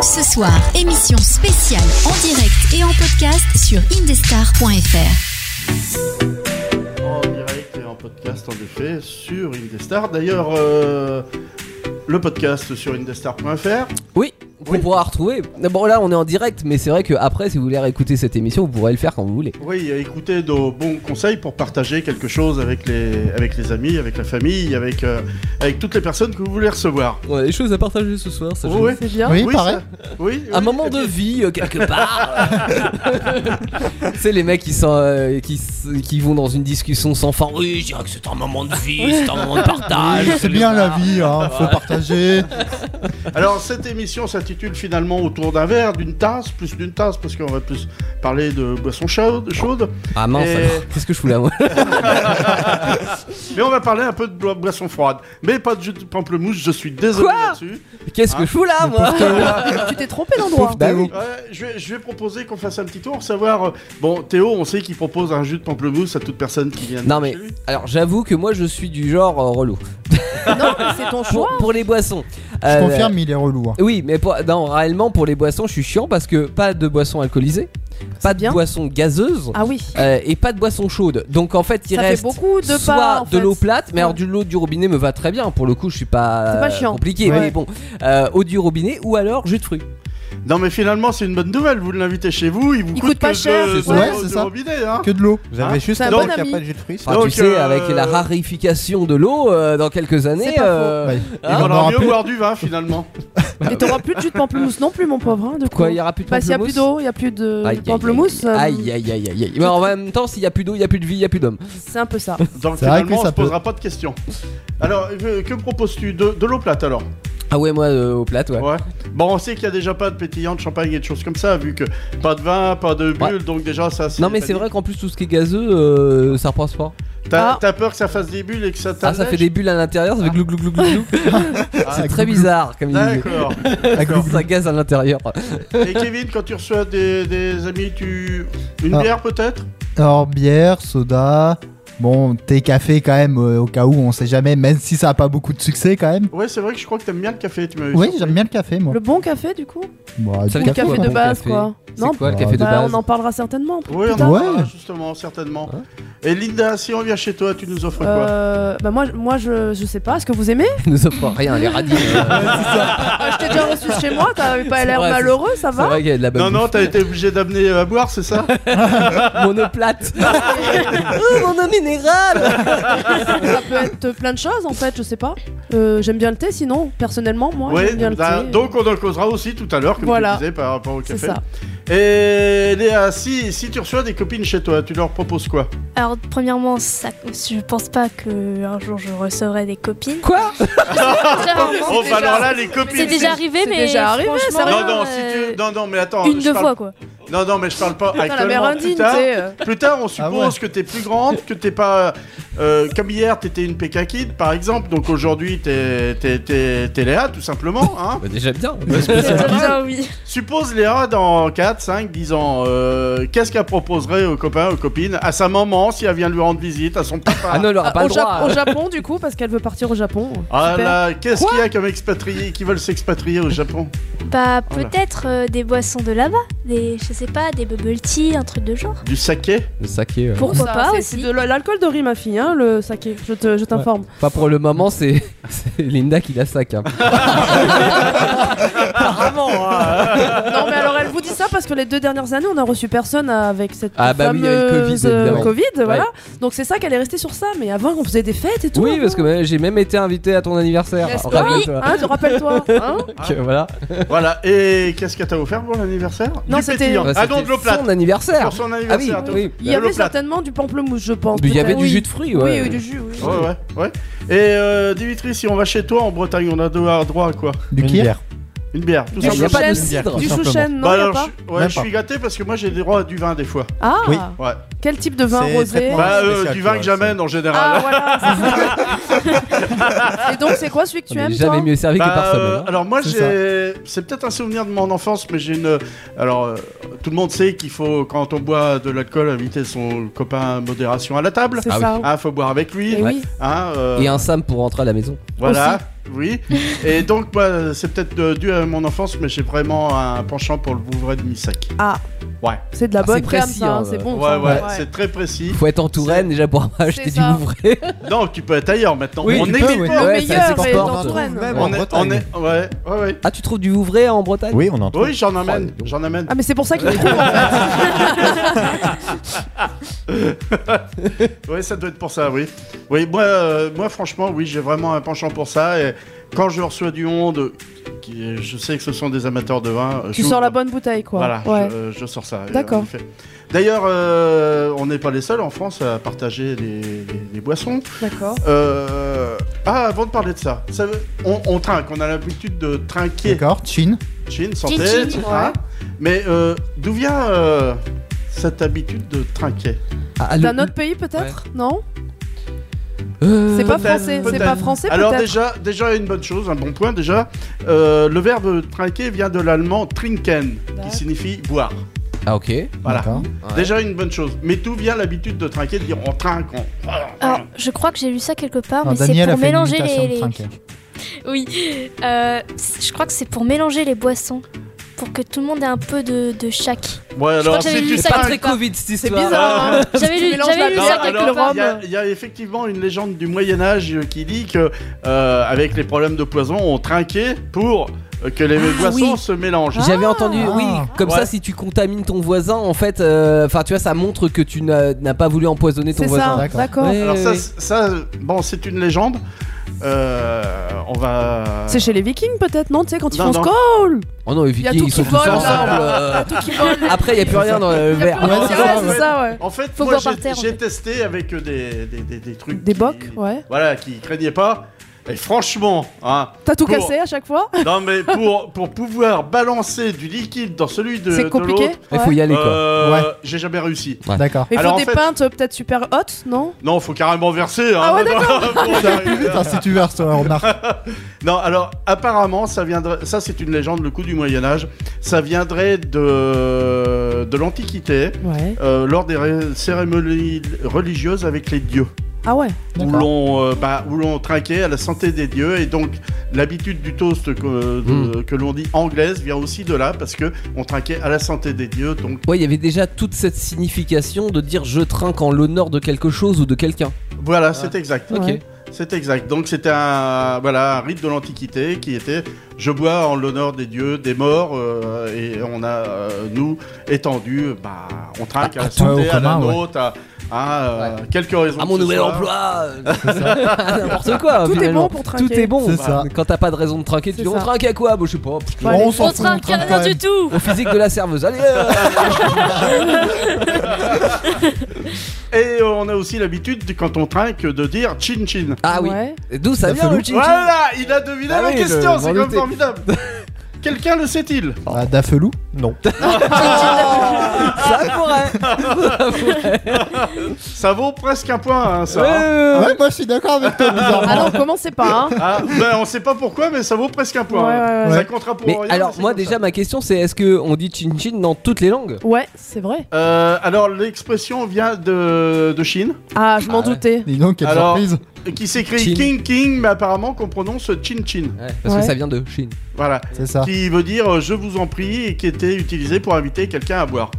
ce soir, émission spéciale en direct et en podcast sur indestar.fr. En direct et en podcast, en effet, sur Indestar. D'ailleurs, euh, le podcast sur indestar.fr. Oui, pour pouvoir retrouver. Bon, là, on est en direct, mais c'est vrai que après, si vous voulez réécouter cette émission, vous pourrez le faire quand vous voulez. Oui, écoutez nos bons conseils pour partager quelque chose avec les, avec les amis, avec la famille, avec, euh, avec toutes les personnes que vous voulez recevoir. On a des choses à partager ce soir, ça Oui, C'est bien. Oui, Oui, pareil. ça- oui, Un oui. moment de vie, euh, quelque part. c'est les mecs qui, sont, euh, qui, s- qui vont dans une discussion sans fin. Oui, je dirais que c'est un moment de vie, c'est un moment de partage. Oui, c'est bien la vie, hein, faut partager. Alors cette émission s'intitule finalement autour d'un verre, d'une tasse, plus d'une tasse parce qu'on va plus parler de boissons chaudes. chaudes. Ah mince, Et- alors, qu'est-ce que je fous là, moi Mais on va parler un peu de boi- boissons froides. Mais pas de jus de pamplemousse, je suis désolé Quoi là-dessus. Hein Qu'est-ce que je fous là, moi Tu t'es trompé d'endroit. Bah oui. Ouais, je, vais, je vais proposer qu'on fasse un petit tour, savoir... euh, Bon, Théo, on sait qu'il propose un jus de pamplemousse à toute personne qui vient Non, mais- chez lui. Alors, j'avoue que moi, je suis du genre euh, relou. Non, mais c'est ton Pour, choix. pour les boissons. Je Euh, confirme, il est relou. hein. Oui, mais pour- non, réellement, pour les boissons, je suis chiant parce que pas de boissons alcoolisées, pas de bien. boissons gazeuses Ah oui. euh, et pas de boissons chaudes. Donc en fait, il Ça fait reste beaucoup de soit pas, en de fait. l'eau plate, mais Ouais. alors du l'eau du robinet me va très bien. Pour le coup, je suis pas, C'est pas chiant. compliqué, Ouais. mais bon, euh, eau du robinet ou alors jus de fruits. Non, mais finalement, c'est une bonne nouvelle. Vous l'invitez chez vous, il vous Il coûte, coûte pas que cher, deux- c'est deux ça. euros Ouais, c'est de ça. robinet, hein. Que de l'eau. Vous avez juste Ah, C'est un à bon dire qu'il n'y ami. a pas de jus de fruits. Enfin, Donc, tu sais, euh, avec la rarification de l'eau euh, dans quelques années. C'est pas faux. Ouais. Et hein, on on aura aurait mieux plus- boire du vin finalement. Et t'auras plus de jus de pamplemousse non plus, mon pauvre. hein, de Quoi, il coup. y aura Bah plus de Bah, s'il y a plus pamplemousse d'eau, il y a plus de Aïe, aïe, pamplemousse. euh, Aïe aïe aïe aïe aïe. Mais en même temps, s'il y a plus d'eau, il y a plus de vie, il y a plus d'homme. C'est un peu ça. Donc C'est vrai finalement, que on ça se posera pas de questions. Alors, euh, que proposes-tu de, de l'eau plate alors Ah ouais, moi euh, au plat, ouais. Ouais. Bon, on sait qu'il y a déjà pas de pétillant, de champagne et de choses comme ça, vu que pas de vin, pas de Ouais. bulles, donc déjà ça. Non mais c'est pas vrai qu'en plus tout ce qui est gazeux, euh, ça repasse pas. dit. T'as Ah. t'as peur que ça fasse des bulles et que ça Ah, ça fait des bulles à l'intérieur, ça fait glou glou glou glou. glou. Ah, C'est très glou, glou. bizarre comme il D'accord. dit. Ça gaze à l'intérieur. et Kevin, quand tu reçois des, des amis, tu une Ah. bière peut-être Alors, bière, soda. Bon, thé, café quand même, euh, au cas où, on sait jamais, même si ça a pas beaucoup de succès quand même. Ouais, c'est vrai que je crois que t'aimes bien le café. Tu m'avais Oui, surpris. j'aime bien le café, moi. Le bon café, du coup Bon, Ça Ou veut du le dire café, café quoi, de bon base, café quoi. C'est Non, quoi le bah, café de bah, base on en parlera certainement. Oui, on plus tard. en Ouais. parlera justement, certainement. Hein Et Linda, si on vient chez toi, tu nous offres quoi Euh, bah moi, moi je, je sais pas, est-ce que vous aimez Ils nous offrent rien, les radis. euh, Ah, Je t'ai déjà reçu chez moi, t'avais pas C'est l'air vrai, c'est- malheureux, ça C'est va vrai qu'il y a de la bonne Non, non, bouffe. t'as été obligé d'amener euh, à boire, c'est ça monoplate. Euh, oh, mon eau minérale Ça peut être plein de choses en fait, je sais pas. Euh, j'aime bien le thé sinon, personnellement, moi Ouais, j'aime bien le bah, thé. donc on en causera aussi tout à l'heure, comme Voilà. tu disais, par rapport au c'est café. ça. Et Léa, si, si tu reçois des copines chez toi, tu leur proposes quoi Alors, premièrement, ça, je pense pas que un jour je recevrai des copines. Quoi Oh, bah déjà- alors là, les C'est copines déjà arrivé, c'est mais. déjà arrivé, franchement, sérieux Non, non, si euh, tu... non, non, mais attends. Une, je deux parle- fois, quoi. Non, non, mais je parle pas Putain, la mère actuellement. Plus indigne, tard, tu sais, euh. plus tard, on suppose Ah ouais. que t'es plus grande, que t'es pas. euh, comme hier, t'étais une Pekka Kid, par exemple. Donc aujourd'hui, t'es t'es- t'es- t'es Léa, tout simplement. Hein. bah, Déjà bien. Ah Déjà, oui. Suppose Léa, dans 4, 5, 10 ans, euh, qu'est-ce qu'elle proposerait aux copains, aux copines À sa maman, si elle vient lui rendre visite, à son papa Ah non, il aura Ah, pas au, le droit. Jap- au Japon du coup, parce qu'elle veut partir au Japon. Ah Super. là, qu'est-ce qu'il y a comme expatriés qui veulent s'expatrier au Japon Bah, Voilà. peut-être euh, des boissons de là-bas. Des, je sais pas, des bubble tea, un truc de genre. Du saké Le saké. euh, Pourquoi Ça, pas c'est- aussi C'est de l- l'alcool de riz, ma fille, hein, le saké, je te- je t'informe. Pas pour le moment, c'est c'est Linda qui la sac. hein. Ah, Non, mais alors elle vous dit ça parce que les deux dernières années, on a reçu personne avec cette Ah, bah oui, il y a eu le fameuse, Covid, évidemment. euh, Covid, voilà. Donc c'est ça qu'elle est restée sur ça. Mais avant, on faisait des fêtes et tout. Oui, parce que même- j'ai même été invité à ton anniversaire. N'est-ce pas Rappelle-toi. Hein, te- rappelle-toi. hein Que Voilà. Voilà, et qu'est-ce qu'elle t'a offert pour l'anniversaire Non, Du c'était- pétillant. Bah, Ah non, c'était de l'eau plate. Son anniversaire. Pour son Ah oui, anniversaire. donc. oui. Il y Le avait plat. certainement du pamplemousse, je pense. Mais Il y avait peut-être. du jus de fruits, Oui, ouais. oui, du jus. Oui. Ouais, ouais, ouais. Et euh, Dimitri, si on va chez toi en Bretagne, on a droit- droit à quoi Du kir. Une bière, tout Il Du y a simplement. pas de chouchen. cidre. Du Tout simplement. chouchen, non, Bah y a alors, pas. je, ouais, Même je pas. suis gâté parce que moi j'ai des droits à du vin des fois. Ah, Oui. Ouais. quel type de vin C'est rosé traitement. Bah, c'est euh, spécial, du vin tu que vois, j'amène en général. Ah, voilà. c'est ça. et donc, c'est quoi celui que tu On est aimes, toi jamais mieux servi que Bah, par hein. euh, semaine. alors moi C'est j'ai c'est peut-être un souvenir de mon enfance mais j'ai une alors euh, tout le monde sait qu'il faut quand on boit de l'alcool inviter son copain à modération à la table. C'est Ah oui. ça. Ah, faut boire avec lui. Et oui. Hein, euh, Et un Sam pour rentrer à la maison. voilà. Oui. Et donc, bah, c'est peut-être euh, dû à mon enfance, mais j'ai vraiment un penchant pour le bouvret de Missac. Ah. C'est de la Ah, bonne c'est crème, précis, ça. hein, hein, c'est euh, bon. Ouais, ouais, ça. c'est très précis. Faut être en Touraine déjà pour acheter du ça. Louvret. Non, tu peux être ailleurs maintenant. Oui, on tu est peux, des oui. pauvres. Le Ouais, ça meilleur est s'exporte. dans Touraine. Ouais, On en est, Bretagne. on est- ouais, ouais, ouais. Ah, tu trouves du Louvret en Bretagne Oui, on en trouve. Oui, j'en amène, Oh, donc. j'en amène. Ah, mais c'est pour ça qu'il est trop en fait. Oui, ça doit être pour ça, oui. Oui, moi, euh, moi franchement, oui, j'ai vraiment un penchant pour ça. Et quand je reçois du monde, qui, je sais que ce sont des amateurs de vin. euh, Tu j'ouvre- sors la bonne bouteille, quoi. Voilà, Ouais. je, je sors ça. euh, D'accord. en effet. D'ailleurs, euh, on n'est pas les seuls en France à partager les, les- les boissons. D'accord. Euh, ah, avant de parler de ça, ça veut- on, on trinque, on a l'habitude de trinquer. D'accord, Chin. Chine, santé. Chin, tu chin, vois. ouais. Mais euh, d'où vient euh, cette habitude de trinquer Ah, le- D'un autre pays, peut-être Non Euh, C'est pas Peut-être, français. C'est peut-être. pas français, Alors peut-être déjà, déjà une bonne chose, un bon point déjà. Euh, le verbe trinquer vient de l'allemand trinken, qui D'accord. signifie boire. Ah, ok. Voilà. D'accord. Ouais. Déjà une bonne chose. Mais d'où vient l'habitude de trinquer, de dire on trinque, on... Alors, je crois que j'ai lu ça quelque part, Non, mais c'est Daniel a pour fait une mélanger imitation les. de les- trinquer. Oui, euh, c- je crois que c'est pour mélanger les boissons, pour que tout le monde ait un peu de, de chaque. Ouais, alors que j'avais si vu tu ça C'est pas trinques... très Covid cette C'est histoire. bizarre. hein. J'avais Tu lu, mélanges j'avais la lu bière ça avec quelque le part. rhum. il y, a- il y a effectivement une légende du Moyen Âge euh, qui dit que euh, avec les problèmes de poison, on trinquait pour euh, que Ah les boissons oui. se mélangent. J'avais entendu, Ah. oui, comme Ouais. ça, si tu contamines ton voisin, en fait, euh, enfin, tu vois, ça montre que tu n'as n'as pas voulu empoisonner ton C'est voisin. ça, d'accord. d'accord. Ouais, Alors ouais, ça, ouais. c'est- ça, bon, c'est une légende. Euh, on va. C'est chez les Vikings, peut-être, non Tu sais, quand ils Non, font non. Skoll Oh non, les Y a Vikings, tout ils sont qui tous vole, là. ensemble. euh, Après, il n'y a plus rien dans le Ah, verre. Ouais, c'est ça, Ouais, c'est ouais. ça, ouais. En fait, Faut moi, boire par j'ai- terre, en j'ai fait. testé avec des, des, des, des trucs. Des qui- bocs, ouais. Voilà, qui craignaient pas. Et franchement, hein, T'as tout Pour- cassé à chaque fois non mais pour, pour pouvoir balancer du liquide dans celui de. de C'est compliqué l'autre, Il ouais. faut y aller, quoi. euh, Ouais. J'ai jamais réussi. D'accord. Mais il Alors, en faut des fait- pintes euh, peut-être super hautes, non Non, faut carrément verser. Hein, Ah ouais, pour y arriver. Putain, si tu verses, toi, on a. Non, alors apparemment, ça viendrait. Ça, c'est une légende, le coup du Moyen Âge. Ça viendrait de de l'Antiquité, Ouais. euh, lors des ré- cérémonies religieuses avec les dieux, Ah ouais où D'accord. l'on euh, bah, où l'on trinquait à la santé des dieux, et donc l'habitude du toast que, euh, de- que l'on dit anglaise vient aussi de là, parce que on trinquait à la santé des dieux, donc Ouais, il y avait déjà toute cette signification de dire je trinque en l'honneur de quelque chose ou de quelqu'un. voilà, c'est exact. Ah. Ok. Ouais. C'est exact. Donc c'était un voilà un rite de l'Antiquité qui était je bois en l'honneur des dieux, des morts euh, et on a euh, nous étendu euh, bah on trinque à la tout- santé, au à la commun, ouais. nôtre, à, à, euh, quelques raisons. À mon que ce nouvel soit. emploi, euh, n'importe quoi. Tout est finalement. bon pour trinquer. Tout est bon. C'est ça. Quand t'as pas de raison de trinquer, tu C'est dis on ça. trinque à quoi Bon, je sais pas. pff, Bon, allez. on s'en On fout, on trinque trinque rien quand du même. tout Au physique de la serveuse. Allez. euh, Et euh, on a aussi l'habitude quand on trinque de dire chin chin. Ah oui. Ouais. Et D'où ça La vient le felouque. chin Voilà, il a deviné Ah la oui, je question, m'en c'est comme doutais. formidable. Quelqu'un le sait-il Oh. Ah, Dafelou Non. Oh. Ça pourrait. Ça vaut presque un point hein, ça. hein. Ouais, moi je suis d'accord avec toi, Ah bizarrement. non, commencez pas, hein Ah, ben, on sait pas pourquoi mais ça vaut presque un point. Ouais, hein. ouais, ouais. Ça comptera pour Mais rien, alors, c'est moi comme ça. déjà, ma question c'est est-ce que on dit chin chin dans toutes les langues Ouais, c'est vrai. Euh, alors l'expression vient de, de Chine, Ah, je Ah m'en ouais. doutais. Dis donc, quelle Alors- surprise. qui s'écrit Chin. King King, mais apparemment qu'on prononce Chin Chin. Parce Ouais. que ça vient de Chine. Voilà. C'est ça. Qui veut dire euh, je vous en prie et qui était utilisé pour inviter quelqu'un à boire.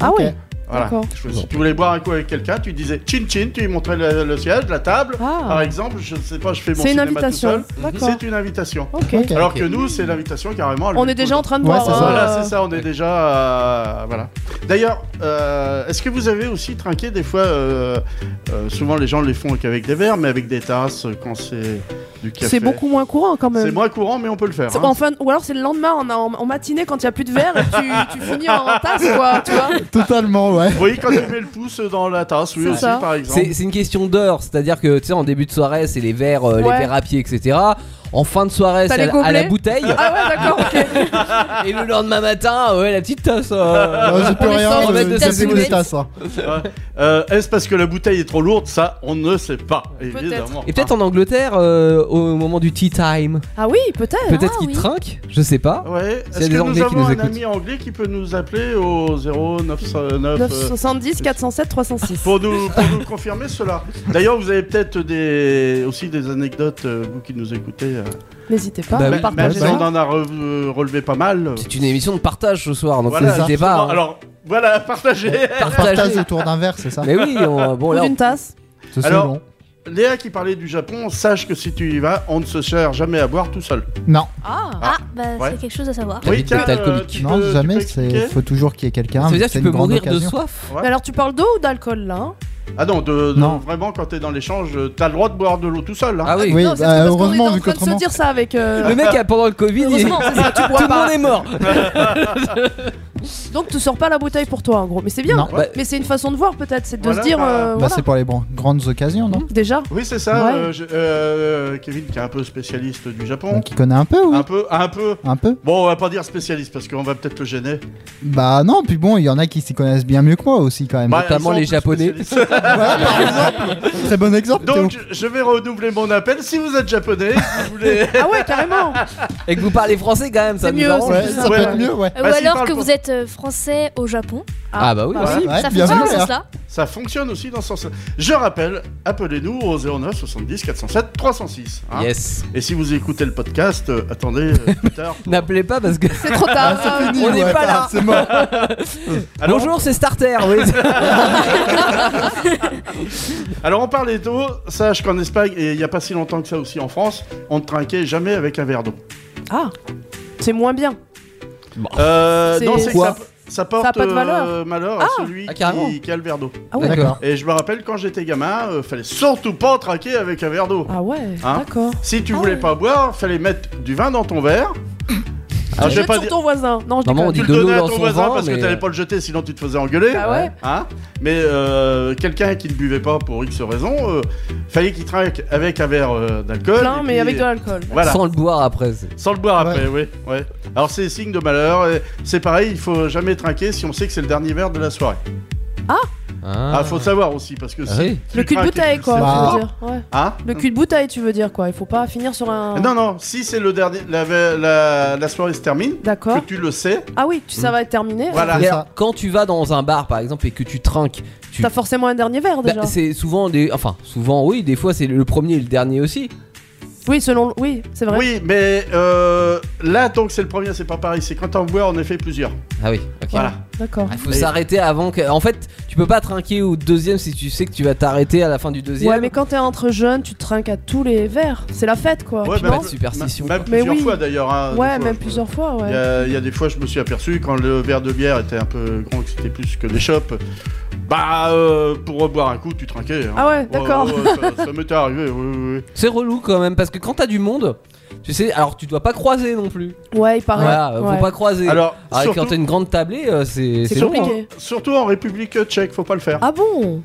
Ah Ok. ouais Voilà. D'accord. Je- Si tu voulais boire un coup avec quelqu'un, tu disais Chin Chin, tu lui montrais le, le siège, la table. Par Ah, exemple, je ne sais pas, je fais mon c'est une cinéma tout invitation. seul. D'accord. C'est une invitation. Ok. Ok. Alors Ok. que nous, c'est l'invitation carrément. On est déjà en train de Ouais, boire. c'est ça. hein, Voilà, euh, c'est ça, on est déjà. euh, voilà. D'ailleurs, euh, est-ce que vous avez aussi trinqué des fois euh, euh, Souvent, les gens les font qu'avec des verres, mais avec des tasses euh, quand c'est du café. C'est beaucoup moins courant quand même. C'est moins courant, mais on peut le faire. C'est- hein. Enfin, ou alors c'est le lendemain, en, en- en matinée, quand il n'y a plus de verre, et tu, tu finis en tasse, Ah, quoi, tu vois. Totalement, ouais. Oui, quand tu mets le pouce dans la tasse, oui C'est aussi, ça. par exemple. C'est c'est une question d'heure, c'est-à-dire que tu sais, en début de soirée, c'est les verres, euh, les Ouais. verres à pied, etc. En fin de soirée, T'as c'est à, les la- à la gobelets bouteille. Ah ouais, d'accord, ok. et le lendemain matin, ouais, la petite tasse. euh. Non, j'ai plus On rien, essaie je- de je tasser sais où les les tasses. hein. Euh, Est-ce parce que la bouteille est trop lourde Ça, on ne sait pas, Peut-être. évidemment. Et peut-être en Angleterre, euh, au moment du tea time, Ah oui, peut-être. peut-être Ah, qu'ils oui. trinquent, je sais pas. Ouais. S'il y a des Est-ce que Anglais nous qui avons nous un écoutent. ami anglais qui peut nous appeler au 0909 euh, 970 407 306. pour nous, pour nous confirmer cela. D'ailleurs, vous avez peut-être des, aussi des anecdotes, euh, vous qui nous écoutez, euh, N'hésitez pas. Bah oui. même- même partage. si on en a re- euh, relevé pas mal. C'est une émission de partage ce soir, donc Voilà, n'hésitez pas. Bon, hein. Alors, voilà, partagez Partage Partagez. autour d'un verre, c'est ça Ah. Mais oui, on- bon Ou là, d'une tasse. C'est Alors- long. Léa qui parlait du Japon, sache que si tu y vas, on ne se sert jamais à boire tout seul. Non, Ah Ah, bah Ouais. c'est quelque chose à savoir. T'as dit que t'es alcoolique. tu non, peux- tu jamais. peux expliquer Il faut toujours qu'il y ait quelqu'un. ça veut dire que c'est tu une peux grande mourir de occasion. soif. Ouais. Mais alors tu parles d'eau ou d'alcool là hein Ah non, de, de- Non. vraiment, quand t'es dans l'échange, euh, t'as le droit de boire de l'eau tout seul. hein. Ah oui. Oui, Non, c'est bah, parce qu'on heureusement, était en vu train de se qu'autrement- dire ça avec. euh, Le mec a- pendant le Covid, il... Heureusement, c'est ça, tu bois tout le pas. monde est mort. Donc tu sors pas la bouteille pour toi en gros. Mais c'est bien. Non. Bah, Mais c'est une façon de voir peut-être, c'est de Voilà, se dire. bah, euh, Bah, voilà. c'est pour les bran- grandes occasions, Mhm. non Déjà. Oui, c'est ça. Ouais. euh, je- euh, Kevin, qui est un peu spécialiste du Japon. Donc il connaît un peu, oui Un peu, un peu. Un peu Bon, on va pas dire spécialiste parce qu'on va peut-être le gêner. Bah non, puis bon, il y en a qui s'y connaissent bien mieux que moi aussi quand même. Bah, notamment ils sont les tous Japonais. spécialistes. Voilà, par exemple. Très bon exemple. Théo. Donc, je- je vais renouveler mon appel. Si vous êtes japonais, vous voulez. Ah ouais, carrément. Et que vous parlez français quand même, ça C'est nous mieux, arrange. Ouais, ça peut Ouais. être mieux, ouais. Ou Bah, s'il alors parle que pas. vous êtes euh, français au Japon. Ah bah oui. Ah, Ouais, ouais, ça bien fonctionne vu, dans ce alors. sens-là. Ça fonctionne aussi dans ce sens. Je rappelle, appelez-nous au 09 70 407 306. hein. Yes. Et si vous écoutez le podcast, euh, attendez euh, plus tard. N'appelez pas parce que. C'est trop tard. C'est fini, On n'est ouais, pas bah, là. C'est mort. Alors, Bonjour, c'est Starter. Oui. alors on parlait d'eau, sache qu'en Espagne, et il n'y a pas si longtemps que ça aussi en France, on ne trinquait jamais avec un verre d'eau. Ah, c'est moins bien. Euh, C'est- non, c'est que Quoi ça, ça porte Ça a pas de euh, valeur. malheur à celui Ah, carrément. qui, qui a le verre d'eau. Ah ouais. D'accord. Et je me rappelle quand j'étais gamin, euh, fallait surtout pas trinquer avec un verre d'eau. Ah ouais. Hein D'accord. Ah Si tu voulais pas boire, fallait mettre du vin dans ton verre. Alors, je Jette vais pas sur dire. ton voisin. Non, je Non, mais on déconne. dit Tu le de l'eau donnais à dans ton son voisin vin, parce que mais- euh, t'allais pas le jeter, sinon tu te faisais engueuler. Ah ouais. Hein mais euh, quelqu'un qui ne buvait pas pour X raison, euh, fallait qu'il trinque avec un verre euh, d'alcool. Plein, et mais puis, avec de l'alcool. Voilà, sans... Sans le boire après. c'est- le boire Ouais. après, oui. Ouais. Alors c'est signe de malheur. et C'est pareil, il faut jamais trinquer si on sait que c'est le dernier verre de la soirée. Ah, faut savoir aussi parce que Ah si oui. tu Le cul de trinques et bouteille, tu quoi. Ah. le sais Bah. Tu pas- veux dire. Ouais. Hein Le cul de bouteille, tu veux dire quoi Il faut pas finir sur un. Non, non, si c'est le dernier, la, la- la soirée se termine, D'accord. que tu le sais, Ah oui, tu, Hmm. ça va être terminé. Voilà. C'est Et ça. alors, quand tu vas dans un bar par exemple et que tu trinques, tu. T'as forcément un dernier verre Bah, déjà. c'est souvent des. Enfin, souvent, oui, des fois c'est le premier et le dernier aussi. oui, selon. Oui, c'est vrai. Oui, mais euh, là, tant que c'est le premier, c'est pas pareil. C'est quand on boit, on en fait plusieurs. Ah oui, ok. Voilà. D'accord. Ah, Il faut Et- s'arrêter avant que. En fait, tu peux pas trinquer au deuxième si tu sais que tu vas t'arrêter à la fin du deuxième. Ouais, mais quand t'es entre jeunes, tu trinques à tous les verres. C'est la fête, quoi. Ouais, bah, tu même- pas de penses superstition, Même quoi. Mais plusieurs oui. fois d'ailleurs. hein, des Ouais, fois, même je- plusieurs fois, Il ouais. y, a- il y a des fois, je me suis aperçu quand le verre de bière était un peu grand, que c'était plus que des chopes. Bah, euh, pour reboire un coup, tu trinquais. hein. Ah ouais, d'accord. ouais, ouais, ça ça m'était arrivé, oui, oui, oui. C'est relou quand même parce que quand t'as du monde, tu sais, alors tu dois pas croiser non plus. Ouais, il paraît. Voilà, euh, Ouais. faut pas croiser. Alors, Ah, et surtout, quand t'as une grande tablée, euh, c'est C'est c'est long, hein. compliqué. surtout en République tchèque, faut pas le faire. Ah, Ah bon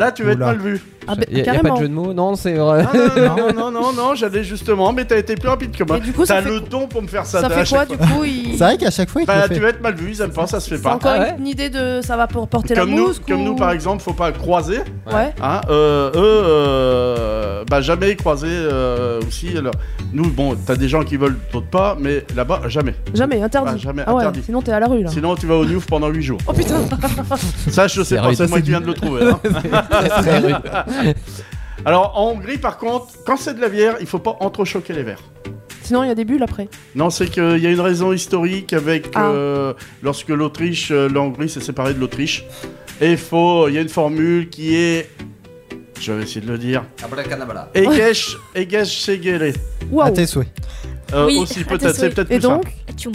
là, tu vas être Oula. mal vu. Ah bah, Il y, a pas carrément. de jeu de mots, non, c'est vrai. Ah, non, non, non, non, non, non, j'allais justement, mais t'as été plus rapide que moi. Et du coup, ça T'as fait le quoi- don pour me faire ça. Ça t'as fait à chaque quoi fois. du coup il... C'est vrai qu'à chaque fois, il te Bah, le tu fait. vas être mal vu, ils aiment pas, ça se fait C'est pas. encore Ah ouais. une idée de ça va pour porter Comme la nous, mousse comme ou- nous, par exemple, faut pas croiser. Ouais. Hein, euh, eux, euh, bah jamais croisé euh, aussi. Alors, nous, bon, t'as des gens qui veulent, d'autres pas, mais là-bas, jamais. Jamais, interdit. Ah, jamais, ah ouais, interdit. sinon t'es à la rue là. Sinon, tu vas au Newf pendant 8 jours. Oh putain Ça, je sais C'est pas, rude. c'est moi qui viens de le trouver. hein. Très, très rude. Alors, en Hongrie, par contre, quand c'est de la bière, il faut pas entrechoquer les verres. Sinon il y a des bulles après. Non, c'est qu'il y a une raison historique avec Ah. euh, lorsque l'Autriche, euh, la Hongrie s'est séparée de l'Autriche. Et il faut, il y a une formule qui est, je vais essayer de le dire, Egesh, Egesh Segele. Waouh À tes souhaits. Euh, Oui, aussi, à tes peut-être, c'est souhaits. peut-être Ah, Et plus simple. donc, Atchoum.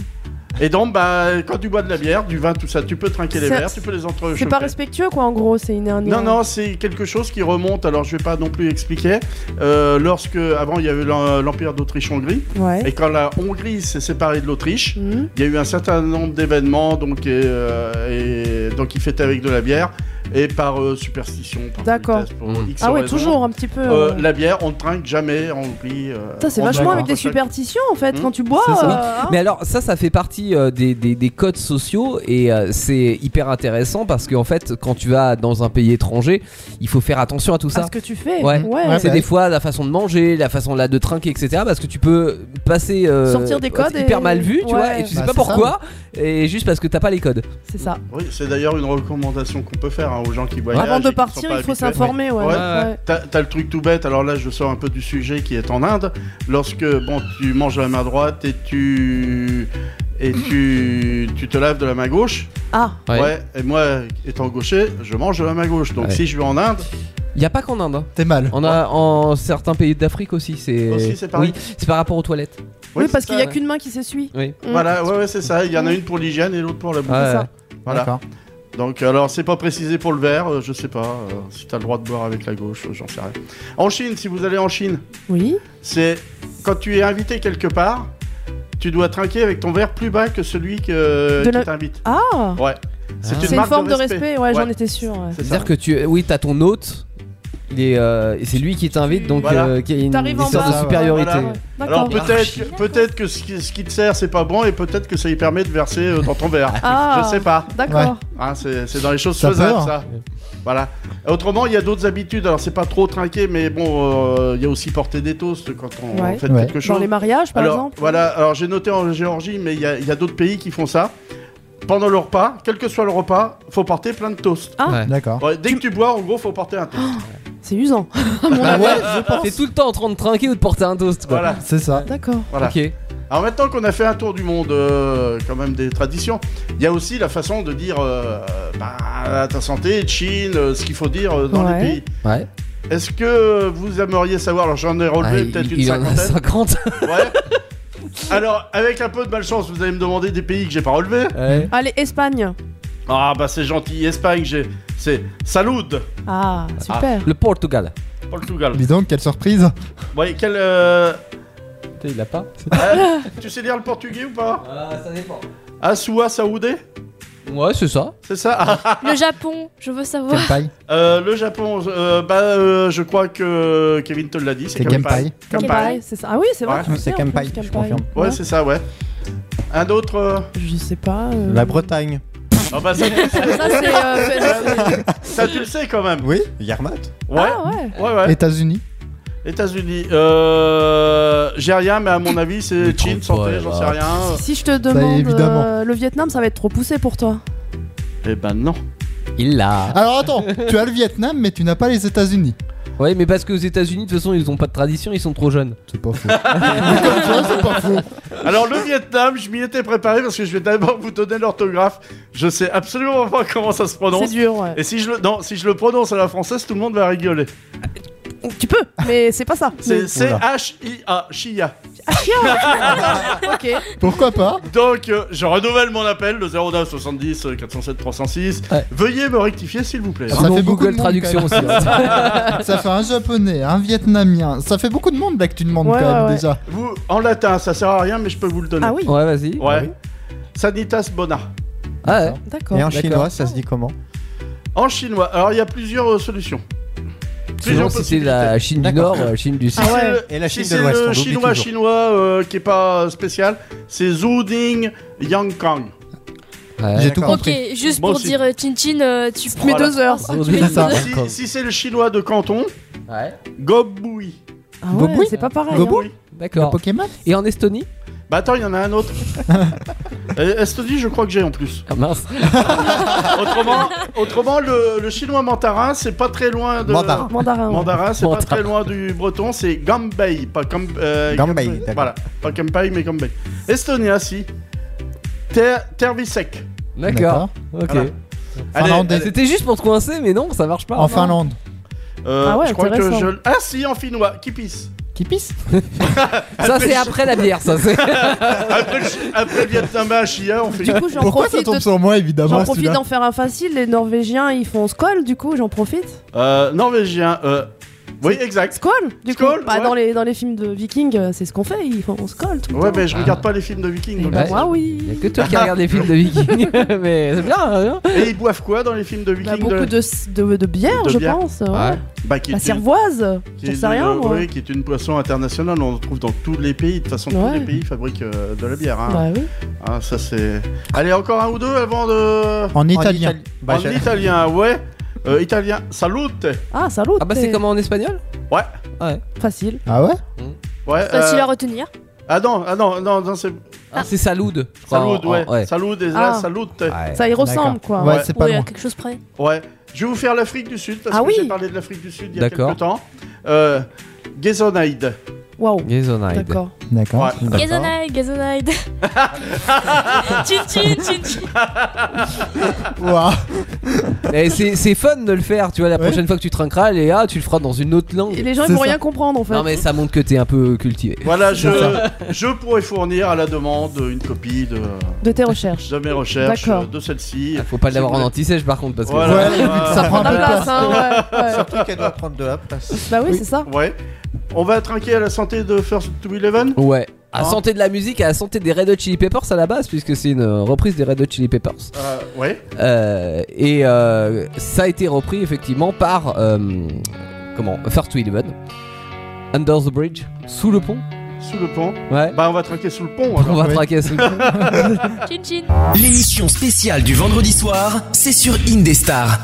Et donc, bah, quand tu bois de la bière, du vin, tout ça, tu peux trinquer les Ça- verres, tu peux les entrechoquer. c'est pas respectueux quoi en gros, c'est une hein. Non, non, c'est quelque chose qui remonte. Alors, je vais pas non plus expliquer. Euh, lorsque, avant, il y avait l'en- l'empire d'Autriche-Hongrie, Ouais. et quand la Hongrie s'est séparée de l'Autriche, Mhm. il y a eu un certain nombre d'événements, donc et, euh, et donc ils fêtaient avec de la bière et par euh, superstition. par D'accord. politesse, pour Mhm. X Ah ouais, raisons. toujours un petit peu. Euh, euh, la bière, on ne trinque jamais en Hongrie. euh, Putain, c'est on vachement boit avec pas. des superstitions en fait Mhm. quand tu bois. C'est ça. euh, hein. Mais alors ça, ça fait partie euh, des, des- des codes sociaux et euh, c'est hyper intéressant parce qu'en fait, quand tu vas dans un pays étranger, il faut faire attention à tout Ah, ça. ce que tu fais. Ouais. Ouais, C'est bah des oui. fois la façon de manger, la façon là de trinquer, etc. Parce que tu peux passer euh, Sortir des codes être hyper et- mal vu, tu Ouais. vois, et tu sais Bah, pas c'est ça. pourquoi, et juste parce que t'as pas les codes. C'est ça. Oui, c'est d'ailleurs une recommandation qu'on peut faire. hein. hein, aux gens qui voyagent. Avant et de qui sont partir, pas il faut habitués. s'informer. Ouais. Ouais. Ouais. T'as t'as le truc tout bête, alors là je sors un peu du sujet qui est en Inde. Lorsque bon, tu manges de la main droite et tu. Et tu, tu te laves de la main gauche. Ah, Ouais. et moi, étant gaucher, je mange de la main gauche. Donc Ouais. si je vais en Inde, Il y a pas qu'en Inde. hein. T'es mal. Oh. On a en certains pays d'Afrique aussi, c'est Aussi, c'est pareil. Oui, c'est par rapport aux toilettes. oui, parce c'est qu'il ça. n'y a qu'une main qui s'essuie. Oui. Mm. Voilà, ouais, ouais, c'est ça. Il y en a une pour l'hygiène et l'autre pour la bouffe. Ouais. ça. Voilà. D'accord. Donc, alors, c'est pas précisé pour le verre, euh, je sais pas euh, si t'as le droit de boire avec la gauche, euh, j'en sais rien. En Chine, si vous allez en Chine, Oui. c'est quand tu es invité quelque part, tu dois trinquer avec ton verre plus bas que celui que, De qui la- t'invite. Ah, Ouais. Ah. C'est une, c'est une marque forme de respect. Ouais, j'en étais sûr. ouais. C'est ça. C'est-à-dire que tu, oui, t'as ton hôte. il est, euh, et c'est lui qui t'invite, donc Voilà. euh, qu'il y a une, T'arrives une en sorte bas. de supériorité. Voilà. Alors D'accord. peut-être, peut-être que ce qui, ce qui te sert c'est pas bon et peut-être que ça lui permet de verser euh, dans ton verre. Ah. Je sais pas. D'accord. Hein, c'est c'est dans les choses Ça peut, faisables, hein. ça. Voilà. Autrement, il y a d'autres habitudes. Alors, c'est pas trop trinquer, mais bon, euh, il y a aussi porter des toasts quand on Ouais. fait Ouais. quelque Dans chose. les mariages, par alors, exemple. voilà. Alors, j'ai noté en Géorgie, mais il y a, il y a d'autres pays qui font ça. Pendant le repas, quel que soit le repas, faut porter plein de toasts. Ah. Ouais. D'accord. Ouais, dès que tu bois, en gros, faut porter un toast. C'est usant. Bah ouais, T'es tout le temps en train de trinquer ou de porter un toast. Quoi. Voilà, C'est ça. D'accord. voilà. Ok. Alors maintenant qu'on a fait un tour du monde, euh, quand même des traditions, il y a aussi la façon de dire euh, bah, ta santé, Chine, euh, ce qu'il faut dire euh, dans Ouais. les pays. Ouais. Est-ce que vous aimeriez savoir, alors j'en ai Ah, relevé il peut-être une il en a cinquantaine. 50. Ouais. Alors, avec un peu de malchance, vous allez me demander des pays que j'ai pas relevés. Ouais. Allez, Espagne. Ah bah c'est gentil, Espagne, j'ai... c'est Salud, Ah, super. Le Portugal. Portugal. Dis donc, quelle surprise. Ouais, quel... euh, Il l'a pas euh, tu sais lire le portugais ou pas Euh, Ah, ça dépend. Asua Saoudé Ouais, c'est ça. C'est ça Ah, ah. Le Japon, je veux savoir. Quelle paille. Euh, Le Japon, euh, bah euh, je crois que Kevin te l'a dit, c'est C'est Kampai. Gampai. Kampai, c'est ça. Ah oui, c'est vrai. Ouais. tu le C'est sais, en Kampai, plus, je confirme. Ouais, Ouais. c'est ça, ouais. Un autre... euh, Je sais pas. euh, La Bretagne. Ah bah ça, Ça, c'est. euh, ça, tu le sais quand même. Oui, Yarmouth. Ouais, Ah ouais. ouais, ouais. États-Unis. États-Unis. Euh, j'ai rien, mais à mon avis, c'est trompe Chine, pas, santé, là. j'en sais rien. Si je te demande évidemment. euh, le Vietnam, ça va être trop poussé pour toi. Eh ben non. Il l'a. Alors attends, tu as le Vietnam, mais tu n'as pas les États-Unis. Ouais, mais parce qu'aux États-Unis, de toute façon, ils ont pas de tradition, ils sont trop jeunes. Ah C'est pas faux. Mais Comme ça, c'est pas faux. Alors le Vietnam, je m'y étais préparé parce que je vais d'abord vous donner l'orthographe. Je sais absolument pas comment ça se C'est prononce. dur, ouais. Et si je le non, si je le prononce à la française, tout le monde va rigoler. Tu peux, mais c'est pas ça. C'est C Oula. H I A Chia. Ah, Ok. Pourquoi pas Donc euh, je renouvelle mon appel le 09 70 euh, 407 306. Ouais. Veuillez me rectifier s'il vous plaît. Ça Ah, Sinon, fait beaucoup de Google monde, Traduction aussi. hein. quand Ça fait un japonais, un vietnamien. Ça fait beaucoup de monde là que tu demandes Ouais, quand même ouais, ouais. déjà. Vous en latin, ça sert à rien mais je peux vous le donner. Ah oui, Ouais, vas-y. Ouais. Sanitas bona. Ah ouais. d'accord. Et en D'accord. chinois, ça se dit comment En chinois. Alors il y a plusieurs euh, solutions. Sinon, Plusieurs si c'est possibilités. la Chine du D'accord. Nord, la Chine du Sud. Si c'est ouais. le- Et la si Chine de c'est l'Ouest, on le l'oublie chinois toujours. chinois euh, qui est pas spécial, c'est Zhu Ding Yang Kang. Ouais. J'ai tout D'accord. compris. Ok, juste Moi pour aussi. dire euh, Chin Chin, euh, Ah, tu prends. Mais Voilà. deux heures. C'est ça. Si, si c'est le chinois de Canton, Ouais. Gobui. Ah ouais, Bobouille c'est pas pareil. Bobouille hein. Oui. Le D'accord. Pokémon Et en Estonie Bah attends, il y en a un autre. Euh, Estonie, je crois que j'ai en plus. Ah mince. Autrement, autrement le, le chinois mandarin, c'est pas très loin de. Mandarin. Mandarin. ouais. Mandarin, c'est pas Mandarin. très loin du breton, c'est Gambay, pas Gam- euh, Gambay, Gambay. d'accord. Voilà, pas Gambay, mais Gambay. Estonien, si. Ter Tervisek. D'accord. Ok. Voilà. Allez, Finlandais. allez. euh, C'était juste pour te coincer, mais non, ça marche pas. En Finlande. Euh, Ah ouais, je crois que intéressant. je. Ah si, en finnois, qui pisse. Qui pisse Ça, c'est après la bière, ça. c'est- Après, le- après le Vietnam à Chia, on fait. Du coup, j'en Pourquoi ça profite. tombe de- sur moi J'en évidemment profite celui-là d'en faire un facile. Les Norvégiens, ils font skoll, du coup, j'en profite. Euh, norvégien. Euh... Oui, exact. Skoll, du Skoll, coup. Bah, ouais. dans, les, dans les films de vikings, euh, c'est ce qu'on fait. Ils font skoll tout le Ouais, temps. mais je regarde pas les films de Vikings. Eh donc- ben, Ouais. moi, Il y oui. a que toi qui regarde les films de Vikings. mais c'est bien, hein, Et ils boivent quoi dans les films de Bah, Vikings beaucoup de, de, de bière, De je bière. pense. ouais. Ouais. Bah, qui La est une- cervoise, qui j'en est sais une- euh, rien, moi. oui, qui est une poisson internationale. On le trouve dans tous les pays. De toute façon, tous Ouais. les pays fabriquent euh, de la bière. hein. Bah oui. Ah, ça c'est. Allez, encore un ou deux avant de. En En italien. Italie. Bah, en j'ai- italien, ouais. Euh, italien, salute. Ah, salut. Ah bah, c'est comment en espagnol Ouais. Facile. Ah ouais Ouais. Facile euh, à retenir. Ah non, ah non, non, non c'est Ah, C'est Salud. je crois, salute, en- en- ouais. Salute, et là, Ah. salute. Ouais. Ça y ressemble, quoi. Ouais, Ouais. c'est pas Oui, à loin. quelque chose près. Ouais. Je vais vous faire l'Afrique du Sud, parce Ah que oui. j'ai parlé de l'Afrique du Sud il y a D'accord. quelques temps. Euh, Gezonaïde. Waouh. Gaisonide. D'accord. D'accord. Ouais. Gazonide, Gazonide. Tchin tchin tchin tchin. Ouah. Eh, c'est c'est fun de le faire, tu vois. La Ouais. prochaine fois que tu trinqueras, Léa, tu le feras dans une autre langue. Et les gens ils C'est vont ça. rien comprendre en fait. Non, mais ça montre que t'es un peu cultivé. Voilà, je, C'est je pourrais fournir à la demande une copie de, De tes recherches. de mes recherches, D'accord. euh, de celle-ci. Ah, Faut pas Si l'avoir vous en êtes- anti-sèche par contre, parce que Voilà. Ouais, ça prend Prends un la peu de place, place. hein, ouais, ouais. Surtout qu'elle doit prendre de la place. Bah oui, Oui. c'est ça. Ouais. On va trinquer à la santé de First to Eleven Ouais. À Hein santé de la musique, à santé des Red Hot Chili Peppers à la base, puisque c'est une euh, reprise des Red Hot Chili Peppers. Euh, Ouais. Euh, et euh, ça a été repris effectivement par euh, comment First to Eleven, Under the Bridge, sous le pont. Sous le pont. Ouais. Bah, on va trinquer sous le pont. On Alors. va ouais. traquer sous le pont. Tchin tchin. L'émission spéciale du vendredi soir, c'est sur Indestar.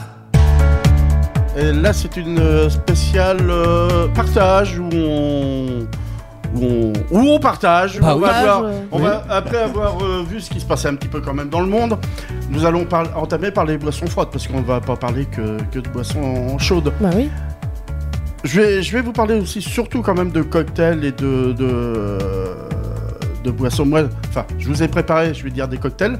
Et là, c'est une euh, spéciale euh, partage où on. Où on, où on partage, où Bah on oui. va Partage, avoir- euh. on va- après avoir euh, vu ce qui se passait un petit peu quand même dans le monde, nous allons par- entamer par les boissons froides, parce qu'on ne va pas parler que, que de boissons chaudes. Bah oui. Je vais, je vais vous parler aussi surtout quand même de cocktails et de, de, euh, de boissons. Moi, enfin, je vous ai préparé, je vais dire des cocktails.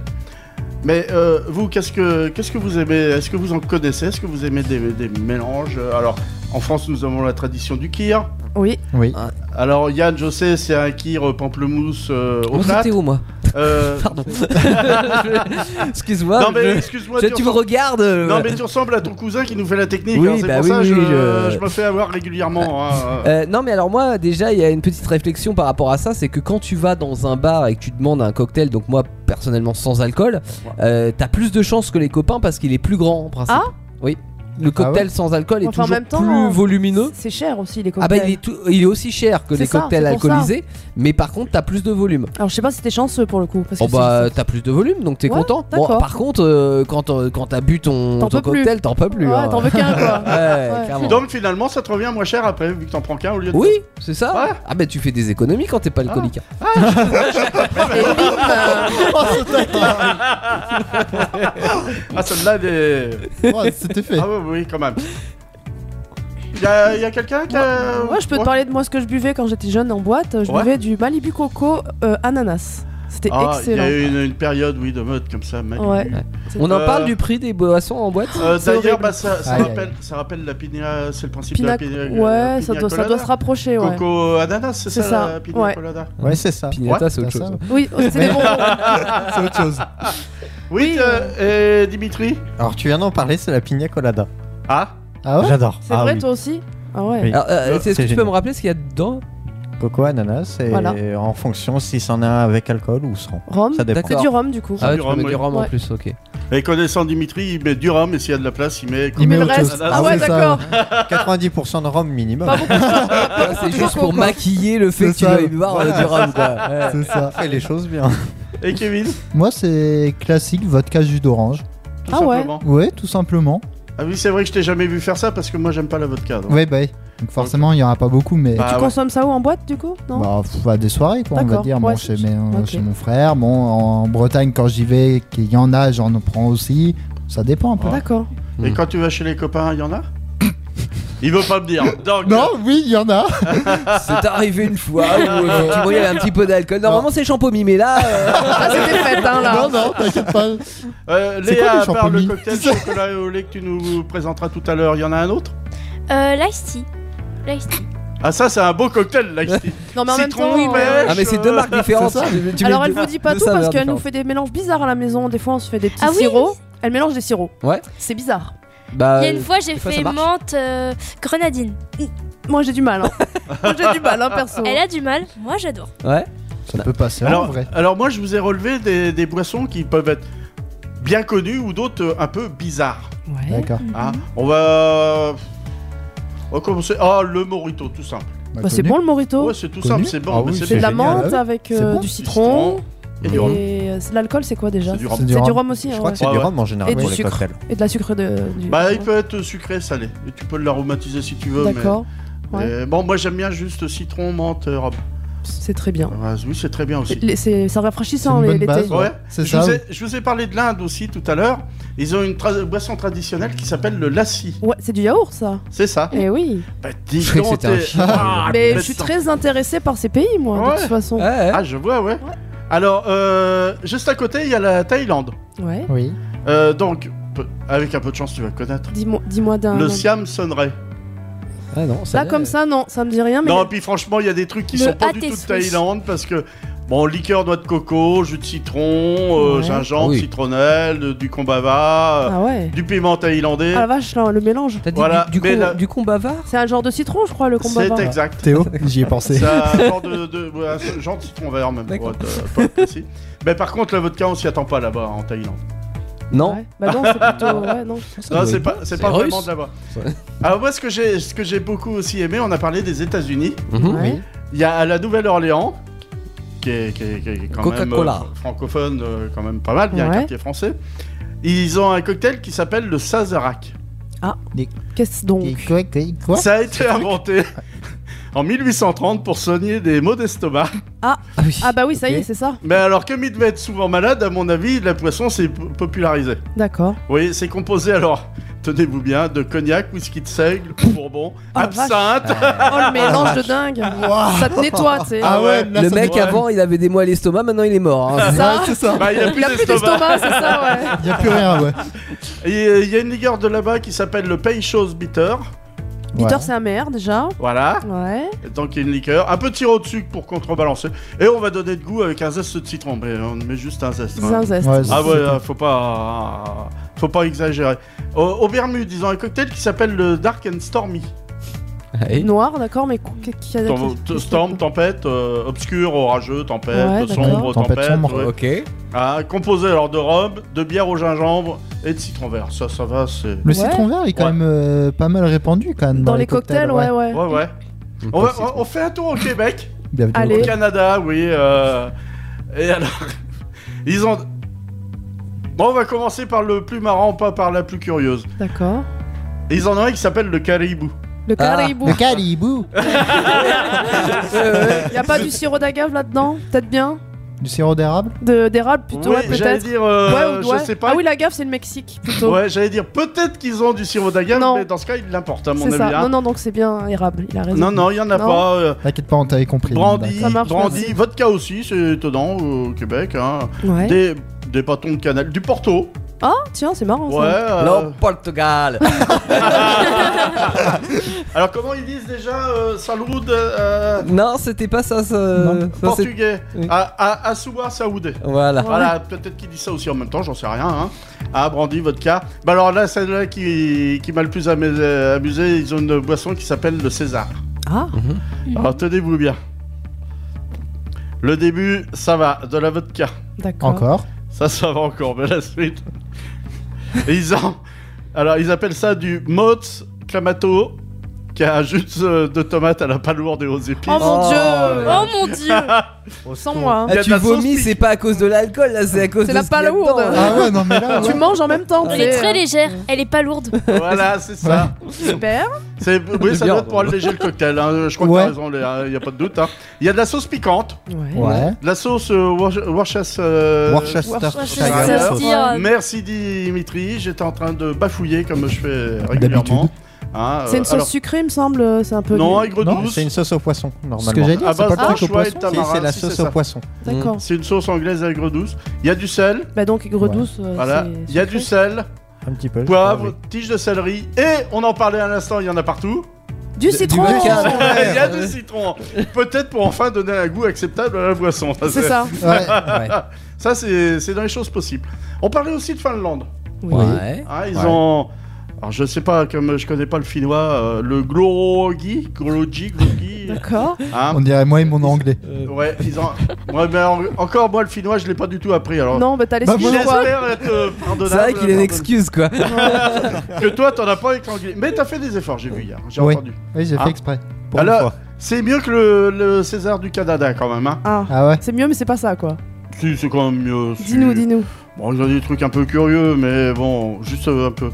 Mais euh, vous, qu'est-ce que, qu'est-ce que vous aimez Est-ce que vous en connaissez Est-ce que vous aimez des, des mélanges Alors, en France, nous avons la tradition du kir. Ah. Oui. Oui. Alors, Yann, je sais, c'est un kir pamplemousse euh, au On plat. était où moi Euh, Pardon. Je- Excuse-moi. non, mais je- excuse-moi, je- tu tu me ressembles- regardes. euh, non, mais tu ressembles à ton cousin qui nous fait la technique. Oui, hein, c'est bah pour oui, ça oui, je, je- je me fais avoir régulièrement. hein. Euh, non mais alors moi déjà il y a une petite réflexion par rapport à ça c'est que quand tu vas dans un bar et que tu demandes un cocktail donc moi personnellement sans alcool euh, t'as plus de chance que les copains parce qu'il est plus grand en principe. Ah Oui. Le Ah cocktail sans alcool est Enfin, en toujours même temps, plus euh, volumineux. C'est cher aussi les Ah cocktails. bah il est, tout- il est aussi cher que C'est les ça, cocktails c'est pour ça. alcoolisés mais par contre t'as plus de volume. Alors je sais pas si t'es chanceux pour le coup. Parce que Oh bah c'est- t'as plus de volume donc t'es Ouais, content. Bon, d'accord. par contre euh, quand, euh, quand t'as bu ton, T'en ton peux plus. cocktail t'en peux plus. Ouais, hein. t'en veux qu'un quoi. Ouais, Ouais. clairement. Donc, finalement, ça te revient moins cher après, vu que t'en prends qu'un au lieu de Oui, c'est ça. Ouais. Ah bah tu fais des économies quand t'es pas alcoolique. hein. Oh, Ah, celle-là, des... Ouais, C'était fait. Ah, oui, oui, quand même. Y'a y a quelqu'un qui a. Moi Bah, je peux te parler de moi ce que je buvais quand j'étais jeune en boîte. Je Ouais. buvais du Malibu Coco euh, ananas. C'était Ah, il y a excellent. eu une, une période, oui, de mode comme ça. Malibu. Ouais. On en Euh, parle du prix des boissons en boîte Euh, C'est D'ailleurs, horrible. bah, ça, ça Aïe, aïe. rappelle, ça rappelle la pina. C'est le principe Pina... de la pina. Ouais, ça doit, ça doit se rapprocher. Ouais. Coco ananas, c'est C'est ça, ça, la pina ouais. colada. Ouais, c'est ça. Pignata, c'est autre C'est ça. chose. Oui, oh, c'est des bonbons. C'est autre chose. Oui, euh, et Dimitri Alors tu viens d'en parler, c'est la pina colada. Ah Ah ouais J'adore. C'est ah, vrai oui. toi aussi Ah ouais. Oui. Alors, euh, est-ce Euh, que c'est tu peux génial. me rappeler ce qu'il y a dedans Coco, ananas, et Voilà. en fonction si c'en a un avec alcool ou sans. Rhum. Ça dépend. D'accord. C'est du rhum du coup. Ah ouais, du tu rhum, peux mettre oui. du rhum en Ouais. plus, ok. Et connaissant Dimitri, il met du rhum et s'il y a de la place, il met. Il met Mais le autre reste. chose. Ah ouais, c'est ça, d'accord. 90% de rhum minimum. Pas beaucoup. Ah, c'est juste pour Coco. maquiller le fait que C'est tu ça. vas y boire euh, du rhum, quoi. Ouais. C'est ça. Fais les choses bien. Et Kevin Moi, c'est classique vodka jus d'orange. tout Ah ouais. simplement. Ouais, tout simplement. Ah oui, c'est vrai que je t'ai jamais vu faire ça parce que moi, j'aime pas la vodka. donc. Ouais, bah oui. Donc forcément, il y aura pas beaucoup, mais. Bah, Tu ouais. consommes ça où en boîte du coup Non Bah, pff, à des soirées, quoi, on va D'accord. dire. Ouais, bon, chez, c'est- mes- euh, ok. chez mon frère, bon, en Bretagne, quand j'y vais, qu'il y en a, j'en prends aussi. Ça dépend un peu. D'accord. Et Hmm. quand tu vas chez les copains, il y en a Il veut pas me dire. Donc, Non, oui, il y en a. Ah, C'est arrivé une fois où euh, effectivement, il y avait un petit peu d'alcool. Normalement, c'est champomis, mais là. euh, Ah, c'était fait, hein, là. Non, non, t'inquiète pas. euh, C'est quoi Léa, les à part le champignons cocktail chocolat au lait que tu nous présenteras tout à l'heure, il y en a un autre Euh, L'ice tea. L'ice tea. Ah, ça, c'est un beau cocktail, l'Ice Tea. Non, mais en même Citron, temps. euh, pêche, Ah, mais c'est deux euh, marques différentes. c'est ça. Tu- tu Alors mets elle deux- vous dit pas deux tout parce saveurs qu'elle nous différentes. fait des mélanges bizarres à la maison. Des fois on se fait des petits Ah oui, sirops. Elle mélange des sirops. Ouais. C'est bizarre. Bah, Il y a une fois, j'ai des fois, fait ça marche. menthe euh, grenadine. Moi j'ai du mal. Hein. Moi j'ai du mal hein, perso. Elle a du mal, moi j'adore. ouais. Ça peut passer en Alors, vrai. alors, moi, je vous ai relevé des, des boissons qui peuvent être bien connues ou d'autres euh, un peu bizarres. Ouais. D'accord. hein. On va. On va commencer. Ah, le Morito, tout simple. Bah, c'est bon le morito. Ouais, c'est tout Connu. simple, c'est bon. Ah mais oui, c'est c'est de la bon. génial, menthe ouais. avec euh, C'est bon. du citron. Et du Et rhum. euh, c'est- l'alcool c'est quoi déjà C'est du rhum. C'est du C'est du rhum. rhum aussi. Je hein, crois ouais. que c'est Ouais, du ouais. rhum en général Et pour du les sucre. cocktails. Et de la sucre de. du- Bah, il peut être sucré, salé. Et tu peux l'aromatiser si tu veux. mais- D'accord. mais Ouais. Bon, moi, j'aime bien juste citron, menthe, rhum. C'est très bien. Ouais, oui, c'est très bien aussi. Les- C'est c'est C'est rafraîchissant une les- bonne l'été. base. Ouais. C'est je, ça. vous ai, je vous ai parlé de l'Inde aussi tout à l'heure. Ils ont une tra- boisson traditionnelle qui s'appelle le lassi. Ouais, c'est du yaourt ça. C'est ça. Eh oui. Bah, dis Je croyais que donc, c'était un t'es- chien. Ah, Mais mais je suis ça- très intéressée par ces pays moi, Ouais. de toute façon. Ouais, ouais. Ah, je vois, ouais. Ouais. Alors, euh, juste à côté, il y a la Thaïlande. Ouais. Oui. Euh, donc, peu- avec un peu de chance, tu vas connaître. Dis-moi dis-moi d'un. Le Siam sonnerait. Ah Oh, non, ça Là y est. comme ça non, ça me dit rien mais Non, puis franchement, il y a des trucs qui Le sont pas du pâté tout de suisse. Thaïlande parce que. Bon, liqueur noix de coco, jus de citron, euh, Ouais. gingembre, Ah oui. citronnelle, de- du combava, euh, Ah ouais. du piment thaïlandais. Ah la vache là, le mélange. T'as dit Voilà, du, du, mais con- là- du con bavard C'est un genre de citron, je crois, le combat. C'est exact. Théo, j'y ai pensé. C'est un genre de, de- ouais, un genre de citron vert même. pour D'accord. être, euh, pas précis. Mais par contre, le vodka, on s'y attend pas là-bas en Thaïlande. Non. Ouais. Bah non, c'est plutôt. Ouais, non. Ça Non, doit c'est être- pas, c'est pas russe. vraiment de là-bas. Alors moi, ce que j'ai, ce que j'ai beaucoup aussi aimé, on a parlé des États-Unis. Mhm. Ouais. Il y a à la Nouvelle-Orléans, qui est, qui est- qui est quand même Coca-Cola. fr- francophone, euh, quand même pas mal. Il y a un Ouais. quartier français. Ils ont un cocktail qui s'appelle le Sazerac. Ah. Qu'est-ce donc Quoi, quoi, quoi Ça a été inventé en 1830 pour soigner des maux d'estomac. Ah oui. Ah bah oui, ça y est, Ok. c'est ça. Mais alors, comme il devait être souvent malade, à mon avis, la poisson s'est po- popularisée. D'accord. Oui, c'est composé alors, tenez-vous bien, de cognac, whisky de seigle, bourbon, Oh, la absinthe. Oh le mélange de dingue. Ça te nettoie, tu sais. Ah ouais, là, le ça mec doit- avant il avait des mois à l'estomac, maintenant il est mort. hein. Ah, c'est ça. Bah, il n'y a plus Il a plus d'estomac. d'estomac, c'est ça, ouais. Il n'y a plus rien, ouais. Et, euh, Il y a une liqueur de là-bas qui s'appelle le Peychaud's Bitter. Bitter, c'est amer déjà. Voilà, Ouais. donc il y a une liqueur. Un peu de sirop de sucre pour contrebalancer. Et on va donner de goût avec un zeste de citron. Mais on met juste un zeste. C'est un hein. zeste. Ouais, Ah ouais, c'est- euh, faut pas... Faut pas exagérer. Au, au Bermude, ils ont un cocktail qui s'appelle le Dark and Stormy. Ouais. Noir, d'accord, mais qu'est- qu'est- qu'il y a Tom- qu'est-ce t- que- Storm, tempête, euh, obscur, orageux, tempête, Ouais, d'accord. sombre, tempête. Tempête sombre. ouais. Ok. Ah, composé alors de rhum, de bière au gingembre et de citron vert. Ça, ça va, c'est. Le Ouais. citron vert est quand Ouais. même euh, pas mal répandu quand même. Dans les cocktails, ouais, ouais. Mm. Ouais, ouais. On, va- on- on fait un tour au Québec, Bienvenue au Allez. au cocktail. Canada, oui. euh, Et alors, ils ont. Bon, on va commencer par le plus marrant, pas par la plus curieuse. D'accord. Ils en ont un qui s'appelle le caribou. Le Ah. caribou. Le caribou Euh, Y a pas du sirop d'agave là-dedans Peut-être bien Ah, Du sirop d'érable De D'érable plutôt, Oui, ouais, j'allais peut-être. dire. euh, ouais, ou je ouais. sais pas. Ah oui, l'agave, c'est le Mexique plutôt. Ouais, j'allais dire peut-être qu'ils ont du sirop d'agave, Non. mais dans ce cas, ils l'importent, à mon c'est avis. ça. hein. Non, non, donc c'est bien érable. Il a raison. Non, non, il n'y en a Non. pas. euh, T'inquiète pas, on t'avait compris. brandy, Ça marche, brandy, merci. vodka aussi, c'est étonnant euh, au Québec. hein. Ouais. Des, des bâtons de canal, du Porto. Ah, tiens, c'est marrant. Ouais. ça. euh, Le Portugal. Ah, Alors comment ils disent déjà euh, Salud euh, euh, non, c'était pas ça. ça- Non. ça, c'est- portugais Oui. à, à, à Suba Saoudé. Voilà. Voilà, peut-être qu'ils disent ça aussi en même temps, j'en sais rien. Hein. Ah, brandy, vodka. Bah alors là, celle-là qui, qui m'a le plus amé- euh, amusé, ils ont une boisson qui s'appelle le César. Ah, Alors tenez-vous bien. Le début, ça va, de la vodka. d'accord. Encore. Ça, ça va encore, mais la suite. Et ils ont. Alors, ils appellent ça du Moz Clamato, qui a un jus de, de tomate à la palourde et aux épices. Oh mon Oh. dieu Oh mon dieu Sans moi. hein. Il y a Ah, de tu la sauce vomis, pique. c'est pas à cause de l'alcool, là, c'est à cause de. C'est la ce qu'il y a palourde. dedans, hein. là. Ah ouais, non mais là. Tu ouais. Mm. manges en même temps. Elle est c'est- euh, très légère, elle est pas lourde. Voilà, c'est ça. Super. C'est, oui, ça Bien. doit être pour alléger le cocktail. hein. Je crois Ouais. que t'as raison, il n'y a pas de doute. hein. Il y a de la sauce piquante, Ouais. Ouais. de la sauce euh, Worc- Worcester- euh, Worcestershire Worcestershire. sauce. Merci Dimitri, j'étais en train de bafouiller comme je fais régulièrement. Hein, C'est euh, une sauce alors- sucrée, il me semble. euh, C'est un peu. Non, du- aigre Non, douce. C'est une sauce au poisson, normalement. Ce que j'ai dit, Ah c'est bah, pas le truc au Anchois et poisson. Mm. Si, Tamara, c'est la si, sauce c'est au ça. Mm. poisson. D'accord. C'est une sauce anglaise aigre douce. Il y a du sel. Bah donc aigre Ouais. douce. euh, Voilà, c'est il y a du sucré. sel, Un petit peu. je crois, poivre, oui. tige de céleri et on en parlait à l'instant, il y en a partout. Du citron. vodka. il y a du ouais. citron. Peut-être pour enfin donner un goût acceptable à la boisson. C'est ça. Ouais. Ça c'est c'est dans les choses possibles. On parlait aussi de Finlande. Oui. Ouais. hein, ils Ouais. ont alors je sais pas comme je connais pas le finnois euh, le glorogi, glorogi, glorogi. D'accord. hein. On dirait moi et mon anglais. Ouais, ils ont Ouais, mais en- encore moi le finnois, je l'ai pas du tout appris alors. Non, bah t'as les Bah, moi, quoi. J'espère être euh, pardonnable. C'est vrai qu'il a une pardon- excuse, quoi. Que toi, t'en as pas avec l'anglais. Mais t'as fait des efforts, j'ai vu hier. J'ai Oui. entendu. Oui, j'ai Ah. fait exprès. Pour une Alors- fois. C'est mieux que le, le César du Canada quand même. Hein. Ah. Ah ouais. C'est mieux, mais c'est pas ça quoi. Si, c'est quand même mieux. si. Dis-nous, dis-nous. Bon, ils ont des trucs un peu curieux, mais bon, juste euh, un peu.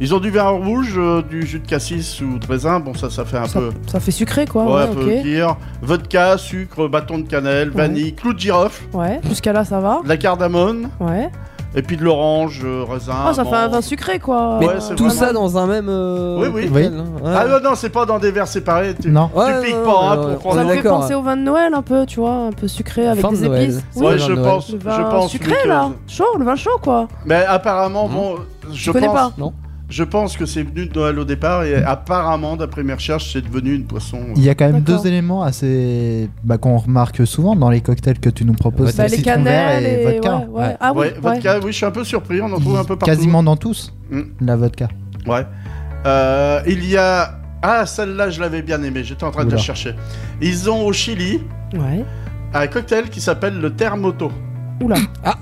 Ils ont du vin rouge, euh, du jus de cassis ou de raisin. Bon, ça, ça fait un ça, peu. ça fait sucré quoi, ouais, ouais, un peu ok. dire. Vodka, sucre, bâton de cannelle, Ouais. vanille, clou de girofle, Ouais, jusqu'à là ça va. de la cardamone Oh. Ouais. et puis de l'orange, euh, raisin. Ah, ça fait un amande. vin sucré quoi. Mais Ouais, c'est Tout vraiment- ça dans un même. euh, Oui, oui. cocktail, hein. Ouais. Ah non, non, c'est pas dans des verres séparés. Tu, Non. tu Ouais, piques ouais, pas hein, ouais, pour ouais. prendre. ça me fait d'accord, penser ouais. au vin de Noël un peu, tu vois, un peu sucré avec Fin de des Noël. épices. C'est Oui, Ouais, le vin je de Noël. pense, le je vin pense. oui, sucré que- là, chaud, le vin chaud quoi. Mais apparemment, bon, je connais pense, pas. Non. je pense que c'est venu de Noël au départ et apparemment, d'après mes recherches, c'est devenu une boisson. euh, Il y a quand même D'accord. deux éléments assez bah, qu'on remarque souvent dans les cocktails que tu nous proposes. Bah, c'est les citron cannelles vert et, et vodka. ouais, ouais. Ouais. Ah oui, ouais, ouais. vodka. Oui, je suis un peu surpris. On en trouve un peu partout. Quasiment dans tous. Mm. La vodka. Ouais. Euh, il y a. Ah, celle-là, je l'avais bien aimée. J'étais en train de la Oula. chercher. Ils ont au Chili Ouais. un cocktail qui s'appelle le termoto, Oula. Ah.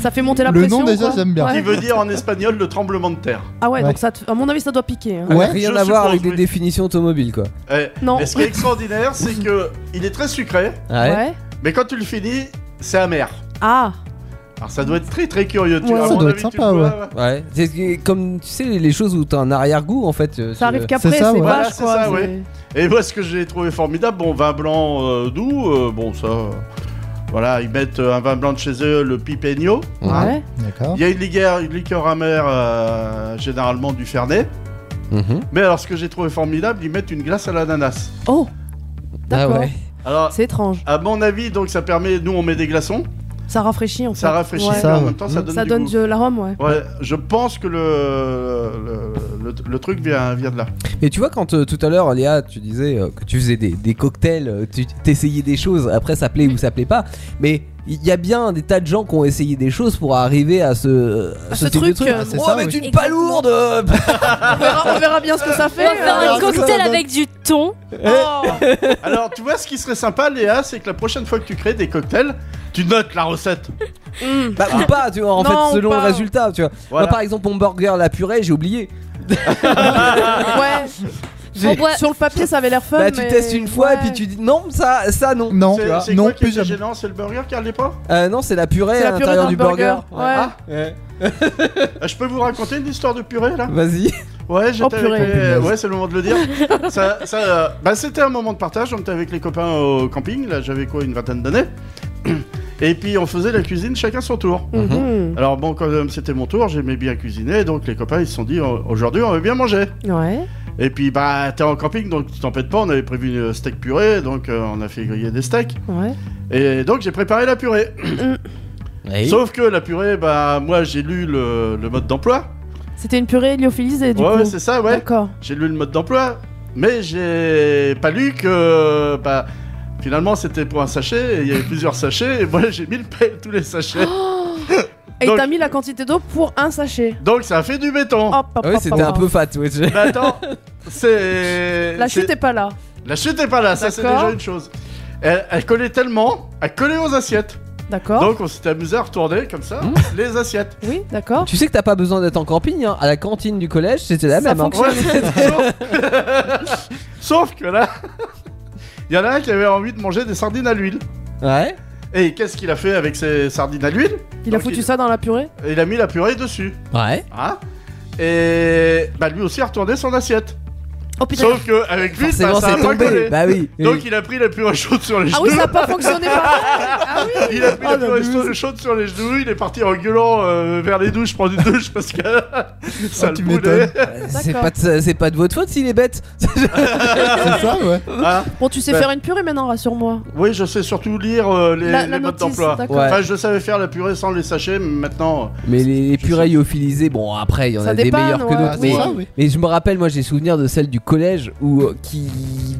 Ça fait monter la Le pression. nom, déjà, quoi. j'aime bien. Ouais. qui veut dire en espagnol le tremblement de terre. Ah ouais, Ouais. donc ça, te- à mon avis, ça doit piquer. hein. Ouais. Rien je à voir suppose, avec des oui. définitions automobiles quoi. Eh, Non. Mais ce qui est extraordinaire, c'est que il est très sucré, Ouais. mais quand tu le finis, c'est amer. Ah. Alors ça doit être très très curieux. Tu Ouais. à Ça mon doit avis, être tu sympa, le vois, ouais. Ouais, c'est ce qui est- comme tu sais les choses où t'as un arrière-goût en fait. euh, Ça arrive c'est- qu'après, C'est c'est ça, vache ouais. Voilà, c'est quoi. ça, c'est- ouais. Et moi, ce que j'ai trouvé formidable, bon, vin blanc euh, doux, euh, bon, ça. euh, Voilà, ils mettent euh, un vin blanc de chez eux, le pipeño. hein. Ouais. Ouais. D'accord. Hein Il y a une liqueur, une liqueur amère, euh, généralement du fernet. Mhm. Mais alors, ce que j'ai trouvé formidable, ils mettent une glace à l'ananas. Oh, Ah D'accord. ouais. Alors, c'est étrange. à mon avis, donc ça permet, nous on met des glaçons, Ça rafraîchit en fait. ça rafraîchit, Ouais. mais en ouais. même temps ça Mmh. donne Ça du donne goût. de l'arôme, ouais. Ouais, je pense que Euh, le, le, le- le truc vient, vient de là. Et tu vois quand euh, tout à l'heure Léa tu disais euh, que tu faisais des, des cocktails, euh, tu t'essayais des choses, après ça plaît ou ça plaît pas, mais il y a bien des tas de gens qui ont essayé des choses pour arriver à ce, À ce ce type de truc, euh, Ah, c'est oh ça, mais oui. une palourde euh, On verra, on verra bien ce que ça fait. On va faire euh, un cocktail avec du thon. Oh. eh. Alors, tu vois, ce qui serait sympa, Léa, c'est que la prochaine fois que tu crées des cocktails, tu notes la recette. Ah. Mm. Bah, ou pas, tu vois, en Non, fait, ou selon le pas. résultat, tu vois. Voilà. Moi, par exemple, mon burger, la purée, j'ai oublié. Ouais. J'ai- On boit- Sur le papier, ça avait l'air fun. bah, tu mais- testes une fois et ouais. puis tu dis non, ça, ça non. Non, C'est- c'est non, quoi qui plus était jamais. gênant C'est le burger qui allait pas Euh, non, c'est la purée C'est la à purée l'intérieur dans du le burger, burger. ouais. Ah, ouais. Euh, Je peux vous raconter une histoire de purée là Vas-y. Ouais, j'étais Oh, purée. avec les- Punaise. Ouais, c'est le moment de le dire. ça, ça, euh, bah, c'était un moment de partage. On était avec les copains au camping. Là, j'avais quoi, une vingtaine d'années. Et puis, on faisait la cuisine chacun son tour. Mhm. Alors, bon, quand même, c'était mon tour. J'aimais bien cuisiner. Donc, les copains, ils se sont dit, Oh, aujourd'hui, on veut bien manger. Ouais. Et puis, bah, t'es en camping, donc tu t'empêtes pas. On avait prévu une steak purée. Donc, euh, on a fait griller des steaks. Ouais. Et donc, j'ai préparé la purée. Sauf que la purée, bah, moi, j'ai lu le, le mode d'emploi. C'était une purée lyophilisée Ah, du Ouais, coup. ouais, c'est ça, ouais. D'accord. J'ai lu le mode d'emploi, mais j'ai pas lu que bah, finalement c'était pour un sachet, et il y avait plusieurs sachets, et moi j'ai mis le pa- tous les sachets. Et Donc- t'as mis la quantité d'eau pour un sachet. Donc ça a fait du béton. Hop, hop, Ah oui, hop, c'était hop, un hop. peu fat, ouais. tu- Mais attends, c'est. La chute c'est- est pas là. La chute est pas là, ça c'est D'accord. déjà une chose. Elle, elle collait tellement, elle collait aux assiettes. D'accord. Donc on s'était amusé à retourner comme ça les assiettes. Oui, d'accord. Tu sais que t'as pas besoin d'être en camping, hein. à la cantine du collège, c'était la Ça même. hein. fonctionne. Sauf- Sauf que là, il y en a un qui avait envie de manger des sardines à l'huile. Ouais. Et qu'est-ce qu'il a fait avec ses sardines à l'huile Il a Donc, foutu il- ça dans la purée. Il a mis la purée dessus. Ouais. Hein et bah lui aussi a retourné son assiette. Oh putain. Sauf que avec lui, Forcément, bah, ça a c'est pas tombé. collé. Bah oui. Donc Oui. il a pris la purée chaude sur les Ah genoux. oui, ça a pas fonctionné pareil. Ah oui. Il a pris Ah, la purée chaude- chaude sur les genoux. Il est parti en gueulant euh, vers les douches prendre une douche parce que ça Oh, tu le m'étonnes. boulait. C'est D'accord. pas, de- c'est pas de votre faute s'il est bête. C'est ça, ouais. Hein Bon, tu sais Ouais. faire une purée maintenant, rassure-moi. oui, je sais surtout lire euh, les, La- les la notice, modes d'emploi. d'accord. Ouais. Enfin, je savais faire la purée sans les sachets, mais maintenant. Mais les, les Je purées lyophilisées, bon après il y en Ça a dépanne, des meilleures que ouais. d'autres, Ah, mais, c'est ça, oui. mais je me rappelle, moi j'ai souvenir de celle du collège où euh, qui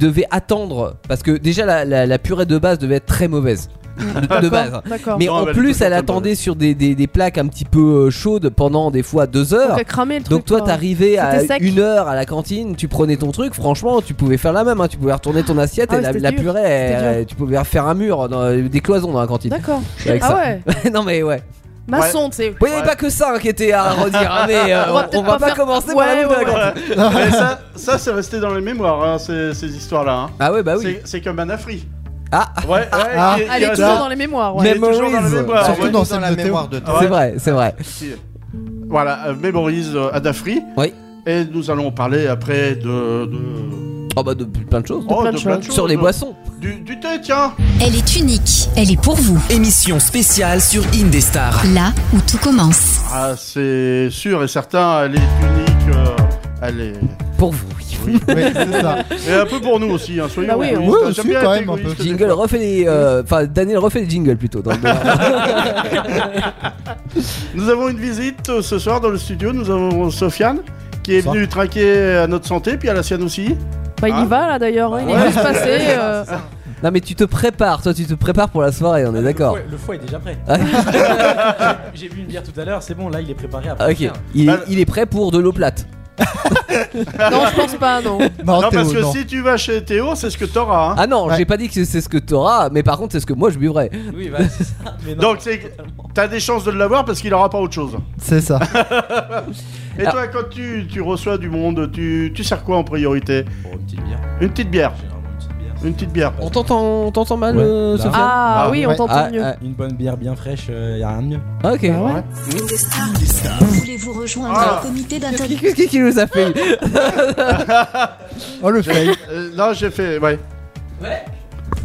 devait attendre parce que déjà la, la- la purée de base devait être très mauvaise de, de base. D'accord. Mais Non, en bah, elle plus, était elle pas attendait sur des, des- des plaques un petit peu euh, chaudes pendant des fois deux heures. Donc, elle cramait le Donc truc. toi, quoi. t'arrivais à C'était sec. une heure à la cantine, tu prenais ton truc. Franchement, tu pouvais faire la même. hein, tu pouvais retourner ton assiette Ah et ouais, la, c'était la dur, purée, c'était euh, tu pouvais faire un mur, dans- euh, des cloisons dans la cantine. D'accord. Avec Ah ça. ouais. non mais ouais. Maçon, tu sais. Oui, il n'y avait Ouais. pas que ça hein, qui était à redire, hein, mais euh, on, On on va peut-être va pas, pas faire- commencer Ouais, par la même ouais, de la ouais. cantine. euh, Mais ça, ça c'est resté dans les mémoires, hein, ces, ces histoires-là. hein. Ah ouais, bah oui. C'est- C'est comme Manafri. Ah. Ouais, ouais, Ah. qui- qui Elle est reste- toujours dans les mémoires. ouais. il est toujours dans la Memories. mémoire. Surtout ouais. dans celle de Théo. Ah ouais. C'est vrai, c'est vrai. Si. Voilà, euh, Memories euh, Adafri. Oui. Et nous allons parler après de. de- Ah bah de plein de choses. oh, plein de choses. Sur les boissons. Du, du thé, tiens Elle est unique, elle est pour vous, Émission spéciale sur Indestar. là où tout commence. Ah, c'est sûr et certain, elle est unique. euh, elle est. Pour vous. Oui. Oui, c'est ça. Et un peu pour nous aussi, hein, soyons Bah oui, égoïstes. oui, J'aime aussi, bien quand être même, un peu. égoïste des Jingle, fois. refais les. euh, Enfin, Daniel, refais les jingles plutôt. dans le dehors. Nous avons une visite euh, ce soir dans le studio. Nous avons Sofiane qui est Bonsoir. venue trinquer à notre santé, puis à la sienne aussi. Bah, il Ah. y va là d'ailleurs, hein, il est Ouais. juste passé. euh, non, mais tu te prépares. Toi, tu te prépares pour la soirée, on est d'accord. Ah, Le foie, le foie est déjà prêt. Ah. J'ai bu une bière tout à l'heure, c'est bon, là il est préparé à Ok, partir. il est, Bah, il est prêt pour de l'eau plate. Non, je pense pas, non. Non, non, Théo, parce que non. si tu vas chez Théo, c'est ce que t'auras. hein. Ah non, Ouais. j'ai pas dit que c'est ce que t'auras, mais par contre, c'est ce que moi je buvrais. Oui, bah, c'est ça. Mais non, Donc, c'est- T'as des chances de l'avoir parce qu'il aura pas autre chose. C'est ça. Et toi, quand tu, tu reçois du monde, tu, tu sers quoi en priorité Bon, une petite bière. Une petite bière. Généralement, une petite bière. Une petite bière. On t'entend, on t'entend mal, Bah, Ouais. euh, Là. Sofiane Ah Ah, oui, ouais. on t'entend mieux. ah, Une bonne bière bien fraîche, euh, y a rien de mieux. ah, ok. Bah, Voulez-vous rejoindre Ah. le comité Qu'est-ce qui- d'interdiction Qu'est-ce qui nous a fait Oh, le J'ai- fail. euh, là, j'ai fait. Ouais.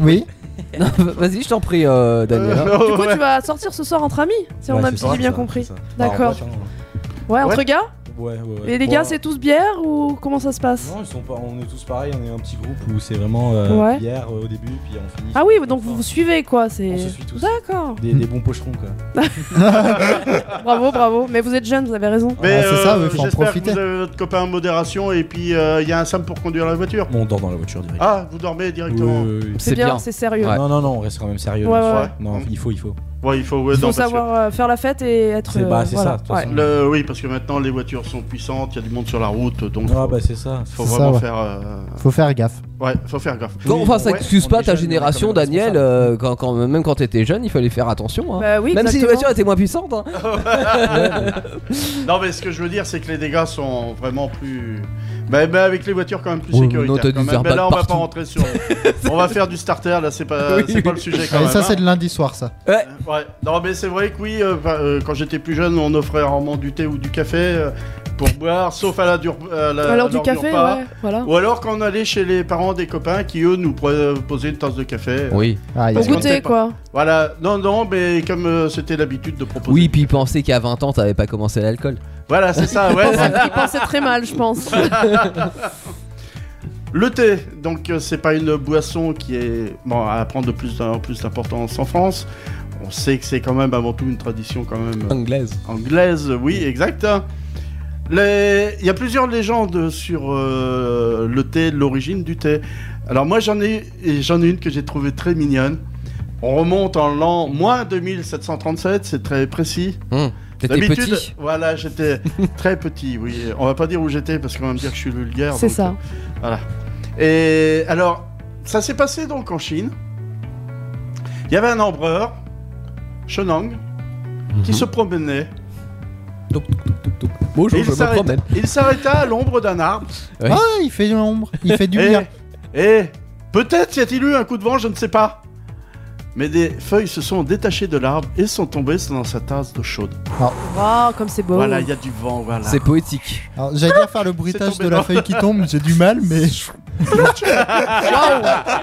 Oui. Non, Vas-y, je t'en prie, euh, Daniel. Euh, Du coup, ouais. tu vas sortir ce soir entre amis, si on hein. Ouais, a c'est si ça, j'ai bien ça, compris. c'est ça. D'accord. Bah, en voiture, Ouais, Ouais. entre gars Ouais, ouais, ouais. Et les Bon, gars, c'est tous bière ou comment ça se passe Non, ils sont pas, on est tous pareils, on est un petit groupe où c'est vraiment euh, Ouais. bière euh, au début, puis on finit. Ah sur- oui, donc vous vous suivez quoi, c'est... On se suit tous. D'accord, Des, des bons pocherons quoi. bravo, bravo. Mais vous êtes jeunes, vous avez raison. Mais euh, Ah, c'est ça, ouais, faut en j'espère profiter. que vous avez votre copain en modération et puis euh, il y a un Sam pour conduire la voiture. Bon, on dort dans la voiture direct. Ah, vous dormez directement. Oui, oui, oui. C'est C'est bien, bien. c'est sérieux. Ouais. Non, non, non, on reste quand même sérieux. Ouais, là-dessus. ouais, ouais. Non, Mm. il faut, il faut. Bon, il faut. ouais, Il faut non, parce que- savoir euh, faire la fête et être... C'est- euh, bah, c'est voilà. ça, de toute Ouais. façon. Le- oui, parce que maintenant les voitures sont puissantes, il y a du monde sur la route, donc Ah faut, bah c'est ça. faut c'est ça, vraiment ouais. faire. euh, Faut faire gaffe. Ouais, faut faire gaffe. Bon, enfin, ça Ouais, excuse on pas est ta jeune, on est génération, quand même Daniel. responsable. euh, quand, quand- même quand t'étais jeune, il fallait faire attention. hein. Bah oui, même si les exactement. voitures étaient moins puissantes. hein. Non, mais ce que je veux dire, c'est que les dégâts sont vraiment plus. Bah, bah, avec les voitures quand même plus Oui, non, sécuritaires. t'as quand des même. Mais airbags là, on va partout. pas rentrer sur. on va faire du starter, là, c'est pas, Oui, Euh, c'est pas oui. le sujet quand Et même. ça, hein. Euh, c'est le lundi soir, ça. Ouais. Non, mais c'est vrai que oui, euh, bah, euh, quand j'étais plus jeune, on offrait rarement du thé ou du café euh, pour boire, sauf à la dure. à la- Euh, Alors à du l'heure café, repas. ouais, voilà. Ou alors quand on allait chez les parents des copains qui eux nous proposaient une tasse de café. euh. Oui. Ah, il y a- Pour Parce qu'on goûter sait pas. quoi. Voilà, non, non, mais comme euh, c'était l'habitude de proposer. Oui, puis penser qu'à 20 ans, t'avais pas commencé l'alcool. Voilà, c'est Ah ça, ouais. Il pensait très mal, je pense. Le thé, donc euh, c'est pas une boisson qui est bon, à prendre de plus en plus d'importance en France. On sait que c'est quand même avant tout une tradition quand même euh, Anglaise. anglaise, oui, exact. hein. Les- Il y a plusieurs légendes sur euh, le thé, l'origine du thé. Alors moi j'en ai, et j'en ai une que j'ai trouvée très mignonne. On remonte en l'an moins 2737, c'est très précis. Hum. T'étais D'habitude, petit. voilà, j'étais très petit, oui. On va pas dire où j'étais parce qu'on va me dire que je suis vulgaire. C'est donc, ça. euh, Voilà. Et alors, ça s'est passé donc en Chine. Il y avait un empereur, Shenong, Mhm. qui se promenait. Et Bonjour, il je me s'arrêta- promène. il s'arrêta à l'ombre d'un arbre. Ouais. Ah, il fait de l'ombre. Il fait du Et, bien. et Eh, peut-être y a-t-il eu un coup de vent, je ne sais pas. Mais des feuilles se sont détachées de l'arbre et sont tombées dans sa tasse d'eau chaude. Ah. Waouh, comme c'est beau. Voilà, il y a du vent, voilà. C'est poétique. Alors, J'allais dire faire le bruitage tombé de la dans- feuille qui tombe, j'ai du mal, mais Waouh, il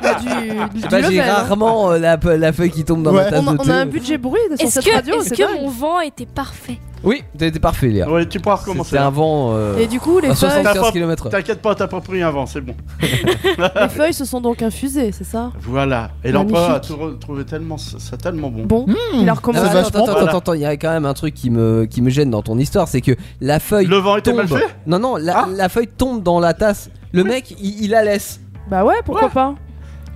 y a du, du Bah, j'ai level, hein. rarement euh, la, la feuille qui tombe dans Ouais. ma tasse On a, de on thé. a un budget bruit sur Est-ce cette que, radio, est-ce c'est que dingue. mon vent était parfait Oui, t'étais parfait, Léa. Ouais, tu pourras recommencer. C'était un vent euh, Et du coup, les à feuilles, 75 km. T'inquiète pas, t'as pas pris un vent, c'est bon. les feuilles se sont donc infusées, c'est ça Voilà. Et Magnifique. l'empereur a tout retrouvé tellement, ça, ça tellement bon. Bon, il a Non, recommencé. Ah, attends, vachement, attends, attends, voilà. attends, il y a quand même un truc qui me, qui me gêne dans ton histoire, c'est que la feuille Le vent était tombe. mal fait non, non, la, Ah. la feuille tombe dans la tasse. Le mec, il, il la laisse. Bah ouais, pourquoi pas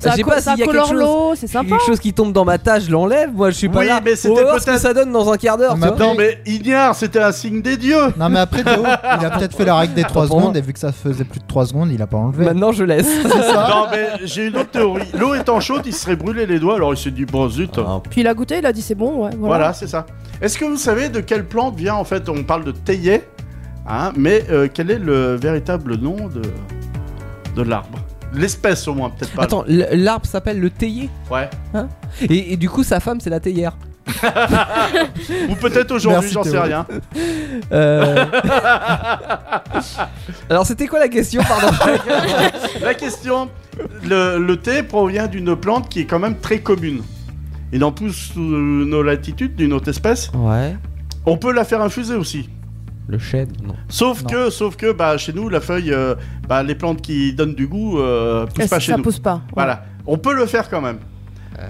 Je Ça, sais co- pas ça s'il y a quelque colore chose. l'eau, c'est sympa. Quelque chose qui tombe dans ma tasse, je l'enlève. Moi, je suis pas Oui, là. mais On va c'était voir ce que peut-être- ça donne dans un quart d'heure. Mais tu vois. attends, Non mais ignare, c'était un signe des dieux. Non Ah, mais après Théo, il a peut-être fait la règle des 3 Attends, secondes et vu que ça faisait plus de 3 secondes, il a pas enlevé. Maintenant, je laisse. C'est ça Non mais j'ai une autre théorie. L'eau étant chaude, il se serait brûlé les doigts, alors il s'est dit bon zut. Ah, Puis il a goûté, il a dit c'est bon, ouais. Voilà, Voilà. c'est ça. Est-ce que vous savez de quelle plante vient en fait On parle de théier, hein, mais euh, quel est le véritable nom de, de l'arbre L'espèce au moins, peut-être pas. Attends, l- l'arbre s'appelle le théier. Hein Ouais. Et, et du coup, sa femme, c'est la théière. Ou peut-être aujourd'hui, Merci, j'en sais Théo. rien. Euh, Alors, c'était quoi la question, pardon La question, le, le thé provient d'une plante qui est quand même très commune. Il en pousse sous nos latitudes d'une autre espèce. Ouais, On peut la faire infuser aussi. le chêne, non. Sauf Non. que, sauf que, bah, chez nous, la feuille, euh, bah, les plantes qui donnent du goût euh, poussent pas chez ça nous. pousse pas. Voilà. On peut le faire quand même.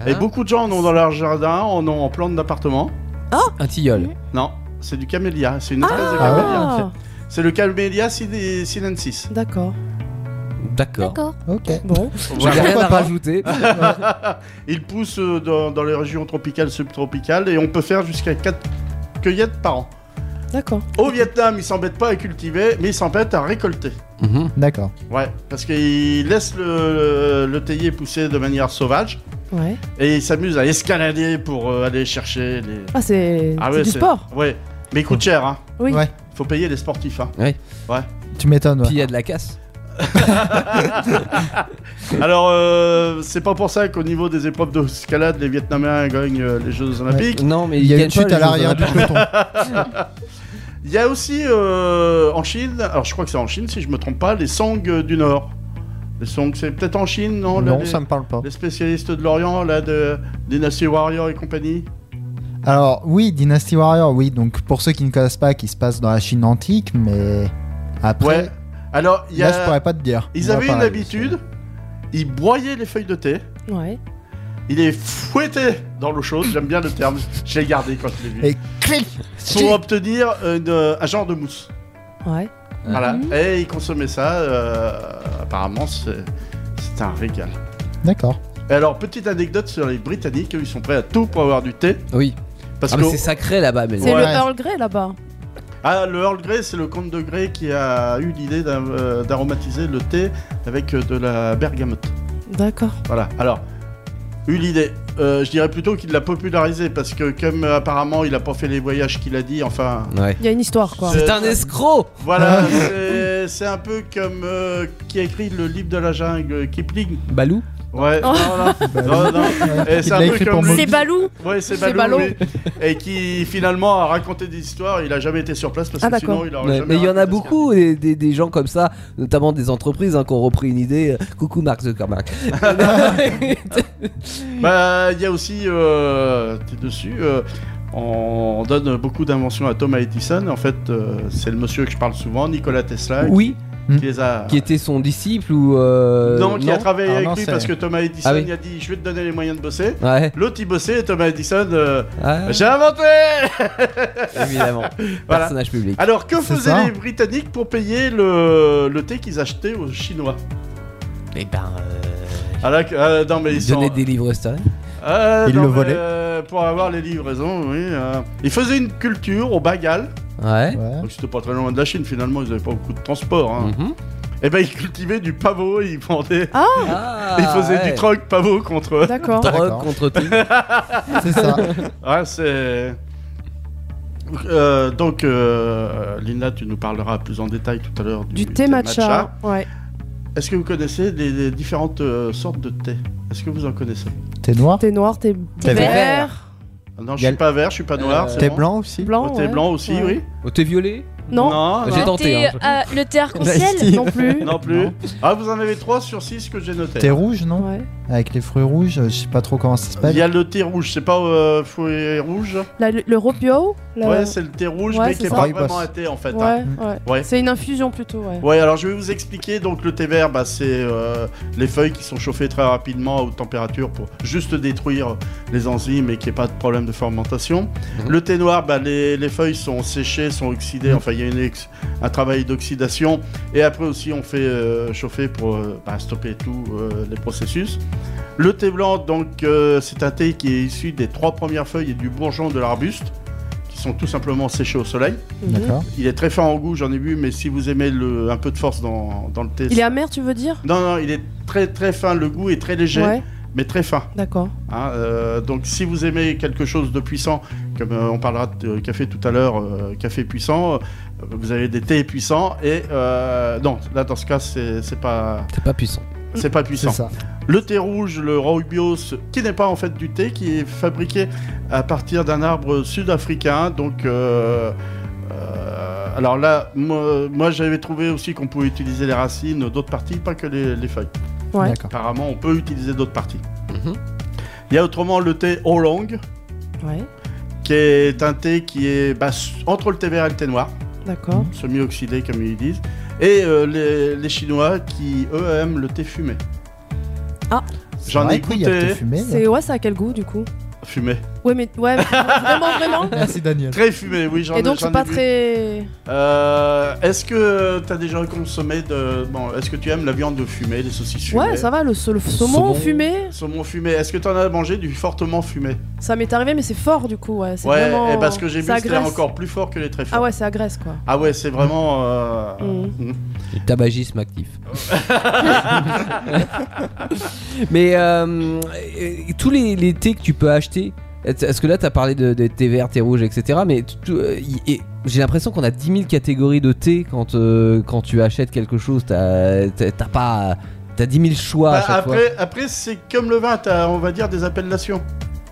Et beaucoup de gens en ont dans leur jardin, en ont en plante d'appartement. Ah Un tilleul. Non, c'est du camélia. C'est une espèce de Ah ouais camélia. Ah, C'est le camélia sine- sinensis. d'accord. D'accord. D'accord. Ok. Bon, J'ai Voilà. rien à Pourquoi pas rajouter. Il pousse euh, dans, dans les régions tropicales, subtropicales, et on peut faire jusqu'à 4 cueillettes par an. d'accord. Au Vietnam, ils s'embêtent pas à cultiver, mais ils s'embêtent à récolter. Mhm. D'accord. Ouais, parce qu'ils laissent le, le théier pousser de manière sauvage, Ouais. et ils s'amusent à escalader pour euh, aller chercher les... Ah, c'est c'est du c'est- sport. Ouais, mais il coûte cher, hein. Oui. Ouais. Faut payer les sportifs, hein. Tu m'étonnes. ouais. Puis il y a de la casse. Alors, euh, c'est pas pour ça qu'au niveau des épreuves d'escalade, les Vietnamiens gagnent euh, les Jeux Olympiques. Non, mais Il y a gagne une hein. pas chute les à Jeux l'arrière du Olympiques. peloton. Il y a aussi euh, en Chine, alors je crois que c'est en Chine si je me trompe pas, les Song euh, du Nord. Les Song, c'est peut-être en Chine, non là, Non, les, ça me parle pas. les spécialistes de l'Orient, là, de, Dynasty Warrior et compagnie. Alors oui, Dynasty Warrior, oui. Donc pour ceux qui ne connaissent pas, qui se passe dans la Chine antique, mais après, Ouais. Alors, il y là je a, pourrais pas te dire. ils Moi, avaient une pareil, habitude, ils broyaient les feuilles de thé, Ouais. ils les fouettaient dans l'eau chaude, j'aime bien le terme, je l'ai gardé quand je l'ai vu, Et clic. pour obtenir une, euh, un genre de mousse. Ouais. Ah. Voilà, et ils consommaient ça, euh, apparemment c'est- c'était un régal. D'accord. Et alors, petite anecdote sur les Britanniques, eux, ils sont prêts à tout pour avoir du thé. Oui. Parce Ah, que mais c'est sacré là-bas, mais. C'est Ouais. le Earl Grey là-bas. ah, le Earl Grey, c'est le comte de Grey qui a eu l'idée d'a- euh, d'aromatiser le thé avec euh, de la bergamote. D'accord. Voilà, alors, eu l'idée. Euh, je dirais plutôt qu'il l'a popularisé parce que, comme euh, apparemment il a pas fait les voyages qu'il a dit, enfin. Ouais. Il y a une histoire quoi. C'est un escroc Euh, Ah. Ah. Voilà, c'est- c'est un peu comme euh, qui a écrit le livre de la jungle, Kipling. Balou Ouais, Oh. voilà. Non, non. Ouais, Et il c'est un l'a peu écrit comme pour le- C'est Balou. Ouais, c'est C'est Balou, Balou. oui. Et qui finalement a raconté des histoires, il a jamais été sur place parce Ah, que d'accord. sinon il aurait Ouais, jamais mais il y en a raconté ce beaucoup, des, des- des gens comme ça, notamment des entreprises hein, qui ont repris une idée. euh, Coucou Mark Zuckerberg. qu'il y a. Bah, il y a aussi, euh, t'es dessus, euh, on donne beaucoup d'inventions à Thomas Edison. En fait, euh, c'est le monsieur que je parle souvent, Nikola Tesla, qui- oui, qui les a. qui était son disciple ou. euh, Ah. non, qui a travaillé Ah, avec non, lui c'est- parce que Thomas Edison Ah oui. il a dit Je vais te donner les moyens de bosser. Ouais, L'autre il bossait et Thomas Edison, euh, ah, j'ai inventé évidemment. Voilà. Personnage public. Alors que C'est faisaient ça. les Britanniques pour payer le, le thé qu'ils achetaient aux Chinois Eh ben. alors, que- euh, Non, mais ils Il sont. donnait des livres sterling. Euh, Il non, le mais, volait. euh, pour avoir les livraisons, oui. euh. Ils faisaient une culture au Bagal. Ouais. Ouais. Donc c'était pas très loin de la Chine finalement, ils avaient pas beaucoup de transport. hein. Mhm. Et ben ils cultivaient du pavot, ils vendaient. Ah, ils faisaient ouais. du troc pavot contre. D'accord. Drogue D'accord. contre tout. C'est ça. Ouais, c'est. Euh, donc, euh, Lina, tu nous parleras plus en détail tout à l'heure du, Du thé matcha. Ouais. Est-ce que vous connaissez les, les différentes euh, sortes de thé Est-ce que vous en connaissez T'es noir. Thé noir, thé T'es vert. vert. Ah Non, je Y a suis le- pas vert, je suis pas noir. Euh, c'est T'es bon. blanc aussi Blanc. Oh, T'es ouais. blanc aussi, Ouais. oui. Oh, T'es violet Non. non. J'ai non. tenté, Le hein, thé, euh, le thé arc-en-ciel. Nice. Non plus. Non plus. Ah, vous en avez 3 sur 6 que j'ai noté. T'es rouge, non Ouais. Avec les fruits rouges, euh, je sais pas trop comment ça Il s'appelle. y a le thé rouge, c'est pas euh, fouet rouge. La- le ropio. la- Ouais, c'est le thé rouge, Ouais, mais c'est qui est ça. pas Rooibos. vraiment un thé en fait. hein. ouais, ouais. Ouais. C'est une infusion plutôt. Ouais. Ouais, alors je vais vous expliquer. Donc le thé vert, bah, c'est euh, les feuilles qui sont chauffées très rapidement à haute température pour juste détruire les enzymes et qu'il n'y ait pas de problème de fermentation. Mhm. Le thé noir, bah, les, les feuilles sont séchées, sont oxydées. Enfin, il y a une ex- un travail d'oxydation. Et après aussi, on fait euh, chauffer pour euh, bah, stopper tous euh, les processus. Le thé blanc, donc euh, c'est un thé qui est issu des trois premières feuilles et du bourgeon de l'arbuste, qui sont tout simplement séchés au soleil. Mhm. D'accord. Il est très fort en goût, j'en ai bu, mais si vous aimez le, un peu de force dans, dans le thé. Il est amer, tu veux dire Non, non, il est très très fin, le goût est très léger, Ouais. mais très fin. D'accord. hein. Euh, donc si vous aimez quelque chose de puissant, comme euh, on parlera de café tout à l'heure, euh, café puissant, euh, vous avez des thés puissants et... euh, non, là dans ce cas, c'est c'est pas... C'est pas puissant. c'est pas C'est puissant. ça. Le thé rouge, le rooibos, qui n'est pas en fait du thé, qui est fabriqué à partir d'un arbre sud-africain. Donc, euh, euh, alors là, moi, moi, j'avais trouvé aussi qu'on pouvait utiliser les racines, d'autres parties, pas que les, les feuilles. Ouais. D'accord. Apparemment, on peut utiliser d'autres parties. Mhm. Il y a autrement le thé oolong, Ouais, qui est un thé qui est bah, entre le thé vert et le thé noir, d'accord. semi-oxydé comme ils disent, et euh, les, les Chinois qui, eux, aiment le thé fumé. C'est Ah. J'en vrai ai qu'il y a goûté. peut-être fumé, là. C'est ouais, ça a quel goût du coup Fumé. Ouais, mais ouais, vraiment, vraiment. Merci Daniel. Très fumé, oui, j'en ai Et donc j'en c'est ai pas bu. très. Euh, est-ce que t'as déjà consommé de. Bon, est-ce que tu aimes la viande fumée, les saucisses fumées Ouais, ça va, le, le Saumon. saumon fumé, Saumon fumé, est-ce que t'en as mangé du fortement fumé ça m'est arrivé, mais c'est fort du coup, ouais. c'est Ouais, vraiment... et parce que j'ai vu ça c'était agresse. encore plus fort que les très forts. Ah ouais, ça agresse quoi. Ah ouais, c'est vraiment. euh, Mm. mm. Du tabagisme actif. Mais euh, et- et tous les, les thés que tu peux acheter, est-ce que là t'as parlé de, de thé vert, thé rouge, etc. Mais tout- tout, euh, y- et j'ai l'impression qu'on a 10 000 catégories de thé quand, euh, quand tu achètes quelque chose. T'as t'as- t'as pas. T'as 10 000 choix à Bah, chaque fois. après, après c'est comme le vin, t'as, on va dire, des appellations.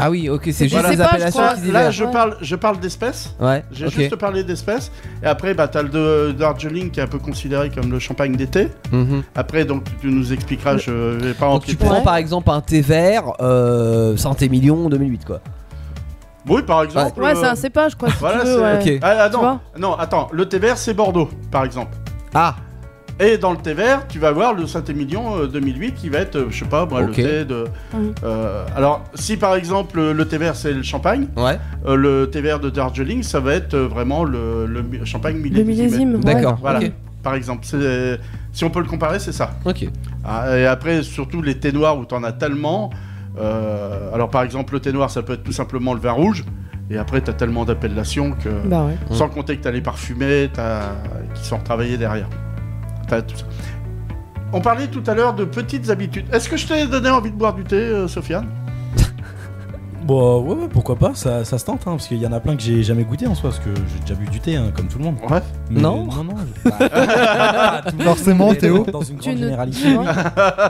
Ah oui, ok, c'est Je juste sais les pas, je appellations crois. qui Là, divergent. je Ouais. parle, je parle d'espèces. Ouais, J'ai ok. juste parlé d'espèces. Et après, bah, t'as le de- Darjeeling qui est un peu considéré comme le champagne d'été. Mhm. Après, donc, tu nous expliqueras, je vais pas en Donc tu prends Ouais. par exemple un thé vert, euh, Saint-Émilion 2008 quoi. Oui, par exemple. Ouais, c'est euh, un cépage quoi. Si Voilà, tu veux, c'est- ouais. ok. Ah, ah, Tu non, vois non, attends, le thé vert c'est Bordeaux, par exemple. Ah, Et dans le thé vert, tu vas voir le Saint-Émilion euh, 2008 qui va être, euh, je sais pas, moi, Ok. le thé de. Mhm. euh, alors, si par exemple le thé vert c'est le champagne, ouais, euh, le thé vert de Darjeeling, ça va être euh, vraiment le, le mi- champagne Le millésime. millésime. ouais. d'accord. Voilà, Ok. par exemple. c'est- euh, Si on peut le comparer, c'est ça. ok. Ah, Et après, surtout les thés noirs où t'en as tellement. euh, alors, par exemple, le thé noir, ça peut être tout simplement le vin rouge. Et après, t'as tellement d'appellations que. Bah ouais. Sans compter que t'as les parfumés, t'as... qui sont retravaillés derrière. T'as tout ça. On parlait tout à l'heure de petites habitudes. Est-ce que je t'ai donné envie de boire du thé, euh, Sofiane Bon, euh, ouais, ouais, pourquoi pas, ça, ça se tente, hein, parce qu'il y en a plein que j'ai jamais goûté en soi, parce que j'ai déjà bu du thé, hein, comme tout le monde. Ouais. Mais- Non. Non, non. Forcément, Mais Théo. Dans une Tu grande ne- généralité. oui.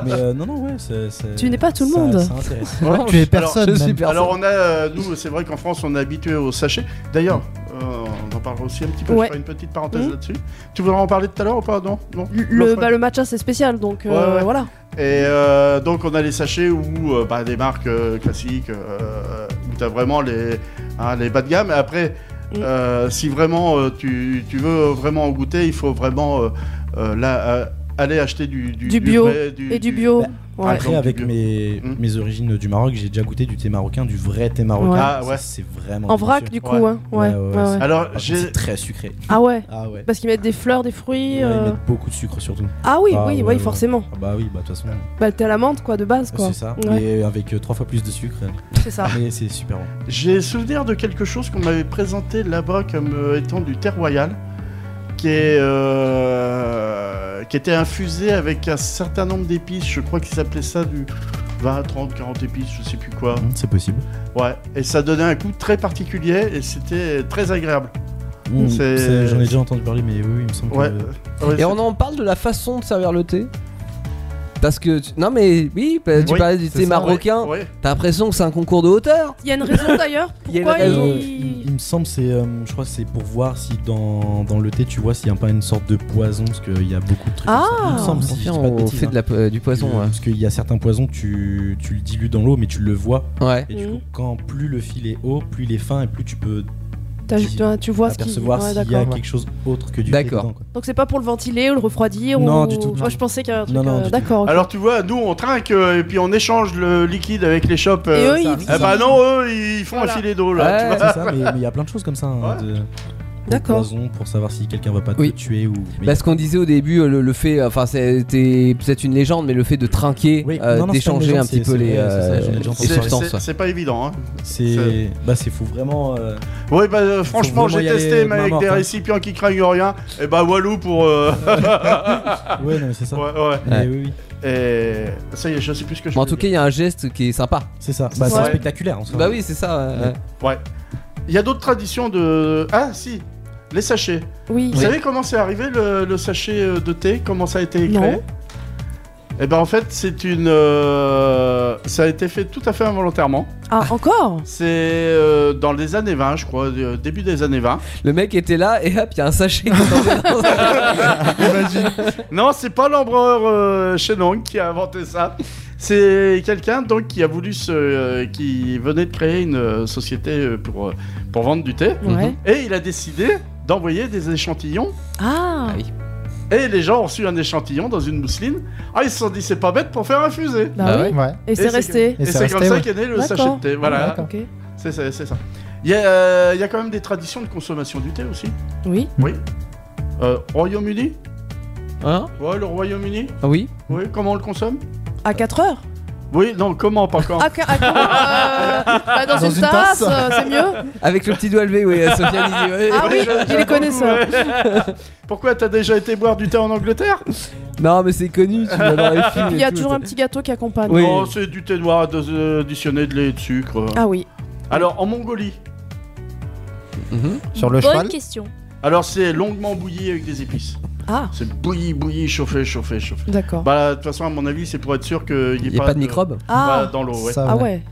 Mais euh, non, non, ouais. c'est- c'est- Tu n'es pas tout le ça- monde. Ça intéresse. Tu es personne. je suis même. personne. Alors, on a, euh, nous, c'est vrai qu'en France, on est habitué au sachet. D'ailleurs, euh, on en parlera aussi un petit peu. Ouais. Je ferai une petite parenthèse Mhm. là-dessus. Tu voudrais en parler tout à l'heure ou pas Non, non Le, L'offre- bah, le matcha c'est spécial donc euh, Ouais, ouais. voilà. Et euh, donc on a les sachets où euh, bah, des marques euh, classiques, euh, où t'as vraiment les, hein, les bas de gamme. Et après, Mm. euh, si vraiment euh, tu, tu veux vraiment en goûter, il faut vraiment euh, euh, là, euh, aller acheter du, du, Bah, Du bio vrai, Et du Bah, bio. ouais. Après, avec mes, Hmm. mes origines du Maroc, j'ai déjà goûté du thé marocain, du vrai thé marocain. Ouais. Ah, ouais. Ça, C'est vraiment. En vrac délicieux. du coup, Ouais. hein. Ouais, Ouais, ouais, ouais, ouais. ouais. Alors, Par contre, j'ai. C'est très sucré. Ah ouais. Ah ouais. Parce qu'ils mettent des fleurs, des Ouais, fruits. Ils euh, mettent beaucoup de sucre surtout. Ah oui, Ah oui, ouais, oui, ouais. forcément. Ah bah oui, bah de toute façon, Bah t'es à la menthe quoi de base quoi. c'est ça. Ouais, Mais avec euh, trois fois plus de sucre. c'est ça. Mais c'est super bon. J'ai souvenir de quelque chose qu'on m'avait présenté là-bas comme euh, étant du thé royal, qui, est, euh, qui était infusé avec un certain nombre d'épices. Je crois qu'il s'appelait ça du 20, 30, 40 épices, je sais plus quoi. Hmm, C'est possible. Ouais, et ça donnait un goût très particulier et c'était très agréable. Hmm, Mm, C'est- c'est- J'en ai déjà entendu parler, mais oui, oui, il me semble Ouais. que. Ouais, Et c'est- on en parle de la façon de servir le thé Parce que. tu- Non mais oui, bah, tu Oui, parlais du c'est thé ça, marocain, Ouais. t'as l'impression que c'est un concours de hauteur Il y a une raison d'ailleurs Il y a une pourquoi raison. Il, ils. Euh, il me semble, c'est, euh, je crois, que c'est pour voir si dans, dans le thé, tu vois, s'il n'y a pas une sorte de poison, parce qu'il y a beaucoup de trucs. Ah. comme ça. il me semble, si je dis Tiens, pas de on bêtises, fait de la, euh, du hein, poison. que- Parce qu'il y a certains poisons, tu, tu le dilues dans l'eau, mais tu le vois. ouais. Ouais. Mm. Et du Mhm. coup, quand plus le fil est haut, plus il est fin, et plus tu peux T'as- tu- Tu vois ce qui. apercevoir Ouais, s'il y a d'accord. quelque chose autre que du D'accord. thé dedans, quoi. Donc c'est pas pour le ventiler ou le refroidir Non, ou- du tout, du Moi tout. je pensais qu'il y avait un truc. Non, euh, non, du tout. D'accord. ok. Alors tu vois, nous on trinque euh, et puis on échange le liquide avec les shops. Et euh, eux ça, ils. eh bah non, eux ils font Voilà. un filet d'eau là. Ouais. tu vois. C'est ça, mais mais il y a plein de choses comme ça. hein, Ouais. de- D'accord. de poison pour savoir si quelqu'un va pas te Oui. tuer ou. mais- Bah, ce qu'on disait au début, euh, le, le fait, enfin c'était peut-être une légende, mais le fait de trinquer, Oui, euh, non, non, c'est d'échanger pas un une petit légende, peu c'est- les, c'est vrai, euh, c'est ça, j'en ai déjà les entendu C'est- parler. substances. c'est- ouais. C'est pas évident. Hein. C'est. Bah, c'est faut vraiment. euh, Oui, bah euh, franchement, vraiment j'ai y aller testé, mais main avec morte, des hein. récipients qui craignent rien. Et bah Walou pour. euh, Ouais, non, mais c'est ça. ouais, ouais. Mais Eh oui, oui, Et ça y est, je sais plus ce que je. Bon, en voulais tout cas, il y a un geste qui est sympa. c'est ça. Bah, Ouais. c'est spectaculaire en soi. Bah oui, c'est ça. ouais, ouais. dire. Ouais. Il y a d'autres traditions de. Ah si, les sachets. Oui. Vous savez comment c'est arrivé le, le sachet euh, de thé Comment ça a été créé Non. Et ben en fait, c'est une. euh, ça a été fait tout à fait involontairement. Ah, encore C'est euh, dans les années 20, je crois, euh, début des années 20. Le mec était là et hop, il y a un sachet qui est tombé dans- Non, c'est pas l'empereur euh, Shenong qui a inventé ça. C'est quelqu'un donc qui a voulu se, euh, qui venait de créer une euh, société euh, pour euh, pour vendre du thé Ouais. et il a décidé d'envoyer des échantillons Ah oui. et les gens ont reçu un échantillon dans une mousseline. Ah ils se sont dit c'est pas bête pour faire un fusée. Bah Bah oui. ouais. Ouais. Et c'est resté. Et, Et c'est c'est comme resté, ça ouais. qu'est né le D'accord. sachet de thé. Ah, Voilà, D'accord. Ok. c'est ça. c'est ça. Il y, a, euh, il y a quand même des traditions de consommation du thé aussi. Oui. Oui. Euh, Royaume-Uni Hein Ouais, le Royaume-Uni Ah oui Oui, comment on le consomme À 4 heures Ah, Oui, non, comment pas encore À, qu- à comment euh, bah, dans, Dans une, une tasse, tasse. euh, c'est mieux Avec le petit doigt levé, oui, euh, Sofiane il dit, ouais. Ah oui, je- il j'avoue, les connaît ça. ouais. Pourquoi t'as déjà été boire du thé en Angleterre Non, mais c'est connu, tu vas dans les films. ah, Il et y a tout, toujours un t'as- petit gâteau qui accompagne. Oui. Non, c'est du thé noir ad- additionné de lait et de sucre. Ah oui. Alors, en Mongolie, Mhm. Sur le Bonne cheval question. alors c'est longuement bouilli avec des épices. Ah, C'est bouilli, bouilli, chauffé, chauffé, chauffé. d'accord. Bah, de toute façon, à mon avis, c'est pour être sûr qu'il n'y Il n'y a pas de microbes bah, Ah, dans l'eau, ouais. Ça, ah ouais. ouais.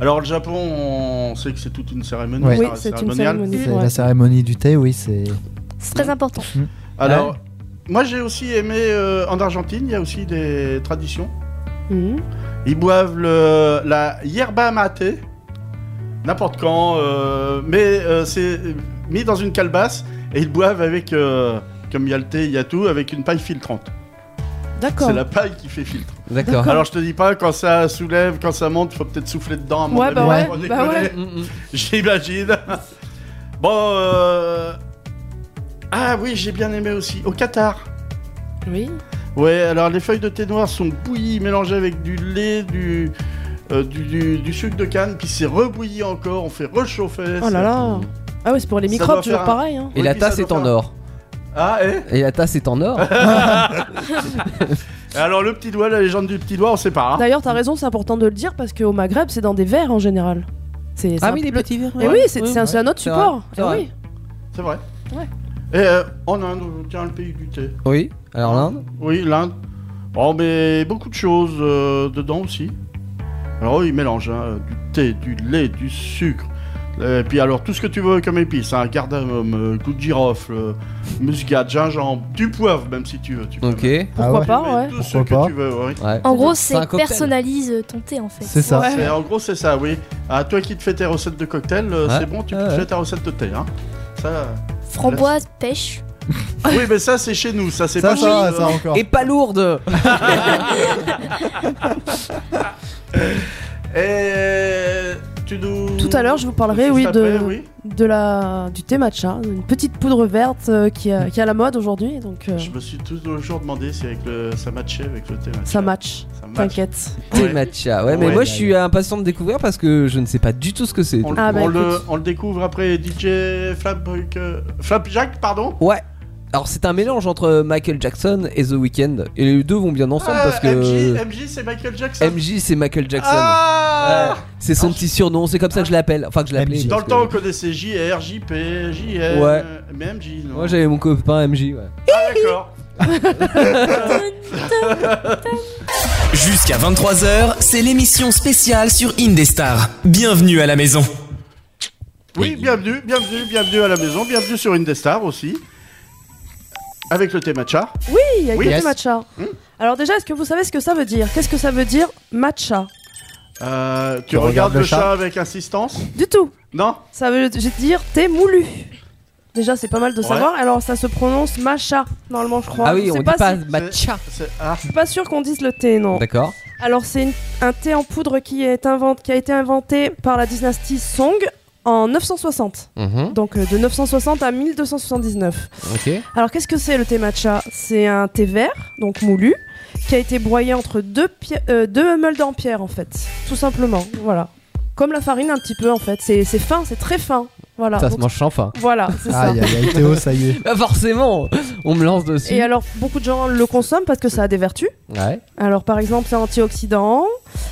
Alors, le Japon, on sait que c'est toute une cérémonie. Ouais. Oui, cér- c'est une cérémoniale. cérémonie. C'est ouais. La cérémonie du thé, oui, c'est. Mm. C'est très important. Alors, Hein moi j'ai aussi aimé, euh, en Argentine, il y a aussi des traditions. Mhm. Ils boivent le- la yerba maté, n'importe quand, euh, mais euh, c'est mis dans une calebasse et ils boivent avec, euh, comme il y a le thé, il y a tout, avec une paille filtrante. D'accord. C'est la paille qui fait filtre. D'accord. Alors je te dis pas, quand ça soulève, quand ça monte, faut peut-être souffler dedans à mon Ouais, avis, bah ouais, pour bah décoller. Mm, mm. J'imagine. Bon, euh... ah oui, j'ai bien aimé aussi. Au Qatar. Oui. Ouais, alors les feuilles de thé noir sont bouillies, mélangées avec du lait, du, euh, du, du- du sucre de canne, puis c'est rebouilli encore, on fait rechauffer. Oh c'est- là là. Ah ouais, c'est pour les Ça microbes, doit toujours faire un- pareil. Hein. Et Oui, la puis ça tasse doit est en faire- or. Ah, eh Et la tasse est en Oh. or. Et Alors le petit doigt, la légende du petit doigt, on sait pas. hein. D'ailleurs, t'as raison, c'est important de le dire parce qu'au Maghreb, c'est dans des verres en général. C'est c'est Ah un- oui, les petits verres. Et ouais. Eh oui, c'est c'est un, c'est un autre C'est support. vrai, Eh c'est vrai. oui. C'est vrai. Ouais. Et euh, en Inde, tiens, le pays du thé. Oui, alors l'Inde Oui, l'Inde. Oh, mais beaucoup de choses euh, dedans aussi. Alors, eux, ils mélangent hein, du thé, du lait, du sucre. Euh, Et puis, alors, tout ce que tu veux comme épices hein, cardamome, euh, goût de girofle, euh, muscade, gingembre, du poivre, même si tu veux. Tu peux Ok. mettre- Ouais. Pourquoi ouais. pas, tu mets ouais. Tout ce Pourquoi que pas. tu veux, oui. En gros, un c'est cocktail. personnalise ton thé en fait. C'est ça. Ouais. C'est- En gros, c'est ça, oui. Ah, toi qui te fais tes recettes de cocktail, euh, Ouais. c'est bon, tu Ah, te ouais. fais ta recette de thé. Hein. Ça... Framboise, pêche. oui, mais ça, c'est chez nous. Ça, c'est Ça, pas ça, chez va, nous, ça hein. encore. Et pas lourde Et euh, tu nous. Tout à l'heure, je vous parlerai, Juste oui, de, après, oui. de la, du thé matcha, une petite poudre verte euh, qui, a- qui est à la mode aujourd'hui. Donc euh, Je me suis toujours demandé si avec le... ça matchait avec le thé matcha. ça match, Ça match. t'inquiète. Thé Ouais. matcha. Ouais, mais Ouais. moi je suis impatient de découvrir parce que je ne sais pas du tout ce que c'est. On, le- Ah bah on le, écoute. on le découvre après DJ Flap... euh, Flapjack, pardon Ouais. Alors c'est un mélange entre Michael Jackson et The Weeknd. Et les deux vont bien ensemble Ah, parce que. MJ, MJ c'est Michael Jackson. MJ c'est Michael Jackson. Ah Ouais. C'est son petit surnom, c'est comme ça que je l'appelle. Enfin que je l'appelais. MJ. Dans parce le temps, on que- connaissait J, R, J, P, J, M, Ouais. mais MJ, non Moi j'avais mon copain MJ, ouais. Ah d'accord. Jusqu'à 23h, c'est l'émission spéciale sur Indestar. Bienvenue à la maison. Oui, bienvenue, bienvenue, bienvenue à la maison, bienvenue sur Indestar aussi. Avec le thé matcha. Oui, il y a Oui. que du Yes. matcha. Hmm. Alors déjà, est-ce que vous savez ce que ça veut dire Qu'est-ce que ça veut dire matcha Euh, tu Tu regardes regardes le, le chat. chat avec insistance Du tout. Non Ça veut dire thé moulu. Déjà, c'est pas mal de savoir. Alors, ça se prononce macha, normalement, je crois. Ah oui, Je sais on dit pas si- matcha. C'est- Ah, Je suis pas sûr qu'on dise le thé, non. D'accord. Alors, c'est une- un thé en poudre qui, est invent- qui a été inventé par la dynastie Song en 960. Mhm, Donc, euh, de 960 à 1279. Ok. Alors, qu'est-ce que c'est le thé matcha C'est un thé vert, donc moulu, qui a été broyé entre deux, pi- euh, deux meules en pierre, en fait. Tout simplement, voilà. Comme la farine, un petit peu, en fait. C'est c'est fin, c'est très fin. Voilà. Ça se Donc, mange sans fin. Voilà, c'est ça. Aïe, aïe, aïe, Théo, ça y est. Bah forcément, on me lance dessus. Et alors, beaucoup de gens le consomment parce que ça a des vertus. Ouais. Alors, par exemple, c'est antioxydant,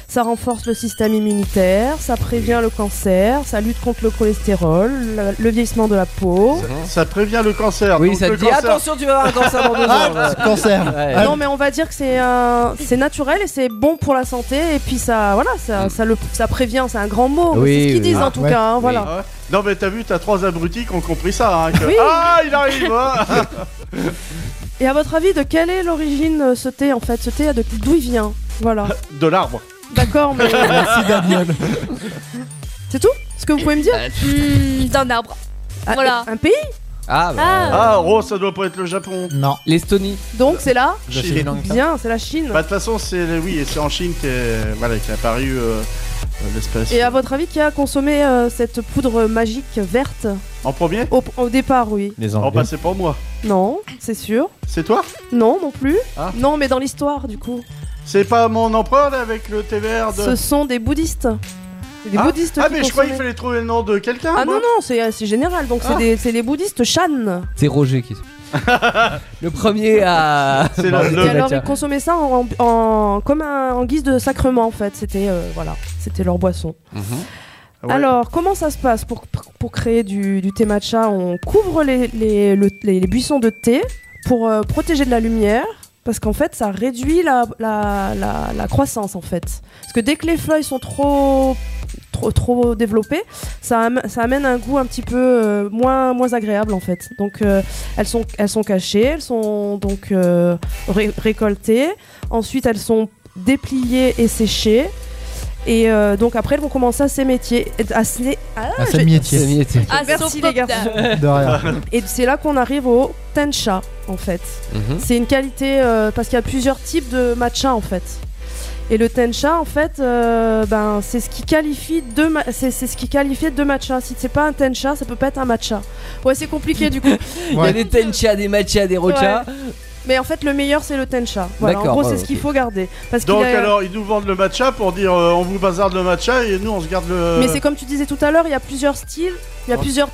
Ça renforce le système immunitaire, ça prévient le cancer, ça lutte contre le cholestérol, la- le vieillissement de la peau. Ça prévient le cancer. Oui, donc ça te le dit cancer- Ah, attention, tu vas avoir un cancer dans deux ans. Cancer. Ouais. Ah, Non mais on va dire que c'est un- c'est naturel et c'est bon pour la santé et puis ça voilà ça ça le ça prévient c'est un grand mot mais Oui, c'est ce qu'ils Mm. oui. disent Ah, en tout ouais. cas hein, voilà Ah ouais. Non, mais t'as vu, t'as trois abrutis qui ont compris ça. hein, que- Oui. Ah, il arrive hein. et à votre avis de quelle est l'origine euh, ce thé en fait ce thé de- d'où il vient voilà De l'arbre. d'accord mais Merci Daniel. c'est tout ce que vous pouvez me dire Hmm, D'un arbre. Ah, voilà. un pays Ah, bah, Ah. Ah, Rose, ça doit pas être le Japon. Non. l'Estonie. donc c'est là Chine. bien c'est la Chine Bah, de toute façon, c'est oui, et c'est en Chine qu'est voilà, qu'est apparu euh, euh, l'espèce. et à votre avis qui a consommé euh, cette poudre magique verte En premier au, au départ oui Les Oh, Anglais. bah, c'est pour moi. non c'est sûr C'est toi non non plus Ah. non mais dans l'histoire du coup C'est pas mon empereur là avec le thé vert de... ce sont des bouddhistes C'est des Ah. bouddhistes Ah, qui mais je consommaient. croyais qu'il fallait trouver le nom de quelqu'un. Ah moi. non, non, c'est c'est général. Donc, c'est Ah. des- c'est les bouddhistes Shan. C'est Roger qui. le premier à. C'est Bon, le- c'était Et alors, Mathias. ils consommaient ça en, en- comme un, en guise de sacrement, en fait. C'était euh, voilà, c'était leur boisson. Mm-hmm. Ah ouais. Alors, comment ça se passe pour, pour créer du, du thé matcha On couvre les, les, le- les- les buissons de thé pour euh, protéger de la lumière. Parce qu'en fait, ça réduit la, la, la, la croissance, en fait. Parce que dès que les feuilles sont trop, trop, trop développées, ça, am- ça amène un goût un petit peu euh, moins, moins agréable, en fait. Donc, euh, elles, sont, elles sont cachées, elles sont donc euh, ré- récoltées. Ensuite, elles sont dépliées et séchées. Et euh, donc, après, elles vont commencer à s'émétier. À s'é- à- Ah, c'est métier. Samy était- Ah, Merci, soap les garçons. opera. De rien. et c'est là qu'on arrive au tencha, en fait. Mhm. C'est une qualité euh, parce qu'il y a plusieurs types de matcha en fait. Et le tencha en fait, euh, ben c'est ce qui qualifie deux, ma- c'est c'est ce qui qualifie deux matcha. Si c'est pas un tencha, ça peut pas être un matcha. Ouais, c'est compliqué du coup. Il y a des tencha, des matcha, des rocha. Mais en fait, le meilleur c'est le tencha. Voilà, en D'accord, gros, ouais, c'est ce qu'il ok. faut garder parce qu'il Donc y a- alors, ils nous vendent le matcha pour dire euh, on vous bazarde le matcha et nous on se garde le. Mais c'est comme tu disais tout à l'heure, il y a plusieurs styles, il y a Euh, Ouais. plusieurs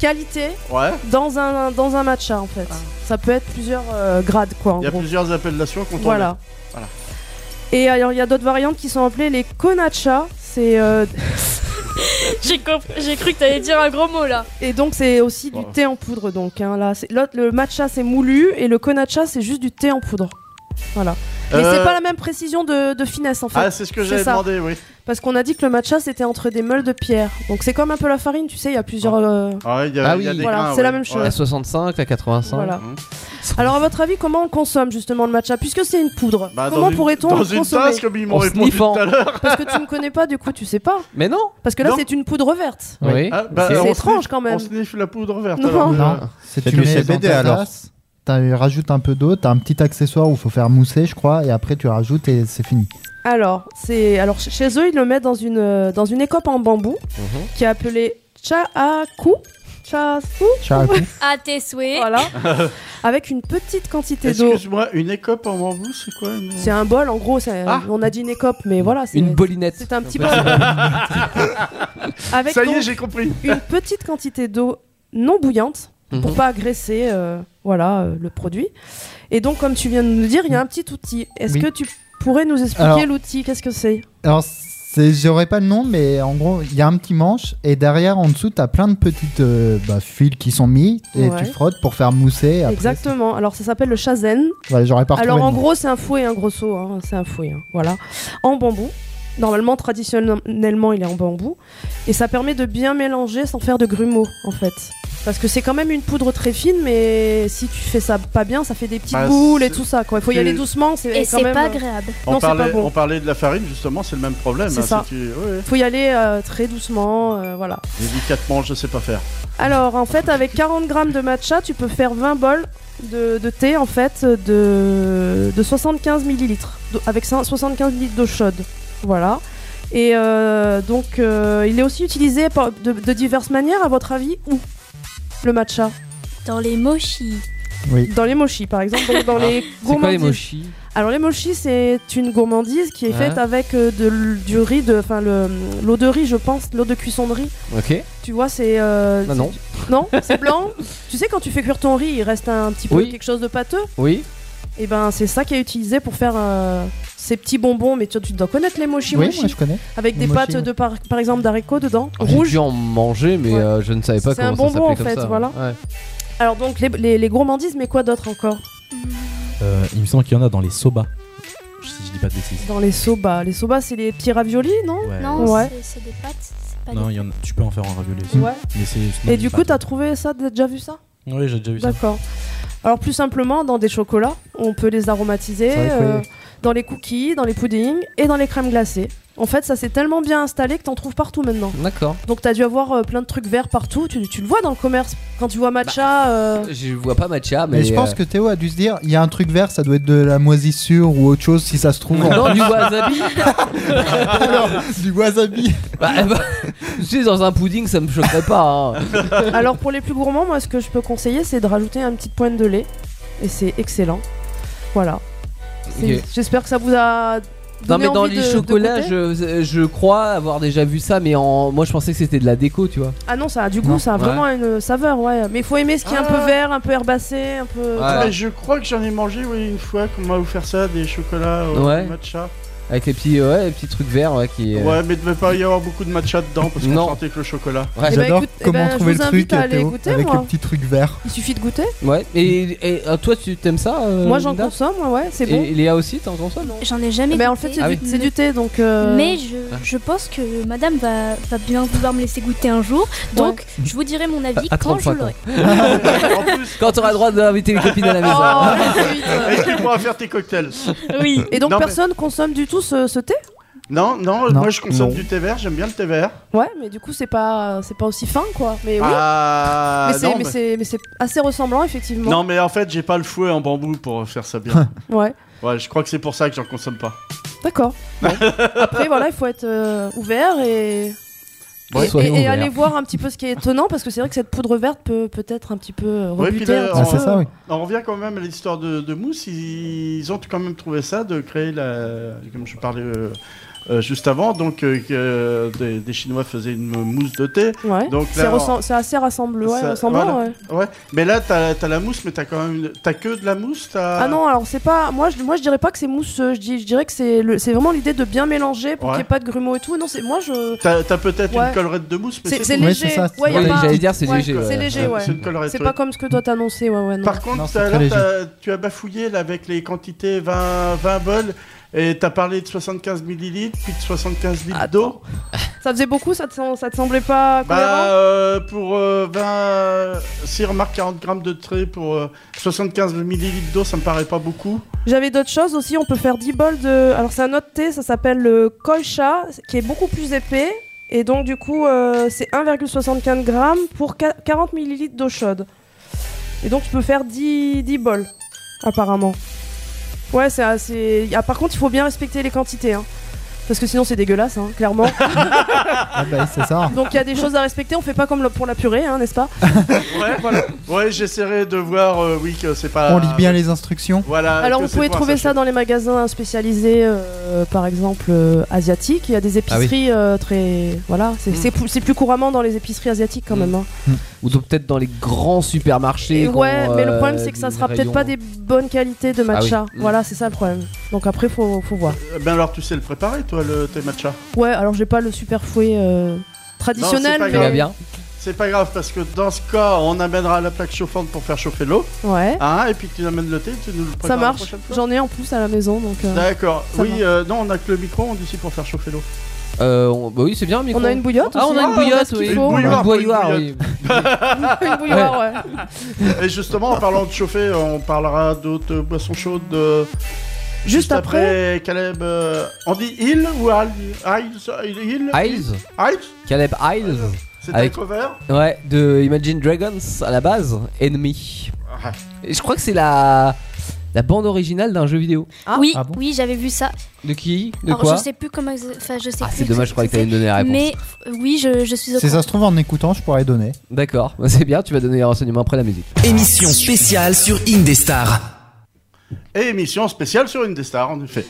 qualités Ouais, Ah. dans un dans un matcha en fait. Ça peut être plusieurs euh, grades quoi. En il y a gros. plusieurs appellations qu'on trouve. Voilà. Voilà. Et alors, il y a d'autres variantes qui sont appelées les konacha. C'est euh, J'ai compris- j'ai cru que t'allais dire un gros mot là. et donc c'est aussi du Voilà. thé en poudre. Donc hein, là, c'est- l'autre, le matcha c'est moulu et le konacha c'est juste du thé en poudre. Voilà. Mais c'est Euh, pas la même précision de, de finesse en fait, Ah, c'est ce que c'est j'avais ça. demandé, oui. parce qu'on a dit que le matcha c'était entre des meules de pierre. Donc c'est comme un peu la farine, tu sais, il y a plusieurs. euh, Ah, ouais, il y a, Ah il y a oui. des Voilà, grains, c'est ouais. la même chose. La Ouais. 65, la 85. voilà. Mhm. Alors à votre avis, comment on consomme justement le matcha puisque c'est une poudre Bah, Comment dans pourrait-on une, le Dans une consommer tasse, comme ils m'ont En répondu tout sniffant. à l'heure. Parce que tu ne connais pas, du coup, tu sais pas. Mais non Parce que là, Non. c'est une poudre verte. Oui. Ah, bah, C'est on étrange, sniffe- quand même. On sniffe la poudre verte. Non. alors. Non. C'est C'est tu du mets dans CBD, ta alors. tasse, t'as- rajoutes un peu d'eau, t'as un petit accessoire où faut faire mousser, je crois, et après tu rajoutes et c'est fini. Alors, c'est alors ch- chez eux, ils le mettent dans une euh, dans une écope en bambou Mhm. qui est appelée chaaku. Chaaku, Ciao. À tes souhaits. voilà. avec une petite quantité d'eau. Excuse-moi, une écope en bambou, c'est quoi une- Mm. C'est un bol en gros, c'est- Ah. on a dit une écope mais voilà, c'est Une bolinette. c'est un petit bol. avec Ça y est, donc j'ai compris. une petite quantité d'eau non bouillante pour Mhm. pas agresser euh, voilà euh, le produit. Et donc comme tu viens de nous dire, il y a un petit outil. Est-ce Oui. que tu pourrais nous expliquer Alors- l'outil Qu'est-ce que c'est Alors, c'est, j'aurais pas le nom, mais en gros, il y a un petit manche et derrière, en dessous, t'as plein de petites euh, bah, fils qui sont mis et Ouais. tu frottes pour faire mousser. et après, Exactement. Alors ça s'appelle le chazen. c'est- Ouais, j'aurais pas retrouvé Alors en le nom. gros, c'est un fouet, un gros seau, hein, c'est un fouet, hein, voilà. En bambou. Normalement, traditionnellement, il est en bambou. Et ça permet de bien mélanger sans faire de grumeaux, en fait. Parce que c'est quand même une poudre très fine, mais si tu fais ça pas bien, ça fait des petites Bah, boules c'est- et tout ça, quoi. Il faut y tu- aller doucement, c'est Et quand c'est même, pas euh, agréable. Non, On c'est pas parlait, bon. on parlait de la farine, justement, c'est le même problème. C'est hein, ça. si tu- ouais. faut y aller euh, très doucement, euh, voilà. Délicatement, je sais pas faire. Alors, en fait, avec 40 grammes de matcha, tu peux faire 20 bols de, de thé, en fait, de, de 75 millilitres, d'eau- avec cin- 75 millilitres d'eau chaude. Voilà. Et euh, donc, euh, il est aussi utilisé par- de, de diverses manières, à votre avis, où le matcha Dans les mochis. Oui. Dans les mochis, par exemple, dans, dans les Ah. C'est quoi les gourmandises. mochis Alors, les mochis, c'est une gourmandise qui est faite Ouais. avec euh, de l- du riz, de- enfin, le- l'eau de riz, je pense, l'eau de cuisson de riz. Ok. Tu vois, c'est. euh, Ah non. Non, c'est blanc. tu sais, quand tu fais cuire ton riz, il reste un petit peu Oui. quelque chose de pâteux. Oui. Et ben c'est ça qui est utilisé pour faire euh, ces petits bonbons. Mais tu, tu dois connaître les mochi Oui, mochi. moi je connais. avec des les mochi, pâtes ouais. de par, par exemple d'haricots dedans, Ah, J'ai rouges. dû en manger, mais Ouais. euh, je ne savais pas C'est un comment ça bonbon, s'appelait en comme fait, ça. hein. voilà. Ouais. Alors donc les, les, les gourmandises, mais quoi d'autre encore Euh, il me semble qu'il y en a dans les soba. Si je dis pas de bêtises. Dans les soba. Les soba, c'est les petits raviolis, non Ouais. Non, Ouais. c'est- c'est des pâtes. c'est pas Non, des- il y en a- tu peux en faire en ravioli aussi. Ouais. Mais c'est- non, Et du pas coup, tout. t'as trouvé ça T'as déjà vu ça Oui, j'ai déjà vu ça. D'accord. Alors plus simplement, dans des chocolats, on peut les aromatiser, C'est vrai que- euh, dans les cookies, dans les puddings et dans les crèmes glacées. En fait, ça s'est tellement bien installé que t'en trouves partout maintenant. D'accord. Donc t'as dû avoir euh, plein de trucs verts partout. Tu, tu le vois dans le commerce quand tu vois matcha. Bah, euh, Je vois pas matcha, mais. Mais je pense euh, que Théo a dû se dire, il y a un truc vert, ça doit être de la moisissure ou autre chose si ça se trouve. Non, du wasabi Alors, du wasabi. bah, bah, Tu sais, dans un pudding, ça me choquerait pas. hein. Alors pour les plus gourmands, moi, ce que je peux conseiller, c'est de rajouter une petite pointe de lait et c'est excellent. Voilà. C'est- Ok. J'espère que ça vous a. Non, donné mais dans envie les de- de chocolats, goûter. je, je crois avoir déjà vu ça, mais en... moi je pensais que c'était de la déco, tu vois. Ah non, ça a du goût, Non. ça a Ouais. vraiment une saveur, ouais. Mais il faut aimer ce qui est un peu Ah. vert, un peu herbacé, un peu. Ouais. Ouais, je crois que j'en ai mangé oui, une fois qu'on m'a offert ça, des chocolats au Ouais. Euh, matcha. Avec les petits, ouais, les petits trucs verts ouais, qui. euh, Ouais, mais il devait pas y avoir beaucoup de matcha dedans parce qu'on Non. sentait que le chocolat. Ouais. Eh ben, J'adore écoute, eh comment ben, trouver je le vous invite truc, à aller Théo, goûter, avec moi. le petit truc vert. Il suffit de goûter. Ouais. Et, et, euh, toi, tu t'aimes ça euh, Moi, j'en Linda consomme, ouais, ouais, c'est Et bon. Léa aussi, t'en consommes J'en ai jamais Mais en goûté. fait, c'est Ah du- oui. c'est du thé, donc. euh, Mais je, Ah. je pense que madame va, va bien vouloir me laisser goûter un jour. Donc, je vous dirai mon avis À- à quand je 35 Ah, ans. l'aurai. en plus, Quand t'auras le droit d'inviter les copines à la Oh, maison. la Ah. suite. est-ce qu'il pourra faire tes cocktails Oui. Et donc Non, mais- personne consomme du tout ce, ce thé non, non, Non. moi je consomme Non. du thé vert, j'aime bien le thé vert. Ouais, mais du coup c'est pas c'est pas aussi fin quoi. Mais oui. Ah, mais c'est non, mais mais- c'est- mais c'est assez ressemblant effectivement. non, mais en fait, j'ai pas le fouet en bambou pour faire ça bien. Ouais. ouais, je crois que c'est pour ça que j'en consomme pas. D'accord. Bon. Après voilà, il faut être euh, ouvert et Ouais, et- et, soyons et ouverts. aller voir un petit peu ce qui est étonnant parce que c'est vrai que cette poudre verte peut peut-être un petit peu euh, Ouais, puis rebuter. un le- Ah, petit c'est peu. ça, oui. On revient quand même à l'histoire de, de mousse. Ils, ils ont quand même trouvé ça de créer la, comme je parlais euh, euh, juste avant, donc euh, que, euh, des, des Chinois faisaient une mousse de thé. Ouais. Donc C'est là, ressem- c'est assez rassemblant. ouais, Ça- ressemblant, voilà. ouais. Ouais. Mais là, t'as as la mousse, mais t'as quand même, une- t'as que de la mousse. t'as- Ah non, alors c'est pas. Moi je, moi, je dirais pas que c'est mousseux. Je, dis, je dirais que c'est le- c'est vraiment l'idée de bien mélanger pour Ouais. qu'il n'y ait pas de grumeaux et tout. Non, c'est moi je. T'as t'as peut-être Ouais. une collerette de mousse, mais C'est c'est c'est tout. Ouais, léger. c'est ça, c'est Ouais, y a Ouais, pas- J'allais dire, c'est ouais, léger. C'est ouais. léger, ouais. C'est une collerette. C'est ouais. pas comme ce que toi t'as annoncé, ouais, ouais, non. Par contre, Non, c'est t'as- très là, léger. t'as- tu as bafouillé là, avec les quantités 20, 20 bols et t'as parlé de 75 millilitres, puis de 75 litres Attends. d'eau. Ça faisait beaucoup, ça te, sem- ça te semblait pas Bah, cohérent euh, pour euh, 20. Si, remarque 40 grammes de trait pour euh, 75 millilitres d'eau, ça me paraît pas beaucoup. J'avais d'autres choses aussi, on peut faire 10 bols de. Alors, c'est un autre thé, ça s'appelle le Koisha, qui est beaucoup plus épais. Et donc, du coup, euh, c'est 1,75 grammes pour qua- 40 millilitres d'eau chaude. Et donc, tu peux faire 10, 10 bols, apparemment. Ouais, c'est assez. Ah, par contre, il faut bien respecter les quantités, hein. Parce que sinon, c'est dégueulasse, hein, clairement. Ah, bah, c'est ça. donc, il y a des choses à respecter, on fait pas comme le- pour la purée, hein, n'est-ce pas Ouais, voilà. Ouais, j'essaierai de voir, euh, oui, que c'est pas. On lit bien les instructions. Voilà. Alors que vous c'est pouvez pas un trouver sachet. ça dans les magasins spécialisés, euh, par exemple euh, asiatiques. Il y a des Ah épiceries euh, très voilà, c'est Mm. c'est pou- c'est plus couramment dans les épiceries asiatiques Hmm. quand Mm. même. hein. Ou donc peut-être dans les grands supermarchés. Et qu'on, ouais, mais le euh, problème c'est que ça des sera peut-être rayons. pas des bonnes qualités Ah de oui. matcha. Hmm. Mm. Voilà, c'est ça le problème. Donc après faut faut voir. Euh, Ben alors, tu sais le préparer, toi, le thé matcha. Ouais, alors j'ai pas le super fouet euh, Non, c'est traditionnel, Ça pas va mais grave. bien. C'est pas grave, parce que dans ce cas, on amènera la plaque chauffante pour faire chauffer l'eau. ouais, Hein, et puis tu amènes le thé, tu nous le prépares ça la marche. prochaine fois. J'en ai en plus à la maison, donc euh, D'accord. Ça Oui, marche. euh, non, on a que le micro-ondes ici pour faire chauffer l'eau. Euh, on- Bah oui, c'est bien, micro. on a une bouillotte. Ah, on aussi, a une hein, bouillotte, ce qu'il oui. faut. Une bouilloire, Une bouilloire, une oui. Une bouilloire, ouais. Et justement, en parlant de chauffer, on parlera d'autres boissons chaudes. euh, Juste après, Caleb. euh, on dit Hill ou Al- Hiles Hill Hiles. Hiles Caleb Hiles. C'est Avec- un cover Ouais, de Imagine Dragons à la base. Enemy. Ah. Et je crois que c'est la. La bande originale d'un jeu vidéo. Ah, oui, ah bon oui, j'avais vu ça. De qui De Alors quoi je sais plus comment. exa- Enfin, je sais Ah, plus c'est dommage, je crois que t'allais me exactement donner la ce que réponse. c'est. Mais euh, oui, je, je suis au Si courant. ça se trouve, en écoutant, je pourrais donner. D'accord, c'est bien, tu vas donner les renseignements après la musique. Émission spéciale sur Indestar. Et émission spéciale sur une des stars, en effet.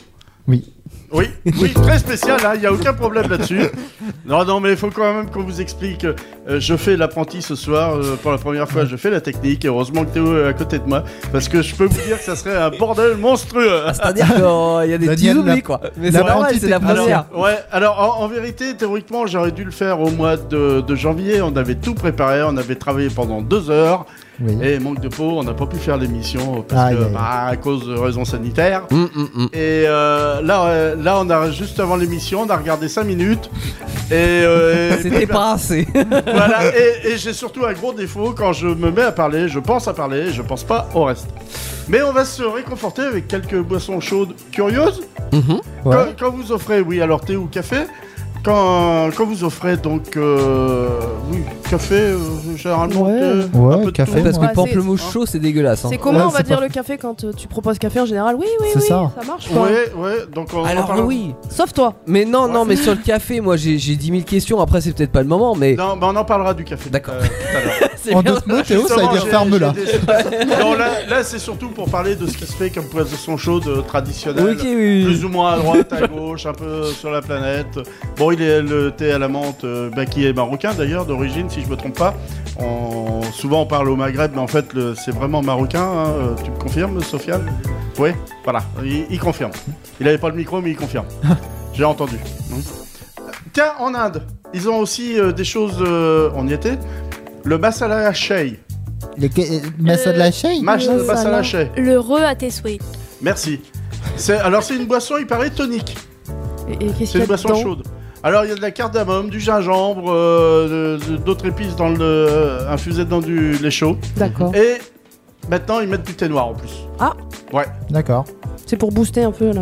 Oui. Oui, oui, très spécial, hein, il n'y a aucun problème là-dessus. Non, non, mais il faut quand même qu'on vous explique. Euh, je fais l'apprenti ce soir, euh, pour la première fois, je fais la technique. Heureusement que Théo est à côté de moi, parce que je peux vous dire que ça serait un bordel monstrueux. Ah, C'est-à-dire qu'il y a des Daniel, petits oublis la- quoi. Mais c'est l'apprenti normal, c'est la technicien. première. Alors, ouais, alors en, en vérité, théoriquement, j'aurais dû le faire au mois de, de janvier. On avait tout préparé, on avait travaillé pendant deux heures. Oui. Et Eh, manque de peau, on n'a pas pu faire l'émission parce Aïe, que, aïe. bah, à cause de raisons sanitaires. Hum, hum, hum. Et euh, là, euh, là, on a juste avant l'émission, on a regardé 5 minutes. Et, euh, et C'était pas assez. voilà. Et, et j'ai surtout un gros défaut quand je me mets à parler, je pense à parler, je pense pas au reste. Mais on va se réconforter avec quelques boissons chaudes curieuses. Mhm. Ouais. Quand, quand vous offrez, oui, alors thé ou café. Quand, quand vous offrez donc, euh, oui, café, euh, généralement, Ouais. thé, Ouais, un peu de café, tout. ouais. Parce que Ouais, pamplemousse c'est- chaud, c'est dégueulasse. hein. C'est comment Ouais, on va c'est dire pas- le café quand euh, tu proposes café en général Oui, oui, C'est oui, ça. ça, marche. toi. Ouais, ouais, donc on en Alors parlera- oui. Sauf toi. Mais non, non, mais sur le café, moi j'ai j'ai 10 000 questions. Après, c'est peut-être pas le moment, mais. Non, mais on en parlera du café. D'accord. euh, tout à l'heure. C'est En bien. d'autres mots, Théo, ça veut Justement, dire j'ai- ferme-la. j'ai des- Non, là, là, c'est surtout pour parler de ce qui se fait comme poisson chaude euh, traditionnelle. Ok, oui, oui. Plus ou moins à droite, à gauche, un peu sur la planète. Bon, il est le thé à la menthe, euh, bah, qui est marocain d'ailleurs, d'origine, si je me trompe pas. On- Souvent, on parle au Maghreb, mais en fait, le- c'est vraiment marocain. hein, euh, Tu me confirmes, Sofiane Oui, voilà, il, il confirme. Il avait pas le micro, mais il confirme. J'ai entendu. Mmh. Tiens, en Inde, ils ont aussi euh, des choses. euh, on y était Le masala shay. Les ca- euh, Massa de la Chey Mas- Euh, masala shay. Le re à tes souhaits. Merci. C'est- Alors, c'est une boisson, il paraît, tonique. Et, et qu'est-ce C'est qu'il y une a boisson dedans chaude. Alors, il y a de la cardamome, du gingembre, euh, de- de- d'autres épices dans le, euh, infusées dans du lait chaud. D'accord. Et maintenant, ils mettent du thé noir en plus. D'accord. Ah, C'est pour booster un peu là.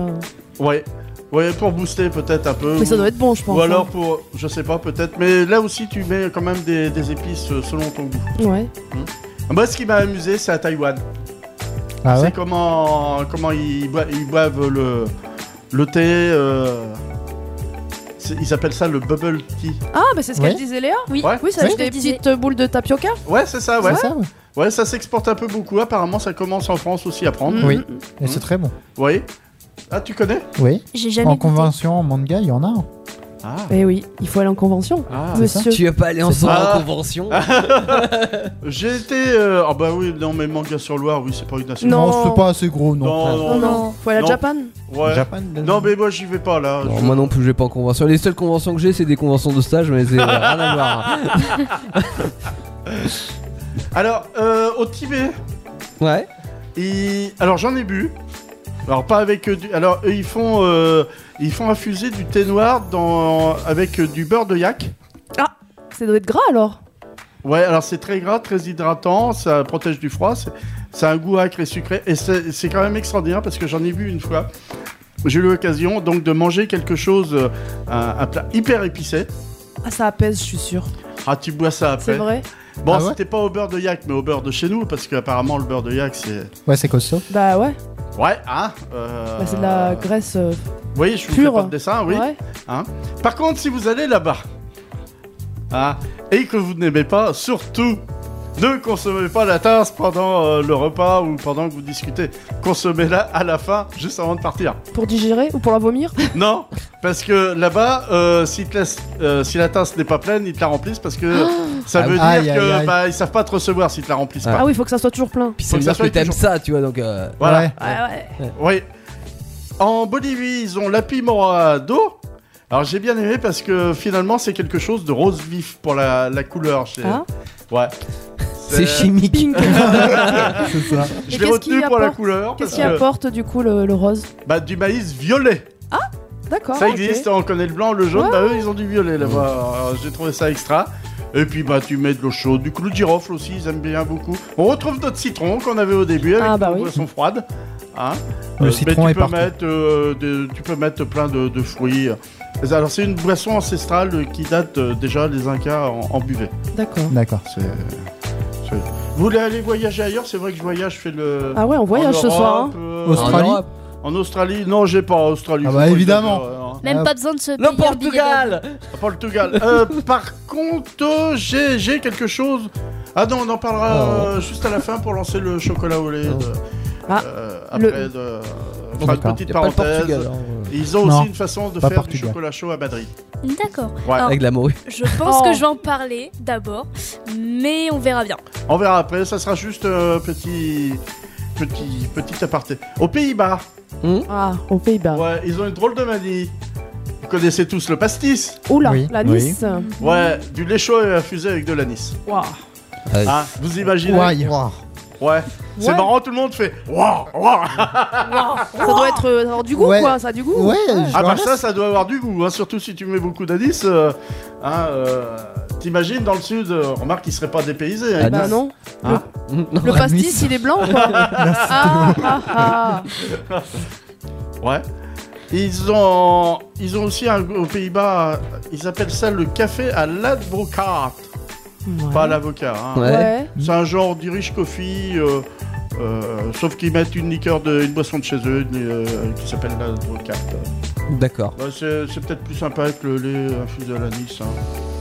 Ouais. Ouais, pour booster peut-être un peu. Mais ça ou- doit être bon, je pense. Ou hein. alors pour, je sais pas peut-être, mais là aussi tu mets quand même des, des épices euh, selon ton goût. Ouais. Hmm. Moi ce qui m'a amusé c'est à Taïwan. Ah C'est ouais comment, comment ils, boi- ils boivent le, le thé. euh, c'est- ils appellent ça le bubble tea. Ah, mais c'est ce Ouais. qu'elle disait Léa Oui, Ouais. Oui, ça Oui. fait des Je disais. petites euh, boules de tapioca. Ouais, c'est ça, ouais. C'est ça, ouais. Ouais, ça s'exporte un peu beaucoup. Apparemment, ça commence en France aussi à prendre. Mm. Oui. Et Mm. c'est très bon. Oui. Ah, tu connais Oui. J'ai jamais En goûté. convention, en manga, il y en a. un. Ah. Eh oui, il faut aller en convention. Monsieur. Ah, Tu vas pas aller en C'est- soirée Ah. en convention J'ai été. euh, Ah, bah oui, non, mais manga sur Loire, oui, c'est pas une nation. Non. c'est pas assez gros, non. non, Non, non. non. Faut aller à Non. Japan. Ouais. Japan Non, mais moi, j'y vais pas là. Non, Je- Moi non plus, je vais pas en convention. Les seules conventions que j'ai, c'est des conventions de stage, mais c'est euh, rien à voir. hein. Alors, euh, au Tibet, Ouais. ils- alors j'en ai bu. Alors pas avec euh, du... alors eux, ils font euh, ils font infuser du thé noir dans avec euh, du beurre de yak. Ah, Ça doit être gras alors. Ouais, alors c'est très gras, très hydratant, ça protège du froid, c'est- ça a un goût acre et sucré et c'est c'est quand même extraordinaire parce que j'en ai bu une fois. J'ai eu l'occasion donc de manger quelque chose euh, un, un plat hyper épicé. Ah, ça apaise, je suis sûre. Ah, tu bois ça C'est après. vrai. Bon, Ah ouais c'était pas au beurre de yak, mais au beurre de chez nous, parce qu'apparemment, le beurre de yak, c'est. Ouais, c'est costaud. Bah ouais. Ouais, hein euh, Bah, c'est de la graisse euh, Oui, je vous Pur. fais pas de dessin, oui. ouais. Hein. Par contre, si vous allez là-bas, hein, et que vous n'aimez pas, surtout, ne consommez pas la tasse pendant euh, le repas ou pendant que vous discutez. Consommez-la à la fin, juste avant de partir. Pour digérer ou pour la vomir non, parce que là-bas, euh, s'ils te laissent- euh, si la tasse n'est pas pleine, ils te la remplissent parce que ça Ah veut oui. dire Aïe, aïe, que aïe. bah, ils savent pas te recevoir s'ils te la remplissent Ah. pas. Ah oui, faut que ça soit toujours plein. Puis ça Faut que veut dire ça que soit t'aimes toujours- ça, tu vois, donc. euh, Voilà. Ouais. Ouais, ouais. Oui. En Bolivie, ils ont l'api morado. Alors j'ai bien aimé parce que finalement c'est quelque chose de rose vif pour la, la couleur. chez- Ah. Ouais. Euh, C'est chimique. C'est ça. Je Et l'ai qu'est-ce retenu qu'il pour la apporte couleur parce Qu'est-ce qui que- apporte du coup le, le rose bah, du maïs violet. D'accord. ça ok. existe, hein. on connaît le blanc, le jaune, Ouais, bah eux ils ont du violet là-bas. Alors, J'ai trouvé ça extra. Et puis bah tu mets de l'eau chaude, du clou de girofle aussi, ils aiment bien beaucoup. On retrouve notre citron qu'on avait au début avec Ah, bah nos oui. boissons froides. Hein Le mais citron tu est peux partout. mettre, euh, de- tu peux mettre plein de, de fruits. Alors c'est une boisson ancestrale qui date euh, déjà les Incas en, en buvaient. D'accord. D'accord. C'est- c'est- Vous voulez aller voyager ailleurs C'est vrai que je voyage, je fais le. Ah ouais, on voyage en ce soir. hein. Europe, euh, Australie. En Europe. En Australie Non, j'ai pas en Australie. Ah je bah, vous le dis, évidemment. euh, non. Même Ah. pas besoin de se payer Le un billet Portugal Portugal. Euh, par contre, euh, j'ai Oh. j'ai quelque chose. Ah non, on en parlera euh, juste à la fin pour lancer le chocolat au lait. de- Ah, euh, après le- de- Y a enfin, une d'accord. petite pas le Portugal. parenthèse. hein, euh, Ils ont Non, aussi une façon de pas faire du Portugal. chocolat chaud à Madrid. D'accord. Ouais. Alors, Avec de la morue. je pense Oh. que je vais en parler d'abord, mais on verra bien. On verra après, ça sera juste euh, petit, petit, petit aparté. Aux Pays-Bas, Hmm Ah, aux Pays-Bas. ouais, ils ont une drôle de manie. Vous connaissez tous le pastis Oula, Oui, la oui. Nice. Ouais, du lait chaud et infusé avec de l'anis. Waouh. Ah, vous imaginez Ouaille. Ouah. Ouais. C'est Ouais. marrant, tout le monde fait Waouh, waouh Ça doit être euh, ça doit avoir du goût, Ouais. quoi. Ça a du goût. Ouais, je Ah bah reste. ça, ça doit avoir du goût, hein, surtout si tu mets beaucoup d'anis. euh, hein, euh, T'imagines dans le sud, euh, remarque qu'ils seraient pas dépaysés. hein, Ah, Bah Nice. non. Hein Non. Le La pastis, Nice. il est blanc, quoi. ah, ah, ah. Ouais. Ils ont, ils ont aussi un- aux Pays-Bas, euh, ils appellent ça le café à l'avocat. Pas à l'avocat. hein. Ouais. Ouais. C'est un genre d'Irish coffee, euh, euh, sauf qu'ils mettent une liqueur de, une boisson de chez eux une, euh, qui s'appelle l'avocat. D'accord. Ouais, c'est c'est peut-être plus sympa que le lait infusé à l'anis. hein.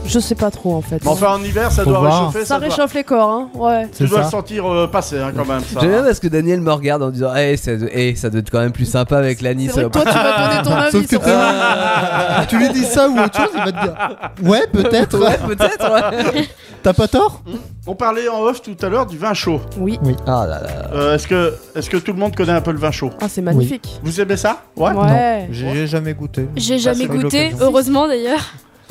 Je sais pas trop, en fait. Mais enfin, en hiver, ça Faut doit voir. réchauffer. ça doit- réchauffe les corps, hein. Ouais. Tu C'est dois le ça. sentir euh, passer hein, quand même. Ça. J'aime bien parce que Daniel me regarde en disant Eh, ça, doit- eh, ça doit être quand même plus sympa avec euh, C'est l'anis. vrai que toi, tu vas donner ton avis Sauf que sur t'es- ça. Ah, tu lui dis ça ou autre chose, il va te dire Ouais, peut-être, Ouais, peut-être. ouais. t'as pas tort On parlait en off tout à l'heure du vin chaud. Oui. Ah là là. Euh, Est-ce que, est que tout le monde connaît un peu le vin chaud Ah, c'est magnifique. Vous aimez ça Ouais. Ouais. J'ai j'ai jamais goûté. J'ai Bah, jamais c'est vrai que goûté, l'occasion. heureusement d'ailleurs.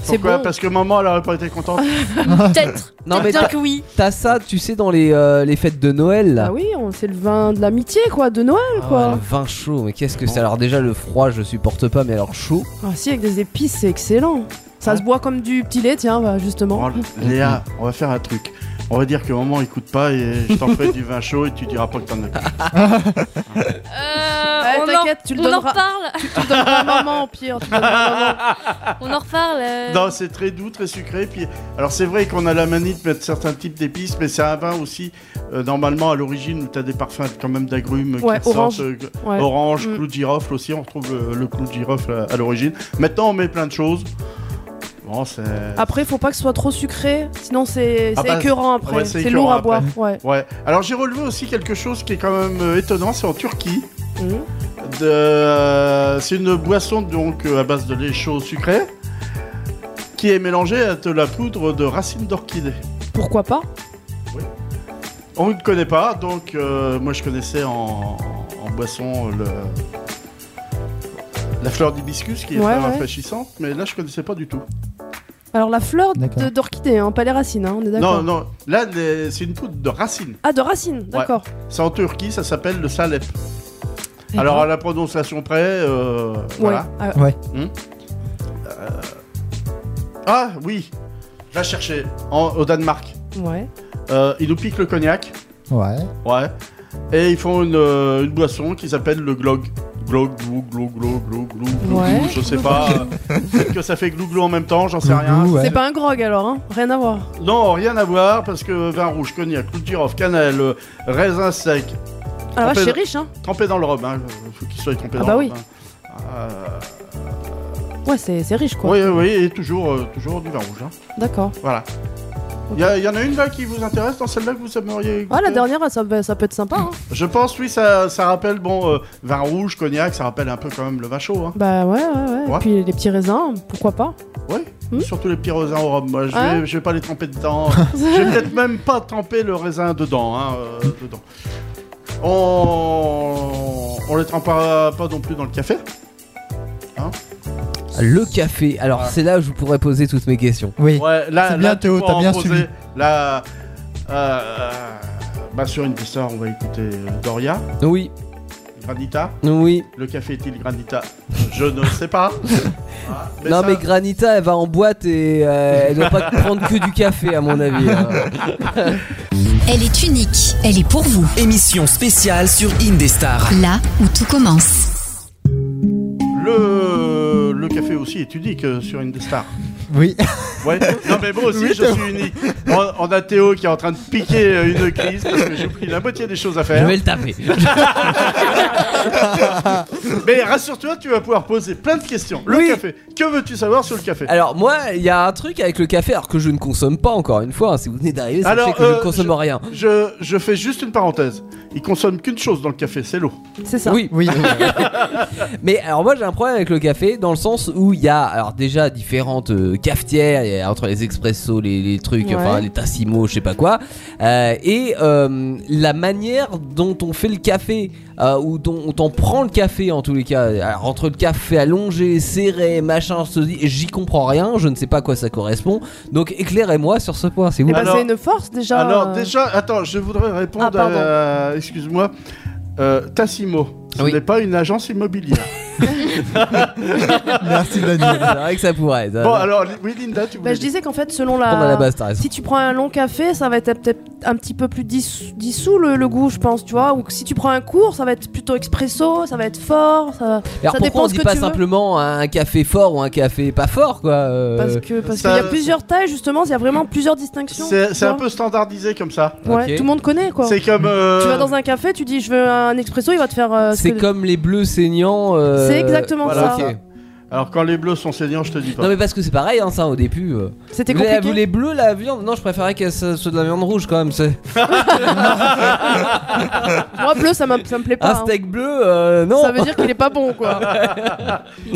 C'est Pourquoi bon. Parce que maman, elle aurait pas été contente. Peut-être. Non, mais bien t'as- que oui. t'as ça, tu sais, dans les, euh, les fêtes de Noël là. Ah oui, on- c'est le vin de l'amitié, quoi, de Noël, Ah, quoi. le vin chaud, mais qu'est-ce que c'est Alors, déjà, le froid, je supporte pas, mais alors chaud. Ah si, avec des épices, c'est excellent. Ça se boit comme du petit lait, tiens, bah, justement. Bon, Léa, on va faire un truc. On va dire que maman écoute pas et je t'en ferai du vin chaud et tu diras pas que t'en as. Euh, Ouais, on en- t'inquiète, tu le on en donneras. reparle. Tu donnes à maman, au pire. Tu donnes à maman. On en reparle. euh. Non, c'est très doux, très sucré. Puis, alors c'est vrai qu'on a la manie de mettre certains types d'épices, mais c'est un vin aussi euh, normalement à l'origine où t'as des parfums quand même d'agrumes Ouais, qui ressortent, orange. euh, que- Ouais. orange, Mm. clou de girofle aussi. On retrouve euh, le clou de girofle à, à l'origine. Maintenant, on met plein de choses. Bon, c'est Après, faut pas que ce soit trop sucré, sinon c'est Ah c'est bah, écœurant après. ouais, c'est c'est lourd à écœurant boire. Ouais. ouais. Alors j'ai relevé aussi quelque chose qui est quand même euh, étonnant. C'est en Turquie. Mhm. de- C'est une boisson donc euh, à base de lait chaud sucré qui est mélangée à de la poudre de racines d'orchidée. Pourquoi pas On ne connaît pas, donc euh, moi je connaissais en, en boisson le, la fleur d'hibiscus qui est Ouais, vraiment ouais. rafraîchissante, mais là je connaissais pas du tout. Alors la fleur de- D'accord. d'orchidée, hein, pas les racines, hein, on est d'accord. Non, non, là les- c'est une poudre de racines. Ah, de racines, d'accord. C'est en Turquie, ça s'appelle le salep. Eh Alors ben. à la prononciation près, euh, Ouais. voilà. Hmm. Euh, Ah, Ah oui, va chercher en- au Danemark. ouais. Euh, ils nous piquent le cognac. Ouais. Ouais. Et ils font une, euh, une boisson qui s'appelle le glog. Glog, glou, glou, glou, glou, glou, glou, Ouais. glou, je sais pas. euh, peut-être que ça fait glou, glou en même temps, j'en sais Glou, rien. glou, ouais. C'est pas un grog alors, hein rien à voir. Non, rien à voir, parce que vin rouge, cognac, clou de girofle, cannelle, euh, raisin sec, Ah la vache, Trompé- c'est riche, hein trempé dans le rhum, hein, euh, faut qu'il soit Ah trempé dans bah le oui. rhum. hein. Euh, Ouais, c'est c'est riche quoi. oui, oui, et toujours, euh, toujours du vin rouge. hein. D'accord. Voilà. Il y, a- y en a une là qui vous intéresse dans celle-là que vous aimeriez Ah, la goûter dernière, ça, peut- ça peut être sympa. Hein. Je pense, oui, ça, ça rappelle, bon, euh, vin rouge, cognac, ça rappelle un peu quand même le vin chaud. Hein. Bah ouais, ouais, ouais. Ouais. Et puis les petits raisins, pourquoi pas Ouais, Hmm. surtout les petits raisins au rhum. Moi, je, Ah. vais, je vais pas les tremper dedans. je vais peut-être même pas tremper le raisin dedans. Hein, euh, dedans. On... on les trempera pas non plus dans le café. Hein Le café. Alors, Ah. c'est là où je pourrais poser toutes mes questions. Oui. Ouais, là, C'est là, bien, tu Théo, pourras t'as en bien poser. suivi. Là, euh, euh, bah, sur une piste, on va écouter euh, Doria, Oui, Granita. oui. Le café est-il Granita Je ne sais pas. Ah, non, ça- mais Granita, elle va en boîte et euh, elle doit pas prendre que du café, à mon avis. euh. Elle est unique, elle est pour vous. Émission spéciale sur Indestar. Là où tout commence. Le, le café au aussi est unique euh, sur Indestar. Oui. Ouais. Non mais moi aussi Oui, je suis unique. On, on a Théo qui est en train de piquer euh, une crise parce que j'ai pris la moitié des choses à Je faire. vais le taper. Mais rassure-toi, tu vas pouvoir poser plein de questions. Le Oui. café. Que veux-tu savoir sur le café Alors moi, il y a un truc avec le café, alors que je ne consomme pas encore une fois. hein, si vous venez d'arriver, ça Alors, fait que je euh, ne consomme je- rien. je, je fais juste une parenthèse. Ils consomment qu'une chose dans le café, c'est l'eau. C'est ça. Oui, Oui. mais alors moi j'ai un problème avec le café dans le sens où il y a alors déjà différentes euh, cafetières il y a entre les expressos, les, les trucs, Ouais. enfin les tassimos, je sais pas quoi, euh, et euh, la manière dont on fait le café euh, ou dont on t'en prend le café en tous les cas, alors, entre le café allongé, serré, machin, je te dis, j'y comprends rien, je ne sais pas à quoi ça correspond, donc éclairez-moi sur ce point, c'est vous. Et bah, Alors- c'est une force déjà. Alors euh, déjà, attends, je voudrais Ah, répondre pardon. à... Excuse-moi. Euh, Tassimo, ce Oui. n'est pas une agence immobilière. Merci Daniel. C'est vrai que ça pourrait. être. hein. bon, alors, li- oui, Linda, tu voulais... bah, je disais qu'en fait, selon Prendre à la. la base, bah, t'as raison. si tu prends un long café, ça va être peut-être un petit peu plus dissous, dissous le, le goût, je pense, tu vois. Ou que si tu prends un court, ça va être plutôt expresso, ça va être fort, ça. Et Alors Ça pourquoi dépend on ce dit que pas tu veux. simplement un café fort ou un café pas fort quoi euh, Parce que parce ça- qu'il y a plusieurs tailles justement, il y a vraiment plusieurs distinctions. C'est tu c'est un vois. peu standardisé comme ça. Ouais, Ok. tout le monde connaît quoi. C'est comme... euh, Tu vas dans un café, tu dis je veux un expresso, il va te faire. euh, ce C'est que- comme les bleus saignants. euh, C'est exactement ça. voilà. ok. Alors, quand les bleus sont saignants, je te dis pas. Non mais parce que c'est pareil hein, ça au début. euh. C'était Vous les, compliqué. vous, les bleus la viande Non je préférais que ce soit de la viande rouge quand même. c'est- Moi bleu, ça, m'a- ça me plaît Un pas. hein. steak bleu euh, non. Ça veut dire qu'il est pas bon quoi.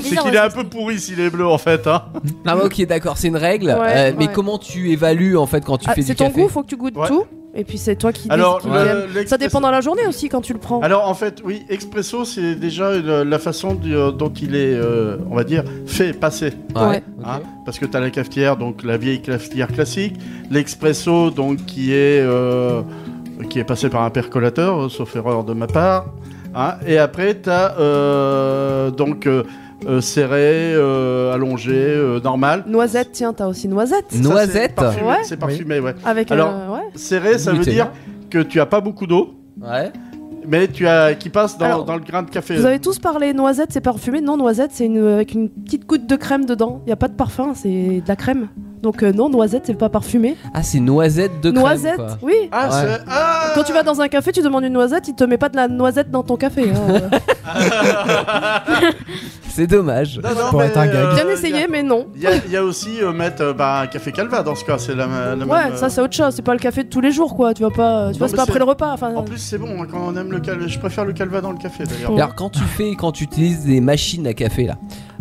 C'est qu'il est un peu pourri s'il est bleu, en fait. Hein. Ah ouais, ok d'accord c'est une règle. Ouais, euh, Mais ouais. comment tu évalues en fait quand tu Ah, fais du c'est ton café goût, faut que tu goûtes Ouais. tout. Et puis c'est toi qui. Alors, décides. le- J'aime. l'expresso- ça dépend dans la journée aussi quand tu le prends. Alors, en fait, oui, expresso, c'est déjà une- la façon du- euh, dont il est, euh, on va dire, fait, passé. Ouais. Ouais. ok. hein, parce que tu as la cafetière, donc la vieille cafetière classique. L'expresso, donc, qui est, euh, qui est passé par un percolateur, euh, sauf erreur de ma part. hein. Et après, tu as, donc, euh, euh, serré, euh, allongé, euh, normal. Noisette, tiens, t'as aussi noisette. Ça, c'est Noisette. parfumé, Ouais. C'est parfumé, ouais. Avec. euh, Alors- ouais. Serré, ça veut Goûter. dire que tu as pas beaucoup d'eau, Ouais. mais tu as qui passe dans, Alors, dans le grain de café. Vous avez tous parlé noisette, c'est parfumé. Non, noisette, c'est une, avec une petite goutte de crème dedans. Il y a pas de parfum, c'est de la crème. Donc euh, non, noisette, c'est pas parfumé. Ah c'est noisette de crème. noisette, quoi. oui. Ah, Ouais. c'est- ah Quand tu vas dans un café, tu demandes une noisette, il te met pas de la noisette dans ton café. hein. C'est dommage. Non, non, Pour mais, être un gag. euh, Bien essayé, mais non. Il y, a- il y a aussi euh, mettre euh, bah, un café calva dans ce cas, c'est la, ma- la Ouais, même. euh, ça c'est autre chose, c'est pas le café de tous les jours quoi. Tu vas pas, tu Non, vois, c'est pas mais c'est- après le repas. Enfin, En plus, c'est bon hein, quand on aime le calva. Je préfère le calva dans le café d'ailleurs. Ouais. Et Alors quand tu fais, quand tu utilises des machines à café là,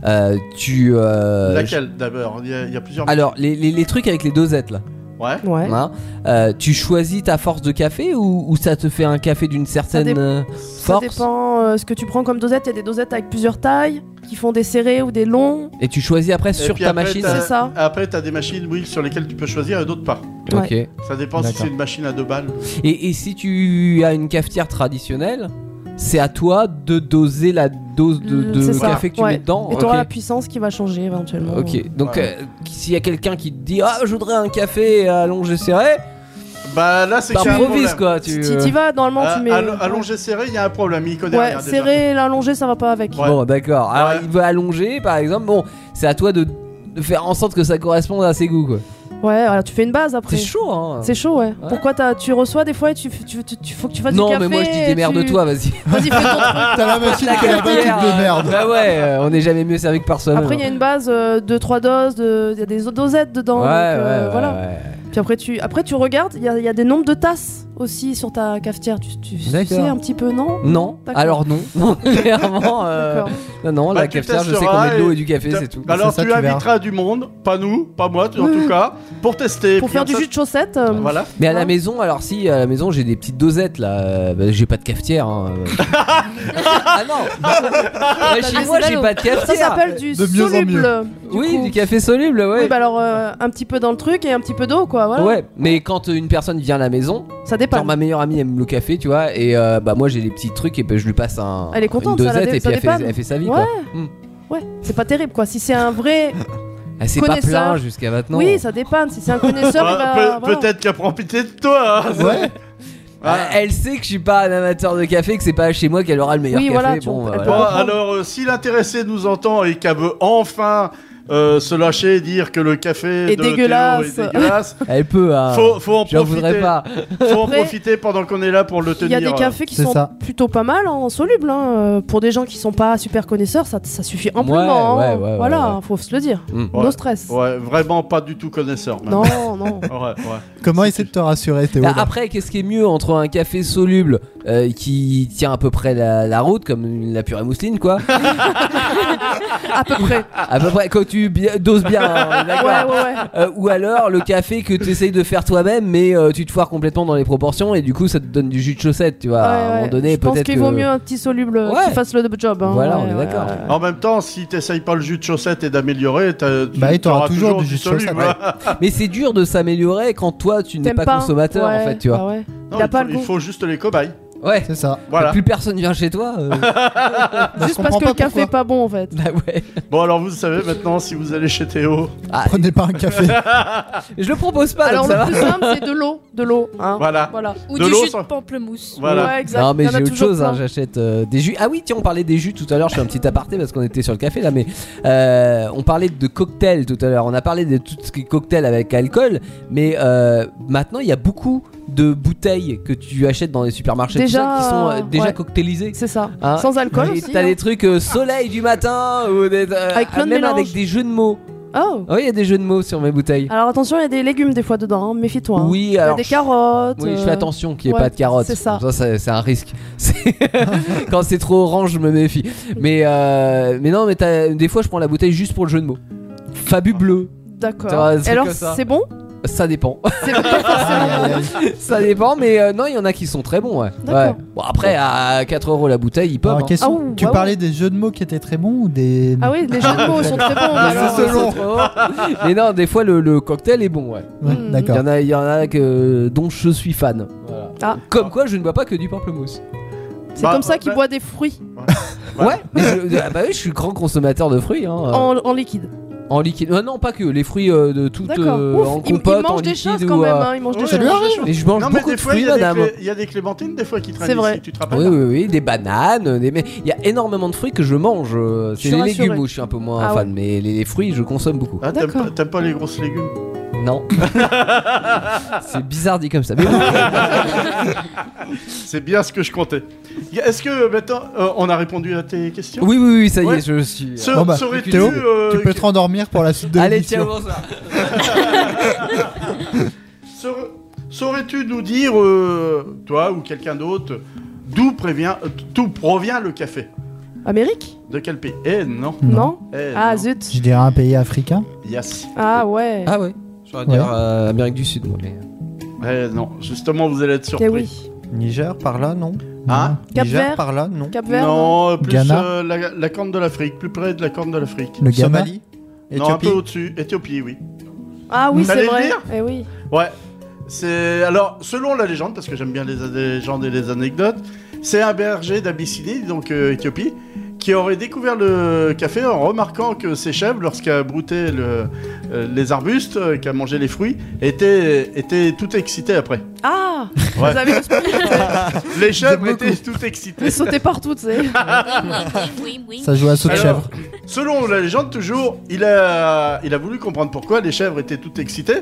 euh, tu. euh, Laquelle d'abord Il y, a- il y a plusieurs. Alors les, les- les trucs avec les dosettes là, Ouais. ouais. hein, euh, tu choisis ta force de café ou, ou ça te fait un café d'une certaine dé- euh, Ça force dépend euh, ce que tu prends comme dosette. Il y a des dosettes avec plusieurs tailles qui font des serrés ou des longs. et tu choisis après sur puis ta après, machine. t'as- C'est ça. Après, t'as des machines, oui, sur lesquelles tu peux choisir et d'autres pas. Ok. Ça dépend D'accord. si c'est une machine à deux balles. Et, et si tu as une cafetière traditionnelle, c'est à toi de doser la dose de, Mm, de c'est ça, café que tu ouais. mets dedans. Et t'auras la ok. puissance qui va changer éventuellement. Ok. Donc Ouais. euh, s'il y a quelqu'un qui te dit ah je voudrais un café allongé serré, Bah là, c'est qu'il y a un t'improvises problème. quoi. Si Tu. euh. tu y vas, normalement Ah, tu mets. allo- Allongé serré, il y a un problème. Il connaît Ouais, rien, déjà. serré et l'allongé ça va pas avec. Ouais. Bon, d'accord. Alors, Ouais. il veut allonger, par exemple. Bon, c'est à toi de de faire en sorte que ça corresponde à ses goûts, quoi. Ouais, alors tu fais une base après. C'est chaud, hein. C'est chaud, ouais. Ouais. Pourquoi t'as- tu reçois des fois et tu, f- tu, tu- tu- faut que tu fasses Non, du café mais moi je dis et démerde-toi, vas-y. tu- Vas-y, fais ton truc. T'as la machine qui est la bonne Pierre, de euh, merde. Bah ouais, euh, on n'est jamais mieux servi que par soi-même. Après, il y a une base euh, de 3 doses, de- il y a des dosettes dedans. Ouais, donc, euh, ouais, ouais, voilà. ouais. Puis après, tu, après, tu regardes, il y, a- il y a des nombres de tasses aussi sur ta cafetière. Tu, tu- tu D'accord. sais un petit peu, non Non, D'accord. alors non. Non, clairement. euh, D'accord. Non, non, Bah, la tu cafetière, je sais qu'on testeras met de l'eau et- et du café, T'as- c'est tout. Alors, C'est ça, tu tu verras. inviteras du monde, pas nous, pas moi, en tout cas, pour tester. Pour Puis faire du comme jus de chaussette. euh, ça- Voilà. Mais à la Hein maison, alors si, à la maison, j'ai des petites dosettes là. Euh, bah, j'ai pas de cafetière. hein. ah non Ah, Ouais, Chez des moi, j'ai dosettes. pas de cafetière. Ah, Ça s'appelle du De mieux en soluble. mieux. du Oui, coup. du café soluble, ouais. Oui, bah alors euh, un petit peu dans le truc et un petit peu d'eau, quoi. Voilà. Ouais, mais quand euh, une personne vient à la maison, Ça genre dépend. ma meilleure amie aime le café, tu vois, et euh, bah moi j'ai les petits trucs et bah, je lui passe un Elle est contente, une ça, la dosette dé- et ça puis elle fait, dépanne. elle fait sa vie Ouais. quoi. Hmm. Ouais, c'est pas terrible, quoi. Si c'est un vrai. Elle s'est pas Connaisseur. plaint jusqu'à maintenant. Oui, ça dépend. Si c'est un connaisseur, il Bah, va. peut- voilà. Peut-être qu'à profiter de toi. hein. Ouais. Ah. Euh, Elle sait que je suis pas un amateur de café, que c'est pas chez moi qu'elle aura le meilleur Oui, café. voilà, tu bon, vois, bah, elle Bon, voilà. comprendre. alors, euh, si l'intéressé nous entend et qu'elle veut enfin euh, se lâcher et dire que le café Est de dégueulasse. Théo est dégueulasse, Elle peut. hein. faut, faut en J'en profiter. voudrais pas. Faut en Après, profiter pendant qu'on est là pour le Il tenir. euh, y a des cafés qui C'est sont ça. plutôt pas mal en soluble. hein. Euh, Pour des gens qui sont pas super connaisseurs, ça, ça suffit amplement. Ouais, hein. ouais, ouais, ouais, voilà, faut se le dire. Mm. Ouais. No stress. Ouais, vraiment pas du tout connaisseur. même. Non, non. Ouais, ouais. Comment essayer de te rassurer, Théo Bah, là après, qu'est-ce qui est mieux entre un café soluble euh, qui tient à peu près la, la route, comme la purée mousseline, quoi À peu près. À peu près, quand tu bi- doses bien, hein, on est Ouais, d'accord ouais, ouais. Euh, ou alors le café que tu essayes de faire toi-même, mais euh, tu te foires complètement dans les proportions et du coup ça te donne du jus de chaussette, tu vois. à un Ouais, moment ouais. donné, Je pense peut-être. qu'il que- vaut mieux un petit soluble euh, Ouais. qui fasse le job. hein. Voilà, Ouais, on est ouais, d'accord. ouais. En même temps, si t'essayes pas le jus de chaussette et d'améliorer, t'as- tu Bah, et t'auras t'auras toujours du jus de soluble, chaussette, ouais. Mais c'est dur de s'améliorer quand toi tu n'es T'aimes pas, consommateur en Ouais, fait, tu vois. ah ouais. Non, Il a il, pas faut, le il goût. faut juste les cobayes. Ouais. C'est ça. Voilà. Plus personne vient chez toi. euh. Bah, je Juste parce comprends que le pas café est pourquoi. pas bon en fait. Bah ouais. Bon, alors vous savez maintenant si vous allez chez Théo. Ah, Prenez pas un café. je le propose pas, Alors donc ça le va. plus simple c'est de l'eau, de l'eau. hein. Voilà. Voilà. Ou De du l'eau, jus ça de pamplemousse. Voilà. Ouais, exact. Non mais Il y en a j'ai autre toujours chose, hein, plein. j'achète euh, des jus. Ah oui, tiens, on parlait des jus tout à l'heure, je fais un petit aparté parce qu'on était sur le café là, mais euh, on parlait de cocktails tout à l'heure, on a parlé de tout ce qui est cocktail avec alcool, mais euh, maintenant il y a beaucoup de bouteilles que tu achètes dans les supermarchés tout ça, Déjà, qui sont euh, déjà ouais. cocktailisées. C'est ça. Hein, Sans alcool Et aussi. T'as hein. des trucs euh, soleil du matin ou des, euh, Avec plein de même mélanges. avec des jeux de mots. Oh. Oui, il y a des jeux de mots sur mes bouteilles. Alors attention, il y a des légumes des fois dedans, hein, méfie-toi. hein. oui, Il y a alors des carottes. Oui, je euh, fais attention qu'il n'y ait ouais, pas de carottes. c'est ça. c'est c'est un risque. C'est- Quand c'est trop orange, je me méfie. Mais, euh, mais non, mais t'as- des fois, je prends la bouteille juste pour le jeu de mots. Fabu bleu, Tu vois, D'accord. un truc Et Alors comme ça. c'est bon ça dépend. C'est pas forcément bon. ça dépend, mais euh, non, il y en a qui sont très bons. Ouais. D'accord. Ouais. Bon, après, à 4 euros la bouteille, ils peuvent. Alors, hein. question, Ah ouh, tu ah ouh. parlais des jeux de mots qui étaient très bons ou des. Ah oui, les jeux de mots sont très bons. Ah, alors, c'est euh, selon. mais non, des fois, le, le cocktail est bon. Ouais. Ouais, Hmm. Il y D'accord. en a, il y en a que, dont je suis fan. Voilà. Ah. Comme quoi, je ne bois pas que du pamplemousse. C'est Bah, comme ça qu'ils bah- boit des fruits Voilà. Ouais, mais je, ah bah oui, je suis grand consommateur de fruits. Hein, euh. en en liquide. En liquide. Ah non, pas que les fruits euh, de toute D'accord. euh, Ouf, en il- compote, il mange en des liquide choses ou, quand même, euh, hein, il mange Ouais, des choses. ouais, Mais je mange Non, mais beaucoup des de fois, il fruits, y, a des madame. clé- il y a des clémentines des fois qui traînent C'est vrai. ici, tu te Oui, rappelles oui, oui, des bananes, des mais il y a énormément de fruits que je mange. euh, Je C'est suis les rassurée. légumes où je suis un peu moins Ah fan, mais les, les fruits, je consomme beaucoup. Ah, t'aimes D'accord. pas, t'aimes pas les grosses légumes Non. C'est bizarre dit comme ça. Mais bon, C'est bien ce que je comptais. Y a- Est-ce que maintenant euh, on a répondu à tes questions oui, oui, oui, ça y est, Ouais. je suis. euh, Ce, Bon, bah, Saurais-tu Théo, euh, Tu peux te rendormir pour la suite de Allez, tiens, l'émission. bonsoir. Saur- Saurais-tu nous dire, euh, toi ou quelqu'un d'autre, d'où prévient- euh, d'où provient le café Amérique De quel pays Eh non. Non Eh, Ah non. zut. Je dirais un pays africain. Yes. Ah ouais. Ah ouais. J'aurais Ouais. dire euh, Amérique du Sud, moi, mais. euh. Eh non. Justement, vous allez être surpris. Eh oui. Niger par là, non Hein Cap Niger Vert. par là, non. Cap Vert Non, plus Ghana euh, la, la corne de l'Afrique, plus près de la corne de l'Afrique. Le Ghana. Somalie Non, un peu Éthiopie au-dessus. Éthiopie, oui. Ah oui, T'allais c'est vrai. le dire Eh oui. Ouais. C'est alors selon la légende, parce que j'aime bien les les légendes et les anecdotes, c'est un berger d'Abyssinie, donc euh, Éthiopie, qui aurait découvert le café en remarquant que ses chèvres, lorsqu'elles broutaient le- euh, les arbustes, euh, qu'elles mangeaient les fruits, étaient, étaient tout excitées après. Ah Ouais. Vous avez le spirit, Les chèvres étaient tout excitées. ils sautaient partout, tu sais. Ah, Oui, oui. Ça joue à saut de Alors, chèvre. Selon la légende, toujours, il a, il a voulu comprendre pourquoi les chèvres étaient toutes excitées.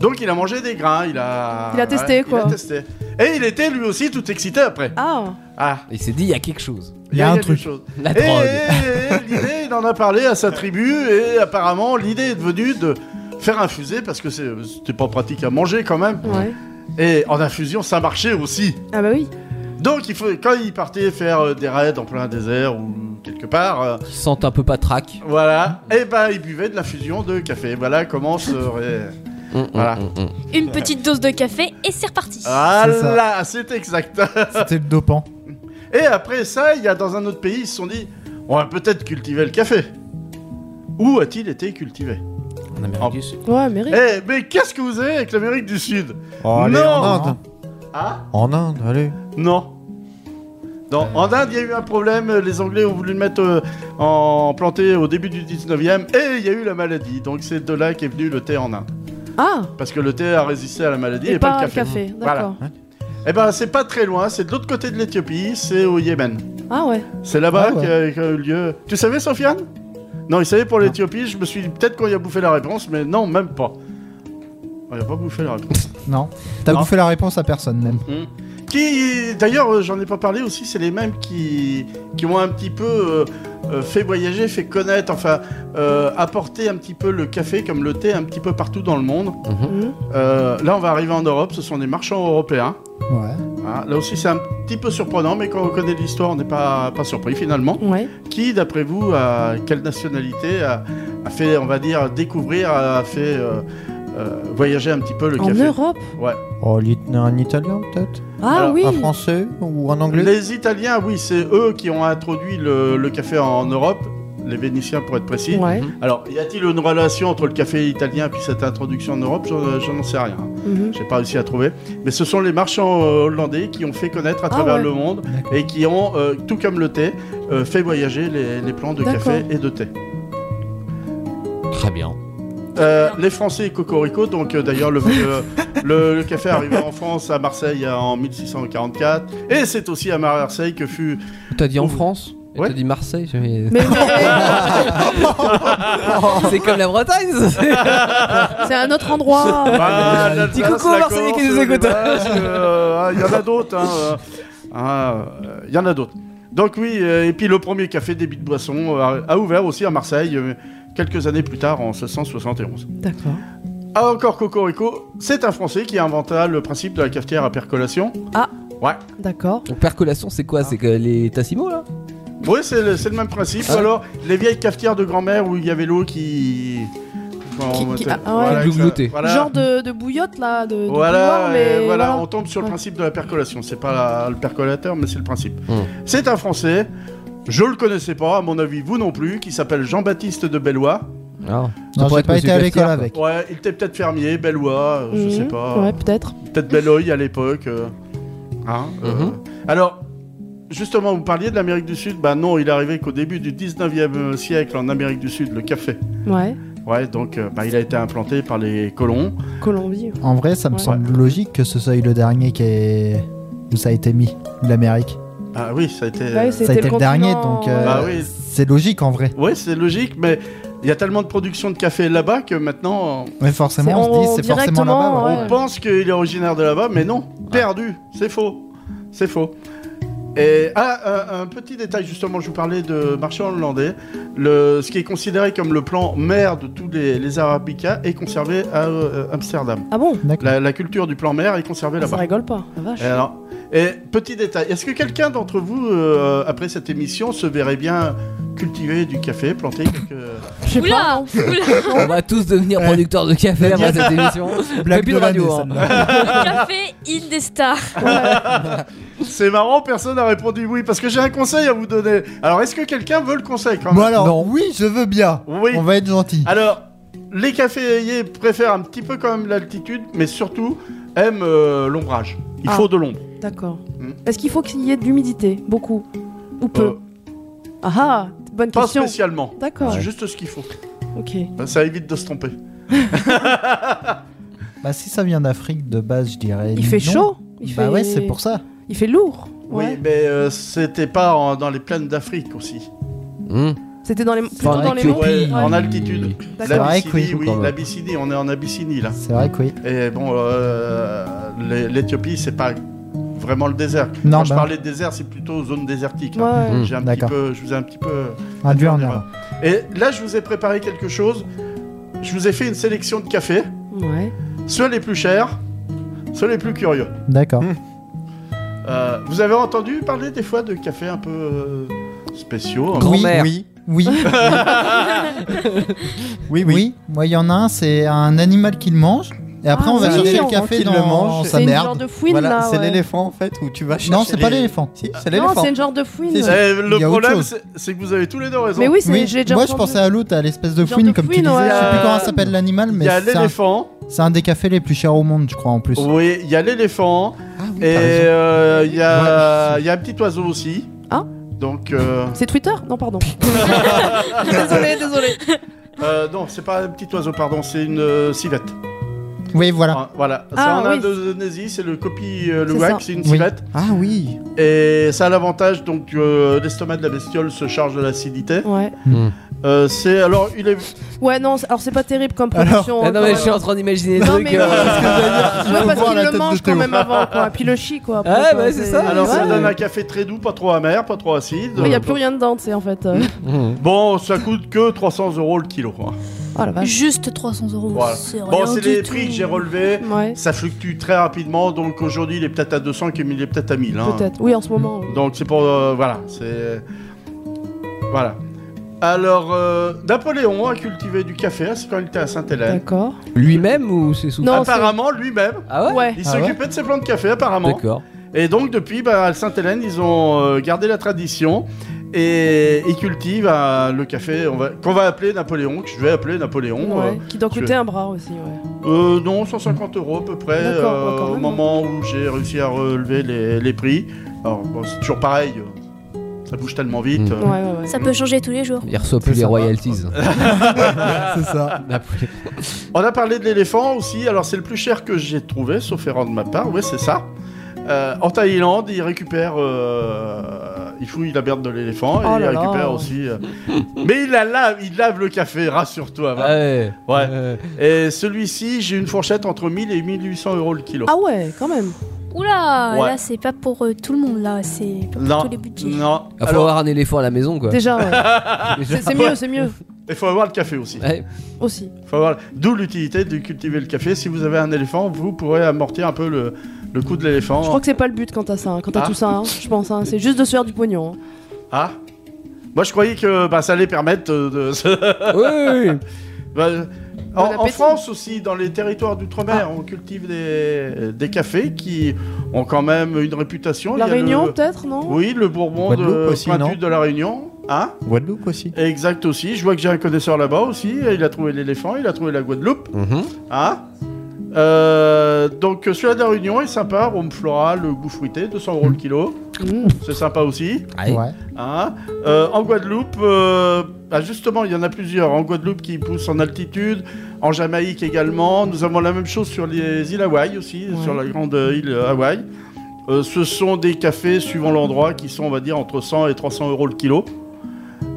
Donc il a mangé des grains, il a... Il a testé, il a quoi. testé. Et il était lui aussi tout excité après. Ah Ah, Il s'est dit, il y a quelque chose. Il y a un quelque truc. chose. La Et, drogue. et- et l'idée, il en a parlé à sa tribu et apparemment l'idée est devenue de faire infuser parce que c'est- c'était pas pratique à manger quand même. Ouais. Et en infusion, ça marchait aussi. Ah bah oui. Donc il faut, quand il partait faire euh, des raids en plein désert ou quelque part, euh, Ils sentent un peu pas trac. voilà, et ben il buvait de l'infusion de café. Voilà comment serait. Mm, Voilà. Une petite dose de café et c'est reparti. Ah Voilà, c'est exact. C'était le dopant. Et après ça, il y a dans un autre pays, ils se sont dit, on va peut-être cultiver le café. Où a-t-il été cultivé En Amérique du Sud. Ouais, Amérique. Eh, mais qu'est-ce que vous avez avec l'Amérique du Sud Oh, allez, Non. en Inde Ah En Inde, allez Non. Non, Euh. en Inde, il y a eu un problème, euh, les Anglais ont voulu le mettre euh, en planté au début du 19e, et il y a eu la maladie, donc c'est de là qu'est venu le thé en Inde. Ah Parce que le thé a résisté à la maladie et, Et pas le le café. hein. café, d'accord. Eh ben, c'est pas très loin, c'est de l'autre côté de l'Éthiopie, c'est au Yémen. Ah ouais. C'est là-bas Ah ouais. qu'a qu'a eu lieu. Tu savais, Sofiane Non, il savait pour l'Éthiopie, je me suis dit peut-être qu'on y a bouffé la réponse, mais non, même pas. On y a pas bouffé la réponse. Non. T'as Non. bouffé la réponse à personne même. Hmm. qui, d'ailleurs, euh, j'en ai pas parlé aussi, c'est les mêmes qui, qui ont un petit peu euh, euh, fait voyager, fait connaître, enfin, euh, apporté un petit peu le café comme le thé un petit peu partout dans le monde. Mhm. Euh, là, on va arriver en Europe, ce sont des marchands européens. Ouais. Hein, là aussi, c'est un petit peu surprenant, mais quand on connaît l'histoire, on n'est pas, pas surpris finalement. Ouais. Qui, d'après vous, a, quelle nationalité a, a fait, on va dire, découvrir, a fait euh, euh, voyager un petit peu le En café Europe. Oh, l'it- un italien peut-être Ah Alors, oui. Un français ou un anglais Les Italiens, oui, c'est eux qui ont introduit le, le café en Europe, les Vénitiens pour être précis. Ouais. Mhm. Alors, y a-t-il une relation entre le café italien et cette introduction en Europe J'en euh, j'en sais rien. Mhm. J'ai pas réussi à trouver. Mais ce sont les marchands euh, hollandais qui ont fait connaître à Ah travers ouais. le monde D'accord. et qui ont, euh, tout comme le thé, euh, fait voyager les, les plants de café D'accord. et de thé. Très bien. Euh, les Français et Cocorico, donc euh, d'ailleurs le, le, le- le café arrivé en France à Marseille euh, en 1644 et c'est aussi à Marseille que fut... Oh. T'as dit en Ouh. France Et Ouais. T'as dit Marseille j'avais- Mais C'est comme la Bretagne ça. c'est un autre endroit. Ah, l'Alsace, Petit coucou aux la Marseillais qui Corse, nous le écoutent. Danemark, Oh, euh, ah, Il y en a d'autres. hein, euh, ah, euh, Il y en a d'autres. Donc oui, euh, et puis le premier café débit de boisson euh, a ouvert aussi à Marseille euh, quelques années plus tard, en 1671. D'accord. Ah, encore Cocorico, c'est un Français qui inventa le principe de la cafetière à percolation. Ah. D'accord. Donc percolation c'est quoi C'est que les Tassimo là Oui, c'est le, c'est le même principe. Ah. Alors, les vieilles cafetières de grand-mère où il y avait l'eau qui... Quand Qui- on qui- mettait- ah, ouais. que ça- Glougloutée. voilà. Genre de, de bouillotte là, de, de Voilà, couloir, mais et voilà, voilà. on tombe sur le Ouais. principe de la percolation. C'est pas la- le percolateur, mais c'est le principe. Hmm. C'est un Français, je le connaissais pas, à mon avis, vous non plus, qui s'appelle Jean-Baptiste de Bellois. Non, Non, j'ai pas été à l'école avec. Ouais, il était peut-être fermier, Bellois, euh, je Mhm. sais pas. Ouais, peut-être. Peut-être Belloy à l'époque. euh. Hein, euh. Mhm. Alors, justement, vous parliez de l'Amérique du Sud. Bah non, il est arrivé qu'au début du 19e siècle, en Amérique du Sud, le café. Ouais. Ouais, donc euh, bah, il a été implanté par les colons. Colombie. En vrai, ça me Ouais. semble logique que ce soit le dernier qui est... où ça a été mis, l'Amérique. Ah oui, ça a été. Ouais, Ça a été le dernier, continent, donc euh, Bah oui. c'est logique en vrai. Ouais, c'est logique, mais il y a tellement de production de café là-bas que maintenant euh, Mais C'est- forcément, on se on- dit c'est forcément directement, là-bas. on ouais. Ah. Ouais. pense qu'il est originaire de là-bas, mais non, perdu, c'est faux, c'est faux. Et ah, un, un petit détail justement, je vous parlais de marchand hollandais. Le, ce qui est considéré comme le plan mère de tous les, les Arabica est conservé à euh, Amsterdam. Ah bon Ah, D'accord. La, la culture du plan mère est conservée Ça là-bas. rigole pas. La vache. Et alors- et petit détail, est-ce que quelqu'un d'entre vous, euh, après cette émission, se verrait bien cultiver du café, planter quelques... Je sais pas. Oula Oula On va tous devenir producteurs de café après cette émission. Blague Plus de de radio, l'année, hein. celle-là. Café Indestar C'est marrant, personne n'a répondu oui, parce que j'ai un conseil à vous donner. Alors, est-ce que quelqu'un veut le conseil quand Bon même alors, oui, je veux bien. Oui. On va être gentil. Alors, les caféiers préfèrent un petit peu quand même l'altitude, mais surtout aiment euh, l'ombrage. Il Ah. faut de l'ombre. D'accord. Hmm. Est-ce qu'il faut qu'il y ait de l'humidité Beaucoup Ou peu Euh, Ah ah Bonne pas question. spécialement. D'accord. C'est juste ce qu'il faut. Ok. Ça évite de se tromper. Bah si ça vient d'Afrique de base, je dirais. Il fait non. chaud il Bah fait... ouais, c'est pour ça. Il fait lourd. Oui, Ouais. mais euh, c'était pas en- dans les plaines d'Afrique aussi. Hum. C'était dans les plutôt Enfin, dans les monts. Ouais, Éthiopie. en altitude. C'est D'accord. vrai que L'Abyssinie, oui. oui, l'Abyssinie, on est en Abyssinie là. C'est vrai que oui. Et bon, euh, l'É- l'Éthiopie, c'est pas vraiment le désert. Non, Quand je bah, parlais de désert, c'est plutôt zone désertique. là. Ouais. Mm. J'ai un petit D'accord. peu, je vous ai un petit peu. un lieu en Voilà. erreur. Et là, je vous ai préparé quelque chose. Je vous ai fait une sélection de cafés, Ouais. ceux les plus chers, ceux les plus curieux. D'accord. Euh, vous avez entendu parler des fois de cafés un peu euh, spéciaux. hein Oui, Grand-mère. oui, oui, Oui, oui. oui. Moi, il y en a un, c'est un animal qui le mange. Et après, Ah, on va c'est chercher mignon. le café Qui dans le mange. sa C'est une merde. genre de fouine Voilà, là. c'est ouais. l'éléphant en fait où tu vas chercher. Non, c'est pas les- l'éléphant. Si, c'est Non, l'éléphant. c'est une genre de fouine. Si, si. Eh, le Il y a autre problème, chose. c'est c'est que vous avez tous les deux raison. Mais oui, c'est- Oui. j'ai déjà Moi, je entendu. pensais à l'autre, à l'espèce de Genre fouine, de comme tu fouine, disais. ouais. Je sais plus comment Euh, s'appelle l'animal, Il mais y a c'est un, l'éléphant. c'est un des cafés les plus chers au monde, je crois, en plus. Oui, il y a l'éléphant. Ah oui, et t'as raison. euh, il y, a, Ouais. il y a un petit oiseau aussi. Ah. Donc, euh, C'est Twitter Non, pardon. désolé, désolé. euh, non, c'est pas un petit oiseau, pardon, c'est une euh, civette. Oui, voilà. Ah, Voilà, Ah, c'est en oui. Indonésie, c'est le kopi euh, C'est luwak, ça. c'est une Oui. civette. Ah oui. Et ça a l'avantage, donc euh, l'estomac de la bestiole se charge de l'acidité. Ouais. Euh, c'est alors, il est. Ouais, non, c'est- alors c'est pas terrible comme Alors- production. Ah hein, non, quand mais je même. suis en train d'imaginer des Non, trucs. mais euh, Ouais, parce voir qu'il la le tête de mange quand Théo. même avant, quoi. Puis le chie, quoi. après, Ah, quoi, bah, c'est ça, Alors, ouais. ça donne un café très doux, pas trop amer, pas trop acide. Il n'y a plus rien dedans, tu sais, en fait. euh. Bon, ça coûte que 300 euros le kilo. hein. Oh la vache. Juste 300 euros. Voilà. c'est Bon, rien c'est du les tout. prix que j'ai relevés. Ouais, Ça fluctue très rapidement, donc aujourd'hui il est peut-être à 200, qu'il- il est peut-être à 1000. hein. peut-être. Oui, en ce moment. ouais. Donc c'est pour... euh, voilà, c'est... Voilà. Alors, euh, Napoléon a cultivé du café hein, c'est quand il était à Sainte-Hélène. D'accord. Lui-même ou c'est sous Non, c'est- Apparemment, lui-même, Ah ouais Ouais. il Ah s'occupait de ses plants de café, apparemment. D'accord. Et donc, depuis, bah, à Sainte-Hélène, ils ont euh, gardé la tradition et ils cultivent euh, le café on va- qu'on va appeler Napoléon, que je vais appeler Napoléon. euh, Ouais. Qui doit je- coûter un bras aussi, ouais. Euh, non, 150 euros à peu près, D'accord, euh, ouais, quand au même. moment où j'ai réussi à relever les, les prix. Alors, bon, c'est toujours pareil, euh, ça bouge tellement vite. Mm. euh. Ouais, ouais, ouais. Ça peut changer tous les jours. Il reçoit plus C'est les sympa. royalties. C'est ça. Napoléon. On a parlé de l'éléphant aussi, alors c'est le plus cher que j'ai trouvé, sauf erreur de ma part, ouais, c'est ça. Euh, en Thaïlande, ils récupèrent. euh, ils fouillent la berne de l'éléphant et Oh ils là là. récupèrent aussi. euh, Mais il la lave, il lave le café, Ah rassure-toi. va. Ouais. Ouais. Et celui-ci, j'ai une fourchette entre 1000 et 1800 euros le kilo. Ah ouais, quand même. Oula, Ouais. là c'est pas pour euh, tout le monde, là c'est pas pour non, tous les budgets. non. Il faut Alors, avoir un éléphant à la maison quoi. Déjà, ouais. Déjà. c'est c'est mieux, c'est mieux. il faut avoir le café aussi. Ouais. Aussi. Faut avoir- D'où l'utilité de cultiver le café. Si vous avez un éléphant, vous pourrez amortir un peu le, le coût de l'éléphant. Je crois que c'est pas le but quand t'as ça, hein, quand t'as Ah. tout ça, hein, je pense. hein. C'est juste de se faire du pognon. hein. Ah Moi, je croyais que bah, ça allait permettre euh, de... Oui, oui. Bah, en, en appétit. Ah. France aussi, dans les territoires d'outre-mer, on cultive des, des cafés qui ont quand même une réputation. La Il y a le- Réunion, peut-être, non Oui, le Bourbon de Guadeloupe aussi, Pointu non de la Réunion. Hein Guadeloupe aussi. Exact aussi. Je vois que j'ai un connaisseur là-bas aussi. Il a trouvé l'éléphant, il a trouvé la Guadeloupe. Hein Euh, donc celui-là de la Réunion est sympa, rhum floral, le goût fruité, 200 euros le kilo, Mmh. c'est sympa aussi. Ah, oui. Ouais. hein. Euh, en Guadeloupe, euh, bah, justement, il y en a plusieurs. En Guadeloupe qui poussent en altitude, en Jamaïque également. Nous avons la même chose sur les îles Hawaï aussi, Ouais. sur la grande euh, île Hawaï. Euh, ce sont des cafés, suivant l'endroit, qui sont, on va dire, entre 100 et 300 euros le kilo.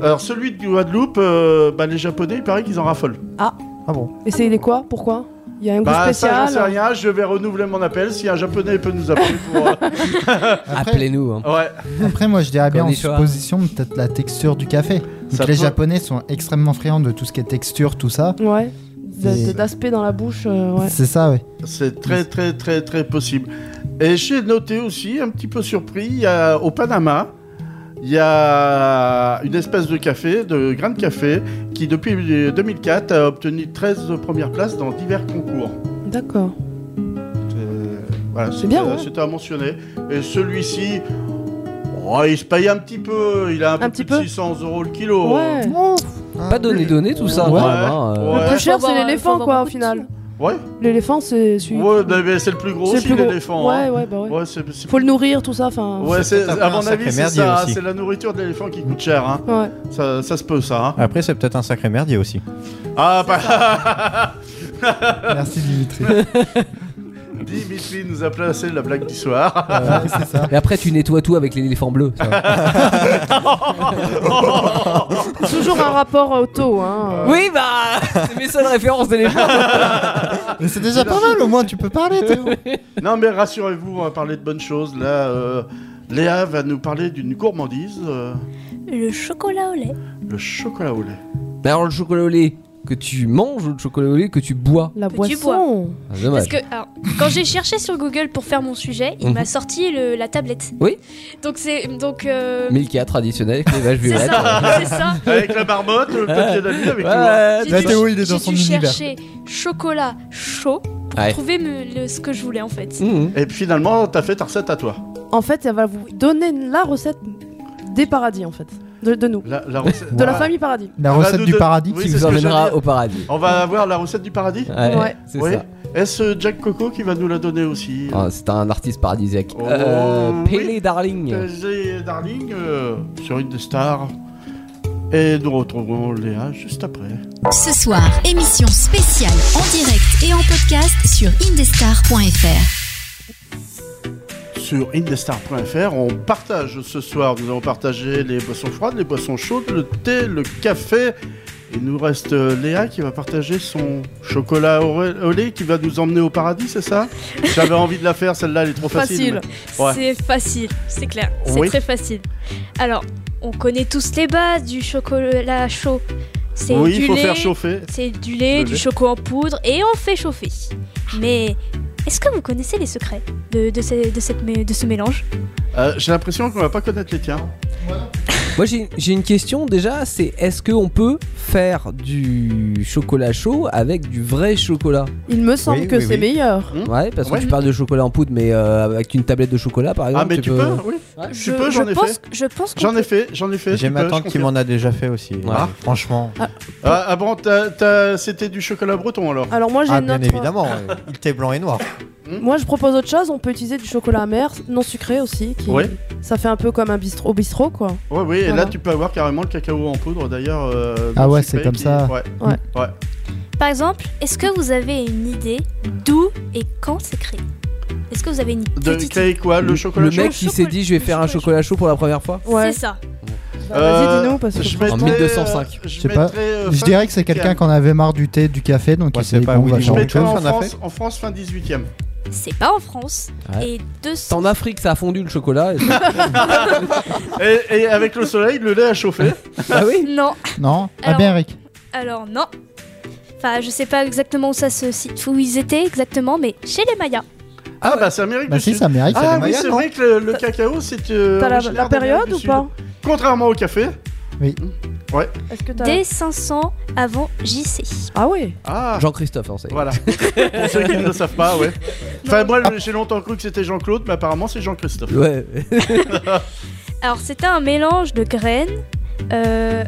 Alors celui de Guadeloupe, euh, bah, les Japonais, il paraît qu'ils en raffolent. Ah bon. Et c'est il est quoi Pourquoi Il y a un goût Bah ça spécial j'en sais rien, je vais renouveler mon appel si un japonais peut nous appeler pour... euh, Après, Appelez-nous. hein. Ouais, après, moi, je dirais bien en Cornichon. supposition peut-être la texture du café. Ça Donc, les peut- Japonais sont extrêmement friands de tout ce qui est texture, tout ça. Ouais. D- C'est- D'aspect dans la bouche, euh, ouais. C'est ça, ouais. c'est très très très très possible. Et j'ai noté aussi, un petit peu surpris, il y a- au Panama, il y a une espèce de café, de grain de café, qui depuis 2004 a obtenu 13 premières places dans divers concours. D'accord. Euh, voilà, C'est c'était- bien, ouais. C'était à mentionner. Et celui-ci, oh, il se paye un petit peu, il a un, peu petit plus de peu 600 euros le kilo. Ouais. Pas donné donné tout ça. Ouais. quand même, hein, euh. Ouais. Le plus cher, Faut c'est avoir- faut l'éléphant, avoir quoi, au beaucoup de final. Ouais, L'éléphant, c'est celui. Ouais, bah, mais c'est le plus gros c'est le aussi, plus gros. l'éléphant. hein. Ouais, ouais, bah ouais. Ouais, c'est c'est- Faut le nourrir, tout ça, enfin. Ouais, C'est c'est peut-être à un mon sacré avis c'est merdier ça, hein, aussi. c'est la nourriture de l'éléphant qui coûte cher, hein. Ouais. ça, ça se peut ça. hein. Après c'est peut-être un sacré merdier aussi. Ah bah, Merci, Dimitri. Dimitri nous a placé la blague du soir. Euh, c'est ça. Et après tu nettoies tout avec l'éléphant bleu. ça va. Toujours un rapport au taux, hein. oui bah c'est mes seules références d'éléphant. Mais c'est déjà pas mal, au moins, tu peux parler, Théo. non mais rassurez-vous, on va parler de bonnes choses là. euh, Léa va nous parler d'une gourmandise, euh, Le chocolat au lait. le chocolat au lait. Mais Bah, alors le chocolat au lait que tu manges ou le chocolat au lait que tu bois La Que tu boisson. Ah, Dommage. Parce que alors, quand j'ai cherché sur Google pour faire mon sujet, il Mhm. m'a sorti le- la tablette. Oui. Donc c'est donc euh, Milka traditionnel avec les vaches c'est violettes. ça, c'est ça. Avec la marmotte, le papier d'alu, avec tout. hein. Ouais. J'ai Là, dû- Théo, il est dans j'ai son dû univers. chercher chocolat chaud pour Ouais. trouver me- le- ce que je voulais en fait. Mhm. Et puis finalement, t'as fait ta recette à toi. En fait, elle va vous donner la recette des paradis, en fait. De, de nous. La, la recette- De la Ouais. famille paradis. La Ah bah, recette nous du deux. paradis. Oui, Qui c'est vous ce que j'allais emmènera dire. au paradis. On va avoir la recette du paradis. Ouais. C'est oui. ça. Est-ce Jack Coco qui va nous la donner aussi Ah, c'est un artiste paradisiaque. Oh, euh, oui. Pele Darling. J'ai Darling euh, sur une des stars. Et nous retrouverons Léa juste après. Ce soir, émission spéciale en direct et en podcast sur indestar.fr. Sur indestar.fr, on partage ce soir. Nous avons partagé les boissons froides, les boissons chaudes, le thé, le café. Il nous reste euh, Léa qui va partager son chocolat au lait- au lait qui va nous emmener au paradis, c'est ça J'avais envie de la faire, celle-là, elle est trop facile. Facile. mais- ouais. C'est facile, c'est clair. C'est Oui. très facile. Alors, on connaît tous les bases du chocolat chaud. C'est Oui, du il faut lait, faire chauffer. C'est du lait, Le du lait. choco en poudre et on fait chauffer. Mais est-ce que vous connaissez les secrets de, de, ce, de, cette mé- de ce mélange Euh, J'ai l'impression qu'on va pas connaître les tiens. Moi j'ai j'ai une question déjà, c'est est-ce qu'on peut faire du chocolat chaud avec du vrai chocolat Il me semble Oui, que oui, c'est oui. meilleur. Mmh. Ouais, parce que Mmh. Ouais. tu parles de chocolat en poudre, mais euh, avec une tablette de chocolat par exemple. ah, mais tu, peux, oui. Tu peux, j'en ai pense, fait. Je pense qu'on J'en ai peut- fait, j'en ai fait. tu J'ai ma peux, tante je qui confirme. m'en a déjà fait aussi. Ah. Franchement. Ah, ah bon, t'as- t'as- c'était du chocolat breton alors Alors moi j'ai Ah, une bien autre. évidemment. euh, Il thé blanc et noir. Mmh. Moi je propose autre chose. On peut utiliser du chocolat amer, non sucré aussi. Qui... Ouais. Ça fait un peu comme un bistrot, au bistrot quoi. Ouais, oui, et Voilà. là tu peux avoir carrément le cacao en poudre d'ailleurs. euh, Ah non ouais, sucré c'est comme qui- ça. Ouais. Ouais. ouais. Par exemple, est-ce que vous avez une idée d'où et quand c'est créé Est-ce que vous avez une De petite idée créer quoi Le chocolat Le mec chaud, qui chocolat- s'est dit je vais le faire un chocolat chocolat chaud pour la première fois. Ouais. C'est ça. Bah, Euh, Vas-y dis-nous parce que. je mettrais, En 1205. euh, Je Je sais pas. mettrais, euh, Je fin dirais que c'est 18e. quelqu'un qui en avait marre du thé, du café, donc Ouais, il s'est c'est dit pas bon, on va Willy Je changer. Jean. mettrais Jean-Claude, en ça en a France, en France fin 18 e C'est pas en France. Ouais. Et C'est 200... en Afrique, ça a fondu le chocolat. et- et, et avec le soleil, le lait a chauffé. ah oui Non. Non Ah Alors- bien Eric. Alors non. Enfin, je sais pas exactement où ça se situe, où ils étaient exactement, mais chez les Mayas. Ah bah c'est Amérique Bah du si, Sud. c'est Amérique. c'est les Ah oui, Mayas, c'est non vrai que le, le cacao c'est. euh, T'as la, originaire la d'Amérique période du ou Sud. pas Contrairement au café. Est-ce que t'as- Dès 500 avant JC. Ah ouais. Ah Jean-Christophe, hein, c'est. voilà. Pour ceux qui ne le savent pas, ouais. Enfin moi j'ai longtemps cru que c'était Jean-Claude, mais apparemment c'est Jean-Christophe. Ouais. Alors c'était un mélange de graines euh,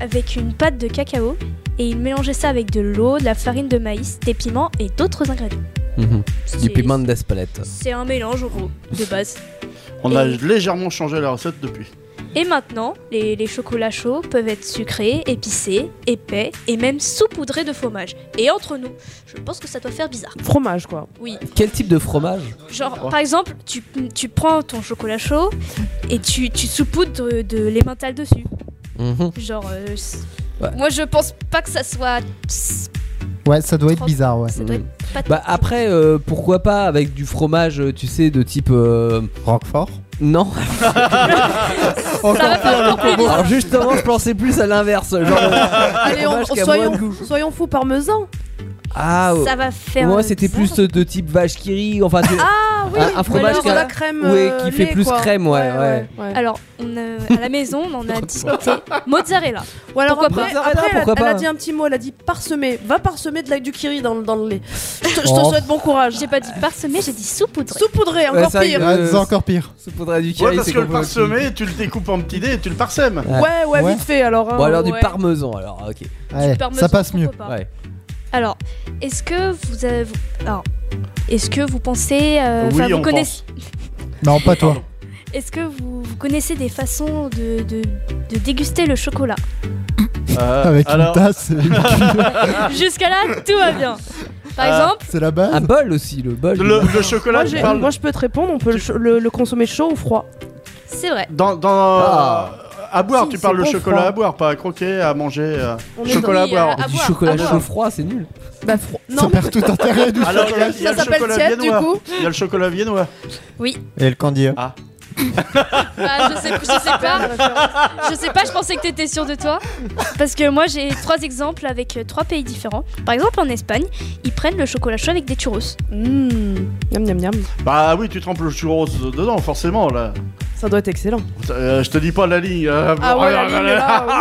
avec une pâte de cacao et ils mélangeaient ça avec de l'eau, de la farine de maïs, des piments et d'autres ingrédients. Mhm. C'est- du piment de d'Espelette. C'est un mélange en gros de base. On a Et- légèrement changé la recette depuis. Et maintenant, les, les chocolats chauds peuvent être sucrés, épicés, épais et même saupoudrés de fromage. Et entre nous, je pense que ça doit faire bizarre. Fromage quoi. Oui. Quel type de fromage Genre, par exemple, tu, tu prends ton chocolat chaud et tu, tu saupoudres de, de l'emmental dessus. Mhm. Genre, euh, c'est- Ouais. moi je pense pas que ça soit. Ça Ouais, ça doit être Trop- bizarre, ouais. doit être pas Bah après, euh, pourquoi pas avec du fromage, euh, tu sais, de type... euh, Roquefort. Non. Ça va pas encore plus Alors bizarre. justement, je pensais plus à l'inverse. Genre, euh, Allez, on, fromage qui a moins de soyons, goût. soyons fous parmesan. Ah ouais. Ça va faire. Moi, c'était bizarre. plus de type vache qui rit, enfin... tu- Ah oui, Un- un fromage alors, qui a- la crème. ouais, euh, qui fait lait, plus quoi. crème, ouais, ouais. Alors, on a- à la maison, on en a discuté. Mozzarella. Ou alors Pourquoi après, pas après, elle, Pourquoi elle a pas dit un petit mot, elle a dit parsemer. Va parsemer de la du kiri dans, le- dans le lait. Je te, je te Oh. souhaite bon courage. J'ai pas dit parsemé, j'ai dit saupoudré. Ouais, Saupoudré, encore ça, pire. il- Ah, Euh, c'est encore pire. Ce faudrait du Ouais, curry, parce c'est que le qu'on peut- parsemé, tu le découpes en petits dés et tu le parsèmes. Ouais. Ouais, ouais, Ouais. vite fait alors. hein. Bon alors du Ouais. parmesan alors, ok. Ouais, Parmesan, ça passe mieux. pourquoi pas. Ouais. Alors, est-ce que vous avez. alors, est-ce que vous pensez. euh, Oui, enfin, vous on connaissez. Non, pas toi. Est-ce que vous, vous connaissez des façons de, de, de déguster le chocolat Euh, Avec alors, une tasse, et une cuillère. Jusqu'à là, tout va bien. Par Ah. exemple, c'est la base. Un bol aussi, le bol. le, le Moi, chocolat, j'ai- tu parles moi, je peux te répondre, on peut le, cho- le- le consommer chaud ou froid. c'est vrai. dans, dans Ah. à boire, Si, tu parles c'est le bon, chocolat froid. à boire, pas à croquer, à manger. euh. On est Chocolat à Oui, euh, boire. à Du boire, à chocolat boire. chaud froid, c'est nul. dans- Bah, froid. Ça Non, perd tout intérêt du Alors il y a, il y ça a le s'appelle chocolat tiède du viennois. coup. Il y a le chocolat viennois. Et le candy. hein. Ah, je, sais, je sais pas. Je sais pas, je pensais que t'étais sûr de toi. Parce que moi, j'ai trois exemples avec euh, trois pays différents. Par exemple, en Espagne, ils prennent le chocolat chaud avec des churros. Mmh. Hmm. Miam, miam, miam. Bah oui, tu trempes le churros dedans, forcément. Là. Ça doit être excellent. Euh, je te dis pas la ligne. euh, Ah ouais, la voilà, ligne voilà. là. oui.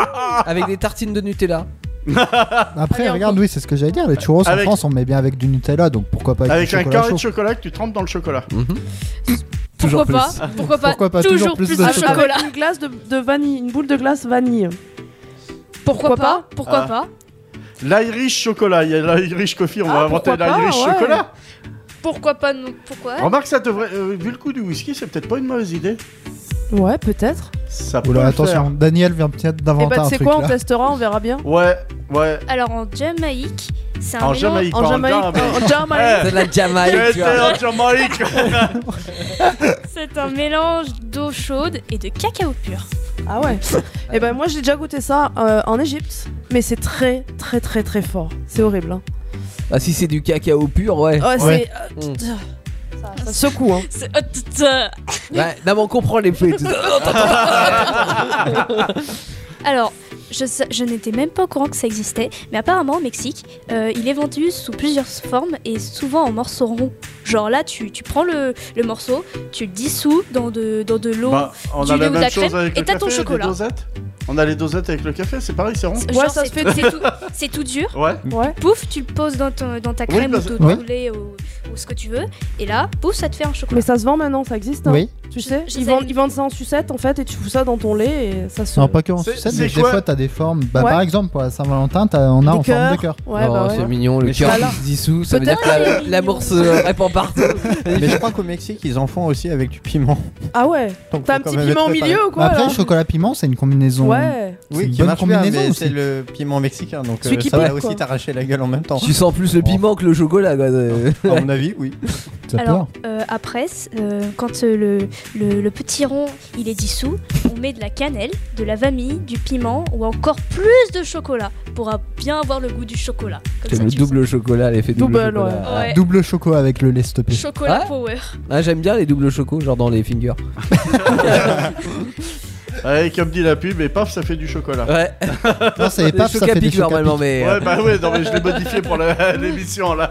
Avec des tartines de Nutella. Après, Allez, on regarde, oui, c'est ce que j'allais dire. Les churros Avec- en France, on met bien avec du Nutella, donc pourquoi pas avec, Avec du un chocolat carré chaud de chocolat que tu trempes dans le chocolat. Mhm. Toujours Pourquoi plus. pas, pourquoi pas Pourquoi pas Toujours, toujours plus, plus de de Avec chocolat. Une glace de, de vanille, une boule de glace vanille. Pourquoi, Pourquoi pas, Pourquoi pas Ah. L'Irish chocolat, il y a l'Irish coffee, on Ah, va inventer pourquoi pas, l'Irish ouais. chocolat. Pourquoi pas non Pourquoi Remarque, ça devrait. euh, vu le coût du whisky, c'est peut-être pas une mauvaise idée. Ouais, peut-être. Ça peut Oula, le attention, faire. Daniel vient peut-être Et bah, d'inventer tu un sais truc quoi, on là. testera, on verra bien. Ouais, ouais. Alors en Jamaïque, c'est un En mélange. Jamaïque, En pas Jamaïque, en Jamaïque. C'est de la Jamaïque, J'étais tu vois. en Jamaïque. C'est un mélange d'eau chaude et de cacao pur. Ah ouais. Et ben moi j'ai déjà goûté ça euh, en Égypte, mais c'est très très très très fort. C'est horrible. Hein. Ah, si c'est du cacao pur, ouais. Oh, Ouais, Ouais. c'est euh, Ah, ça, ça secoue. Hein. C'est- euh, t- euh, Ouais, Bah, non, mais on comprend les faits. tout ça. Alors, je, sais- je n'étais même pas au courant que ça existait, mais apparemment au Mexique, euh, il est vendu sous plusieurs formes et souvent en morceaux ronds. Genre là, tu, tu prends le, le morceau, tu le dissous dans de, dans de l'eau. Bah, on du a lait la ou de même la chose crème, avec et le t'as café, ton chocolat. les dosettes. On a les dosettes avec le café, c'est pareil, c'est rond. Genre, Ouais, ça c'est- se fait. c'est tout, c'est tout dur. Ouais. Ouais. Pouf, tu le poses dans, ton- dans ta Oui, crème parce- ou ton Ouais. ton lait ou, ou ce que tu veux. Et là, pouf, ça te fait un chocolat. Mais ça se vend maintenant, ça existe. hein. Oui. Tu sais, je ils sais. vendent, ils vendent ça en sucette en fait, et tu fous ça dans ton lait et ça se. Non, pas que en C'est- sucette, c'est mais des quoi fois t'as des formes. Bah, Ouais. Par exemple, pour la Saint-Valentin, t'as- on a Des en forme cœurs. de cœur. Ouais, Oh, bah c'est ouais. mignon, le Mais cœur voilà. qui se dissout, ça veut dire que Peut-être la- c'est l'amour se répand partout. Mais je crois qu'au Mexique, ils en font aussi avec du piment. Ah ouais. Donc, T'as un faut quand petit même piment au être préparé. milieu ou Mais quoi Bah, Après, là chocolat piment, c'est une combinaison. Ouais. C'est Oui, une qui bonne marche bien, combinaison mais aussi. c'est le piment mexicain, donc Celui euh, qui ça pique, va quoi. aussi t'arracher la gueule en même temps. Tu sens plus le piment que le chocolat, quoi. À mon avis, oui. Ça peut Alors euh, après, c- euh, quand euh, le, le- le petit rond il est dissous, on met de la cannelle, de la vanille, du piment ou encore plus de chocolat pour a- bien avoir le goût du chocolat. Comme C'est ça, le tu le double chocolat, l'effet double. Double, chocolat. ouais. Ouais. Double choco avec le lait stoppé. sens. Chocolat Ouais. power. Ah, Ah, j'aime bien les doubles chocos, genre dans les fingers. Ouais, comme dit la pub, et paf, ça fait du chocolat. Ouais, Non, c'est les pas chocapics ça fait des chocapics. normalement, mais. euh, Ouais, bah ouais, non, mais je l'ai modifié pour la- l'émission là.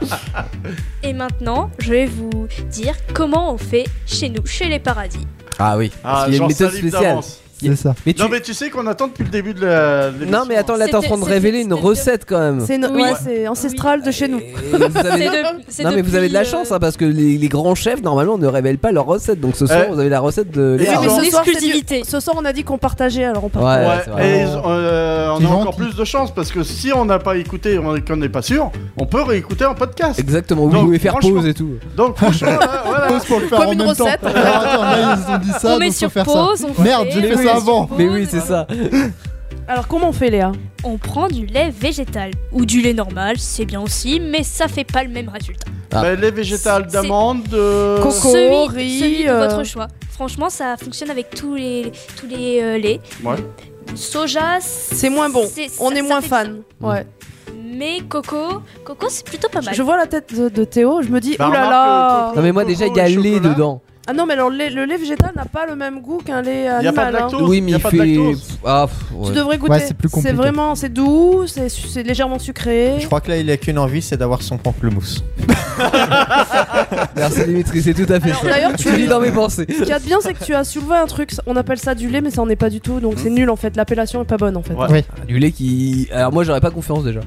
Et maintenant, je vais vous dire comment on fait chez nous, chez les paradis. Ah oui, parce Ah, qu'il y a une j'en méthode salive spéciale. d'avance. C'est ça. Mais tu- Non, mais tu sais qu'on attend depuis le début de la. l'émission. Non, mais attends, là t'es en train de C'était- révéler une c'était- recette quand même. C'est no- Oui. ouais, c'est ancestral de chez nous. Et vous avez- C'est de- c'est Non mais vous depuis, avez de la euh, chance hein, parce que les, les grands chefs normalement ne révèlent pas leurs recettes donc ce soir Eh. vous avez la recette de Oui, Et Léa. ils mais ont- ce soir, c'est du- Exclusivité. Ce soir, on a dit qu'on partageait, alors on partage. Ouais, Ouais, c'est vrai. et ils ont- euh, on C'est a encore gentil. plus de chance parce que si on n'a pas écouté on- qu'on n'est pas sûr, on peut réécouter en podcast. Exactement, vous Donc, pouvez faire franchement- pause et tout. Donc, franchement, là, voilà. Pause pour le faire Comme en une même temps. recette. Alors, attends, là, ils ont dit ça, on met donc faut sur faire pause, ça. on fait Merde, j'ai on fait met ça sur avant. pause, Mais oui c'est ça. Alors comment on fait, Léa On prend du lait végétal ou du lait normal, c'est bien aussi, mais ça fait pas le même résultat. Ah. Bah, les végétales C'est- d'amande. euh, Cons- Coco, celui, riz, celui de euh, votre choix. Franchement, ça fonctionne avec tous les tous les euh, laits. Ouais. Soja, C'est moins bon. On ça- est ça moins fait du fan. Ouais. bien. Mais coco, coco, c'est plutôt pas mal. Je vois la tête de, de Théo, je me dis, oh Bah, oulala. remarque, Non mais moi déjà il y a Coco et lait chocolat. dedans. Ah non, mais alors, le, lait- le lait végétal n'a pas le même goût qu'un lait Il n'y a animal. pas de hein. lactose. Oui mais y a il pas de fait... lactose. Ah, pff, ouais. Tu devrais goûter. Ouais, c'est plus compliqué. vraiment, c'est doux, c'est su- c'est légèrement sucré. Je crois que là, il a qu'une envie, c'est d'avoir son pamplemousse. Merci Dimitri, c'est tout à fait Alors, ça. d'ailleurs, tu- lis dans mes pensées. Ce qu'il y a de bien, c'est que tu as soulevé un truc. On appelle ça du lait, mais ça en est pas du tout. Donc Hein c'est nul en fait. L'appellation est pas bonne en fait. Ouais. Ah, Du lait qui... Alors moi j'aurais pas confiance déjà.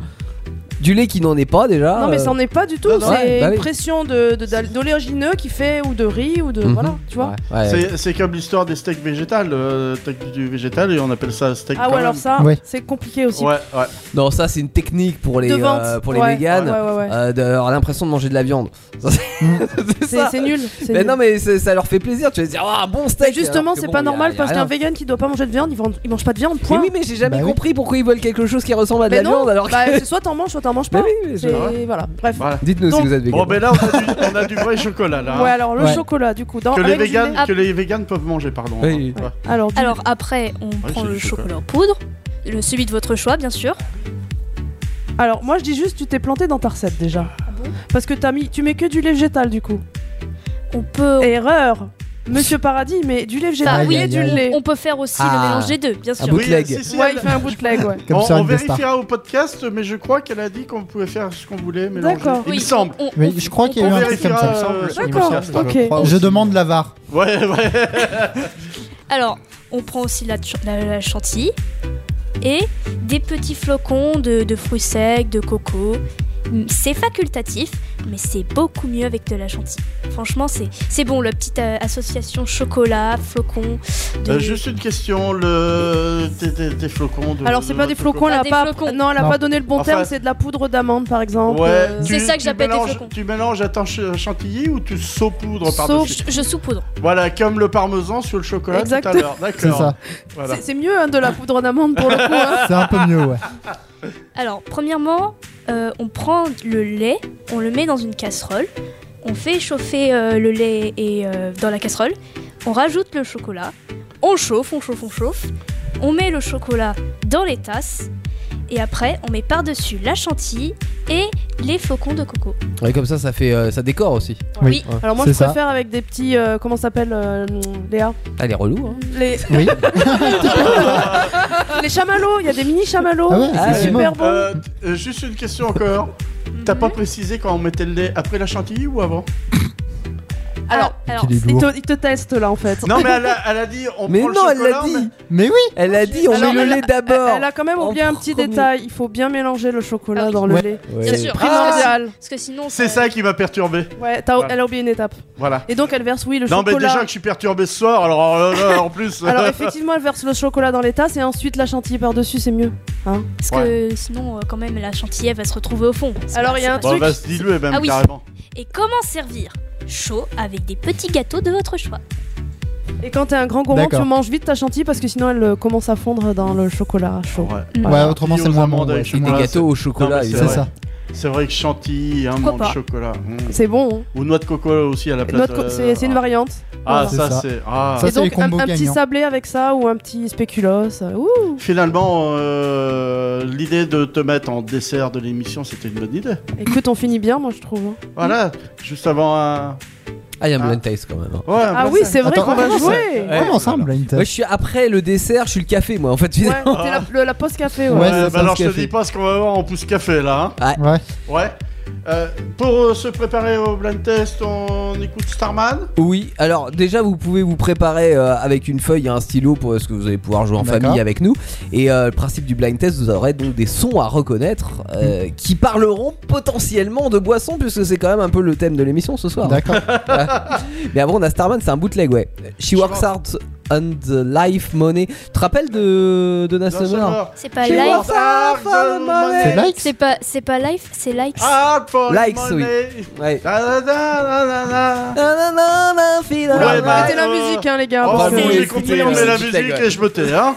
Du lait qui n'en est pas déjà. Non, mais euh, ça en est pas du tout. non, non, c'est ouais, bah une oui. pression de- de- d'al- d'oléagineux qui fait ou de riz ou de mhm. voilà, tu vois. Ouais, ouais. C'est- C'est comme l'histoire des steaks végétales. euh, steak du végétal et on appelle ça steak. Ah quand ouais, même. alors ça, Ouais. c'est compliqué aussi. Ouais, ouais. Non ça c'est une technique pour les, de euh, vente pour les Ouais, véganes. ouais, ouais, ouais. euh, d'avoir l'impression de manger de la viande. Ça, c'est- c'est C'est ça. c'est nul. c'est Mais nul. non, mais c'est- ça leur fait plaisir. Tu vas dire, ah, bon Mais steak. alors justement, que c'est bon, pas y a- normal y a parce rien. qu'un vegan qui doit pas manger de viande, il, vend- il mange pas de viande, Mais point. oui, mais j'ai jamais Bah oui. compris pourquoi ils veulent quelque chose qui ressemble à de Mais la non, viande alors que. bah, c'est soit t'en manges, soit t'en manges Mais pas. oui, mais je- C'est- Voilà, bref. Voilà. Dites-nous si Donc- vous êtes Bon, vegan. ben là, on a du, on a du vrai chocolat là. hein. Ouais, alors le Ouais. chocolat du coup. Dans, que, les avec du véganes, lait. que les véganes peuvent manger, pardon. Oui. hein. Ouais. Ah, Alors, du- Alors après, on prend c'est le du chocolat en poudre, le celui de votre choix, bien sûr. alors, moi je dis juste, tu t'es planté dans ta recette déjà. bon Parce que t'as mis, tu mets que du lait végétal du coup. On peut, Erreur Monsieur Paradis, mais du lait végétal Bah oui. et du lait. on peut faire aussi Ah. le mélange des deux, bien Ah sûr. bon Oui, Bootleg. si, si, Ouais, elle- il fait un bootleg, ouais. Comme on, ça, on une star. vérifiera au podcast, mais je crois qu'elle a dit qu'on pouvait faire ce qu'on voulait. mélanger. D'accord. Il Oui, me semble. on- on- Mais je crois qu'il y a On eu un truc comme vérifiera. ça. Il euh, me D'accord, semble, je ok. crois Je aussi. demande la VAR. Ouais, ouais. Alors, on prend aussi la, ch- la- la chantilly et des petits flocons de, de fruits secs, de coco. Mm, C'est facultatif, mais c'est beaucoup mieux avec de la chantilly. Franchement, c'est c'est Bah, bon, la petite euh, association chocolat, flocons. de- Euh, juste une question. Le... de, des- des- des flocons. de- Alors c'est de- pas des de coco- flocons, elle a Des pas, flocons. non, elle a Non. pas donné le bon Enfin- terme, c'est de la poudre d'amande par exemple. Ouais, euh, tu- C'est ça que tu j'appelle des mélanges- flocons. Tu mélanges à ton ch- chantilly ou tu saupoudres Saup- par-dessus Je, je saupoudre. Voilà, comme le parmesan sur le chocolat tout à Exactement. l'heure. D'accord. C'est ça. Voilà. c'est- C'est mieux hein, de la poudre d'amande pour le coup. hein. C'est un peu mieux, ouais. Alors, premièrement, euh, on prend le lait, on le met dans une casserole, on fait chauffer euh, le lait et, euh, dans la casserole, on rajoute le chocolat, on chauffe, on chauffe, on chauffe, on met le chocolat dans les tasses, et après, on met par-dessus la chantilly et les flocons de coco. Ouais, comme ça, ça fait euh, ça décore aussi. Oui. Alors moi C'est je ça. préfère avec des petits euh, comment ça s'appelle euh, Léa Ah, les relous. Hein. les, Oui. les chamallows, il y a des mini chamallows. Ah ouais, Ah, c'est effectivement. super bon. Euh, euh, juste une question encore. T'as pas précisé quand on mettait le lait après la chantilly ou avant Alors, alors Qu'il est ils lourd. te, ils te testent là en fait. Non, mais elle a, elle a dit on Mais prend non, le elle chocolat. l'a dit. Mais oui, Elle a dit, on Alors, met elle le a- lait d'abord. Elle a quand même En oublié un petit premier. détail, il faut bien mélanger le chocolat Ah oui. dans le Ouais. lait. Ouais. Bien sûr. Primordial. Ah, Parce que sinon, C'est ça qui m'a perturbé. Ouais, t'as- Voilà. elle a oublié une étape. Voilà. Et donc elle verse oui le Non, mais chocolat. déjà que je suis perturbé ce soir, alors oh là là, en plus. Alors effectivement, elle verse le chocolat dans les tasses et ensuite la chantilly par-dessus, c'est mieux. hein. Parce que sinon, euh, quand même, la chantilly elle va se retrouver au fond. C'est Alors, pas- il y a c'est pas- un Bon, truc- on va se eh ben. diluer même Ah oui. carrément. Et comment servir Chaud avec des petits gâteaux de votre choix. Et quand t'es un grand gourmand, tu D'accord. manges vite ta chantilly parce que sinon elle euh, commence à fondre dans le chocolat chaud. Ouais. Ouais, autrement, c'est Aux le moins bon, amandes ouais, avec c'est Et des chocolat, gâteaux au chocolat. mais c'est vrai. ça. c'est- C'est vrai que chantilly, un Pourquoi de pas chocolat. Mm. C'est bon. hein. Ou noix de coco aussi à la place. Notre co- euh, C'est c'est une variante. Ah, Voilà. C'est ça, ça. c'est. Ah. Ça, Et c'est les donc un, combos un petit gagnants. sablé avec ça ou un petit spéculoos. euh, Ouh, Finalement, euh, l'idée de te mettre en dessert de l'émission, c'était une bonne idée. écoute, on finit bien, moi je trouve. hein. Voilà, juste avant un. Ah, il y a un Ah. blind taste quand même. hein. Ouais, un Ah plat oui, simple. c'est vrai Attends, qu'on va comment ça- jouer. Ouais. Comment ça, un blind Moi, test je suis après le dessert, je suis le café, moi. En fait, Ouais, finalement. t'es la- le- la post café. Ouais, Ouais, c'est bah ça, alors ce je te café. dis pas ce qu'on va voir en pouce café là. Ouais. hein. Ouais. Euh, pour euh, se préparer au blind test, on écoute Starman. Oui, alors déjà vous pouvez vous préparer euh, avec une feuille et un stylo pour ce que vous allez pouvoir jouer en D'accord. famille avec nous. Et euh, le principe du blind test, vous aurez donc des sons à reconnaître Mm. euh, qui parleront potentiellement de boissons puisque c'est quand même un peu le thème de l'émission ce soir. D'accord. Mais avant on a Starman, c'est un bootleg ouais. She works hard on the life money. Tu te rappelles de de Dans Summer. Summer C'est pas She Life. live. works hard for the money. C'est likes C'est pas, c'est pas live, c'est likes. Hard for Likes, money. Ouais. Da, da, da, da, da, da. Na, na, na, na, feel Ouais, alright. bah, Mettez la euh, musique, hein, les gars. Oh, parce bon, que- bon, oui, j'ai compris, on met la c'est- musique et je me tais. Hein.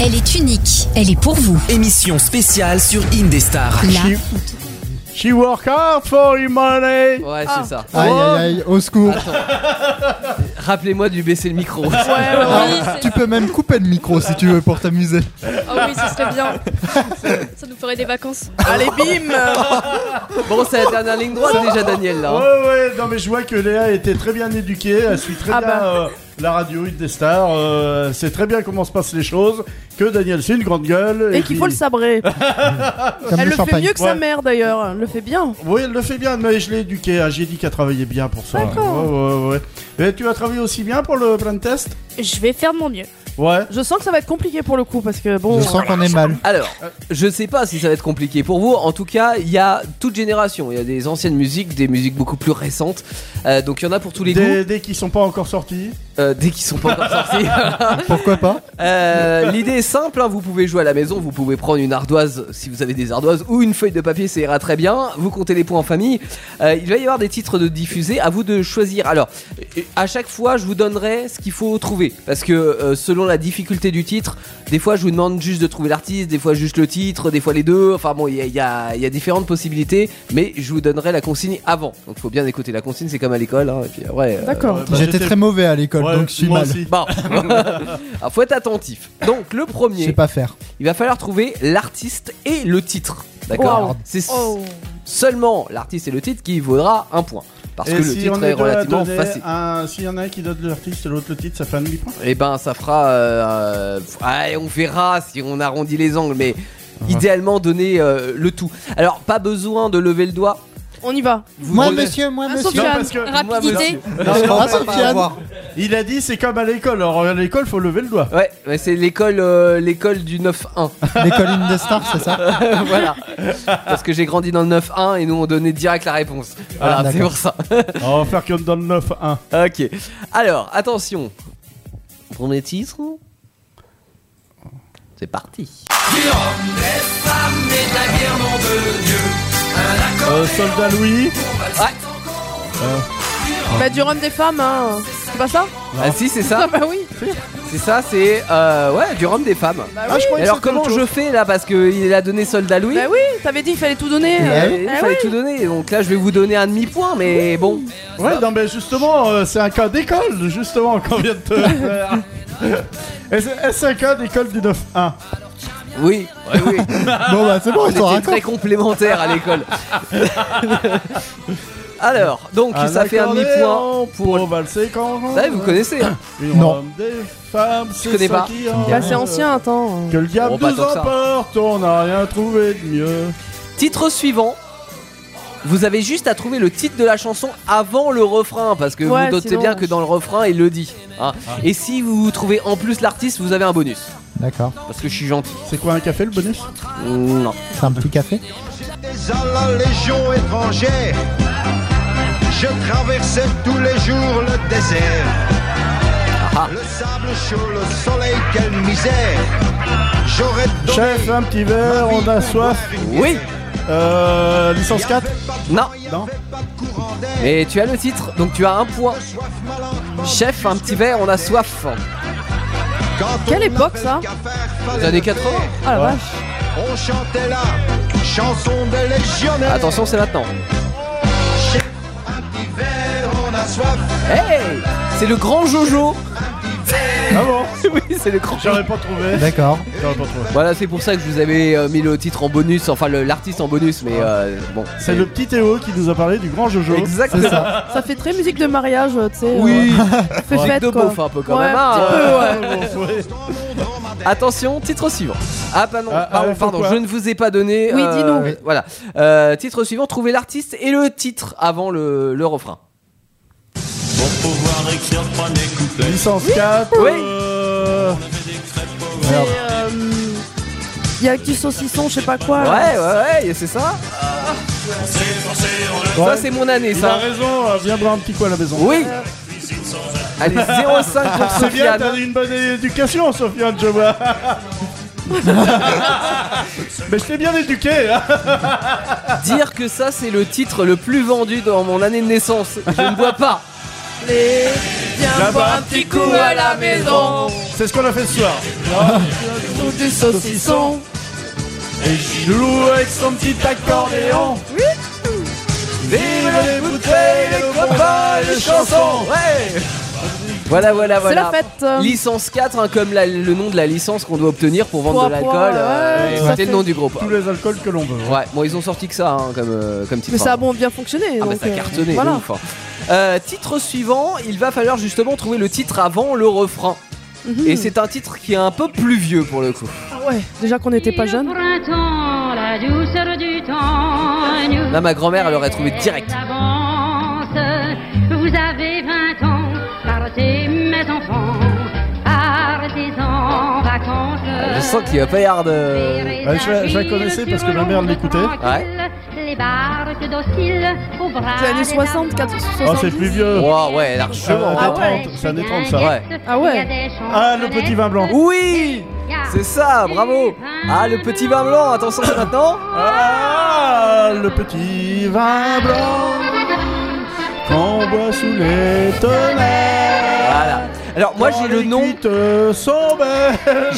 Elle est unique, elle est pour vous. Émission spéciale sur Indestar. La She, she work hard for your money. Ouais, c'est Ah. ça. Aïe aïe aïe, au secours. Rappelez-moi de lui baisser le micro. Ouais, ouais, Ah, oui, c'est- tu peux même couper le micro si tu veux pour t'amuser. Oh oui, ce serait bien. Ça nous ferait des vacances. Allez, bim Bon, c'est la dernière ligne droite déjà, Daniel. Là. Ouais, ouais, non, mais je vois que Léa était très bien éduquée, elle suit très Ah bien bah. euh, la radio, une des stars, euh, sait très bien comment se passent les choses, que Daniel, c'est une grande gueule. Et qu'il faut le sabrer. Comme Elle le le fait champagne. mieux que sa Ouais. mère d'ailleurs. Elle le fait bien. Oui, elle le fait bien, mais je l'ai éduqué. hein. J'ai dit qu'elle travaillait bien pour ça. Ouais, ouais, ouais. Et tu as travaillé aussi bien pour le plein de test Je vais faire de mon mieux. Ouais. Je sens que ça va être compliqué pour le coup parce que bon. Je sens qu'on est mal. Alors, je sais pas si ça va être compliqué pour vous. En tout cas, il y a toute génération. Il y a des anciennes musiques, des musiques beaucoup plus récentes. Euh, donc, il y en a pour tous les goûts. Des, des qui sont pas encore sortis. Euh, dès qu'ils sont pas encore sortis. Pourquoi pas Euh, L'idée est simple. hein. vous pouvez jouer à la maison. Vous pouvez prendre une ardoise si vous avez des ardoises ou une feuille de papier. Ça ira très bien. Vous comptez les points en famille. Euh, il va y avoir des titres de diffusés. À vous de choisir. Alors, euh, à chaque fois, je vous donnerai ce qu'il faut trouver parce que euh, selon la difficulté du titre, des fois, je vous demande juste de trouver l'artiste, des fois juste le titre, des fois les deux. Enfin bon, il y a, il y a- il y a différentes possibilités, mais je vous donnerai la consigne avant. Donc, faut bien écouter la consigne. C'est comme à l'école. hein. et puis après, euh, D'accord. Ouais, bah, J'étais très mauvais à l'école, Ouais, donc je suis moi mal. aussi. Bon, Alors, faut être attentif. Donc le Je premier, sais pas faire. il va falloir trouver l'artiste et le titre. D'accord Wow. C'est s- Oh. seulement l'artiste et le titre qui vaudra un point. Parce Et que si le on titre est deux à relativement donner facile. un- S'il y en a un qui donne l'artiste et l'autre le titre, ça fait un demi-point. Et ben ça fera. euh, euh, allez, on verra si on arrondit les angles, mais Ah. idéalement donner euh, le tout. Alors pas besoin de lever le doigt. On y va. Vous Moi relevez- monsieur, moi Ah, monsieur. Non, Sofiane. parce que Moi, Rapidité. monsieur. Ah, Sofiane. il a dit c'est comme à l'école. Alors à l'école, faut lever le doigt. Ouais, mais c'est l'école euh, l'école du 9-1. Les collines de stars, c'est ça voilà. Parce que j'ai grandi dans le 9-1 et nous on donnait direct la réponse. Ah, Voilà, c'est d'accord. pour ça. On va faire comme dans le 9-1. Ok. Alors, attention. Premier titre C'est parti. Euh, Soldat Louis. Euh, Bah, du rhum des femmes, hein. C'est pas ça Ah si, c'est Ah, ça. bah oui. C'est ça, c'est euh, ouais, du rhum des femmes. Bah Ah, oui. je crois que Alors c'était comment autre je chose. fais là parce que il a donné soldat Louis. Bah oui, t'avais dit qu'il fallait tout donner. Eh euh. oui, il Eh fallait oui. tout donner. Donc là, je vais vous donner un demi point, mais bon. Ouais, non, mais justement, euh, c'est un cas d'école, justement, qu'on vient de te faire. Et c'est- et c'est un cas d'école du 9-1. Oui, oui, oui. Bon, bah, c'est bon, On ils sont était raccord. très complémentaires à l'école. Alors, donc Ah, ça fait un demi-point. pour valser quand on Ouais, vous connaissez. hein. Une Non. robe des femmes, c'est connais ça pas. qui en- Eh Bah, c'est ancien, attends. Que le diable Oh, pas nous tant que ça. emporte, on n'a rien trouvé de mieux. Titre suivant. Vous avez juste à trouver le titre de la chanson avant le refrain, parce que Ouais, vous notez sinon, bien on- que dans le refrain, il le dit. hein. Ah. Et si vous trouvez en plus l'artiste, vous avez un bonus. D'accord. Parce que je suis gentil. C'est quoi un café le bonus Non. C'est un petit café à la Légion étrangère. Je traversais tous les jours le désert. Ah, Le sable chaud, le soleil, quelle misère. J'aurais donné Chef, un petit verre, ma vie on a pour soif. boire une Oui, Euh, licence 4 non. Non. Et tu as le titre, donc tu as un point. Chef, un petit verre, on a soif. Quelle époque, ça Les années 80 Ah la vache. On chantait là, chanson de légionnaire. Attention, c'est maintenant. Un petit verre, on a soif. Hey C'est le grand Jojo Ah bon Oui, c'est le grand Jojo. J'aurais pas trouvé. D'accord. J'aurais pas trouvé. Voilà, c'est pour ça que je vous avais euh, mis le titre en bonus, enfin le- l'artiste en bonus, mais euh, bon. Ah. C'est le petit Théo qui nous a parlé du grand Jojo. Exactement. C'est ça. Ça fait très musique de mariage, tu sais. Oui, euh, fait musique fête, de quoi. beauf un peu quand Ouais, même. un hein. petit peu, Euh, ouais. Bon, ouais. Attention, titre suivant. Ah bah non, Ah, ah, pardon, faut pardon, quoi je ne vous ai pas donné. Oui, euh, dis-nous. Oui. Voilà. Euh, titre suivant, trouvez l'artiste et le titre avant le, le refrain. Licence 4 Oui. euh, C'est, euh, y a du saucisson, je sais pas quoi. Ouais, là. ouais, ouais, c'est ça. Ça, ouais. c'est mon année, Il a ça. raison, euh, viens boire un petit coup à la maison. Oui. Allez, 0,5 pour C'est bien, t'as Sofiane. eu une bonne éducation, Sofiane, je vois. Mais je t'ai bien éduqué, hein. Dire que ça, c'est le titre le plus vendu dans mon année de naissance. Je ne vois pas. Eh, Les- Viens Là-bas, boire un petit coup à la maison. C'est ce qu'on a fait ce soir. Ah. Ou du saucisson. Et je joue avec son petit accordéon. Vive les bouteilles, les copains et les chansons. Ouais Voilà, voilà, C'est voilà. la fête. euh, Licence 4, hein, comme la- le nom de la licence qu'on doit obtenir pour vendre Pour de l'alcool. avoir, ouais, et tout à c'était fait. le nom du groupe. Tous les alcools que l'on veut. Ouais, bon, ils ont sorti que ça hein, comme, euh, comme titre. Mais ça a bon bien fonctionné. Ah, bah, donc, ça euh, cartonnait, de Voilà. ouf, hein. Euh, titre suivant, il va falloir justement trouver le titre avant le refrain. Mhm. Et c'est un titre qui est un peu plus vieux pour le coup. Ah ouais, déjà qu'on n'était pas jeunes. printemps, la douceur du temps. Là, ma grand-mère, elle aurait trouvé direct. Vous avez 20 ans, partez mes enfants, partez en Ah, Je vacances. sens qu'il va pas y avoir de. Ouais, je, la- je la connaissais parce que ma mère l'écoutait. Ouais. Les barques dociles au bras. C'est années 60, 40, Oh, 70. c'est plus vieux. Ouah, ouais, largement. Euh, Ah des ouais. 30, C'est années 30, ça. Ouais. Ah ouais. Ah, le petit vin blanc. Oui C'est ça, bravo Ah, le petit vin blanc, attention c'est maintenant Ah, le petit vin blanc qu'on boit sous les tonnerres. Voilà. Alors moi j'ai le nom nom. Sombre.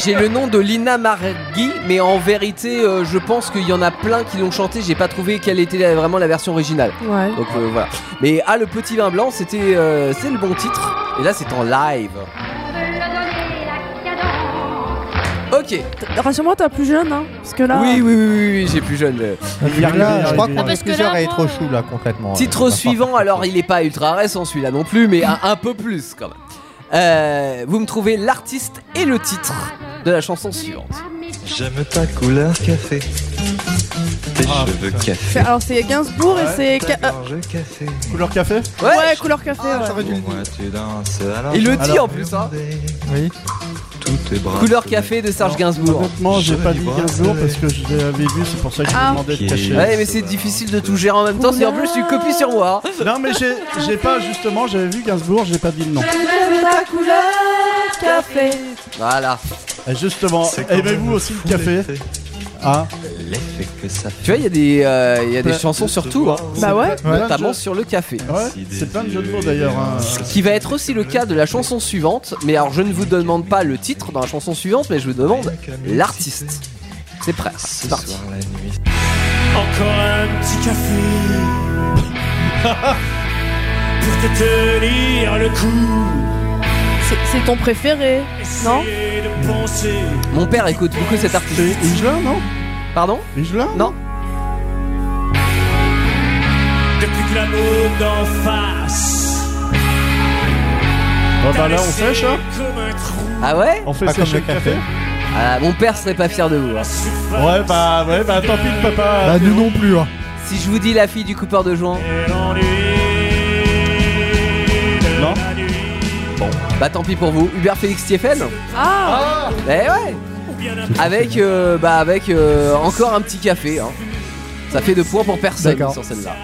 j'ai le nom de Lina Margui mais en vérité euh, je pense qu'il y en a plein qui l'ont chanté j'ai pas trouvé quelle était la- vraiment la version originale Ouais. donc euh, voilà mais ah le petit vin blanc c'était euh, c'est le bon titre et là c'est en live ok Rassure-moi, t'as plus jeune, hein. Parce que là. oui oui oui oui, oui, j'ai plus jeune euh. Il y arrive, il y Ah, Là, je arrive, crois il y qu'on arrive. est Parce que là, plusieurs à être moi, au chou là complètement. Titre suivant, alors il est pas ultra récent celui-là non plus, mais un, un peu plus quand même. Euh, vous me trouvez l'artiste et le titre de la chanson suivante. J'aime ta couleur café, tes Ah, cheveux C'est- café, Alors c'est Gainsbourg et c'est. ca- euh, café. Couleur café Ah, Ouais, Ouais, couleur café. ouais. il le dit en plus, hein. Oui. Couleur café de Serge Gainsbourg. Honnêtement, j'ai pas dit 15 jours parce que je l'avais vu, c'est pour ça que je Ah. me demandais de cacher. Ouais, mais c'est difficile de tout gérer en même temps, c'est en plus tu copies sur moi. hein. Non, mais j'ai j'ai pas justement, j'avais vu Gainsbourg, j'ai pas dit le nom. J'aime ta couleur café. Voilà. Et justement, eh ben, aimez-vous aussi le café Hein L'effet que ça fait. Ah. Tu vois, il y a des, euh, il y a des Plein chansons de sur tout, hein. Bah ouais. Plein de notamment jeux. sur le café. Ouais, c'est plein de jeux de mots d'ailleurs. hein. Ce qui va être aussi le cas de la chanson suivante, mais alors je ne vous demande pas le titre dans la chanson suivante, mais je vous demande l'artiste. C'est prêt, c'est parti. Encore un petit café pour te tenir le coup. C'est- C'est ton préféré, non Penser Mon père écoute beaucoup cet artiste. Igelin, non Pardon Igelin Non depuis que la mode d'en face. Ah bah là, on fait sèche, hein. Ah ouais On fait Pas sécher comme le le café café Ah, Mon père serait pas fier de vous. hein. Ouais, bah, ouais, bah, tant pis, papa. Bah, nous non plus, hein. Si je vous dis la fille du coupeur de joint. Non Bon, bah tant pis pour vous. Hubert Félix Stéphane Ah Eh ouais Avec, euh, bah, avec euh, encore un petit café. hein. Ça fait deux points pour personne D'accord. sur celle-là.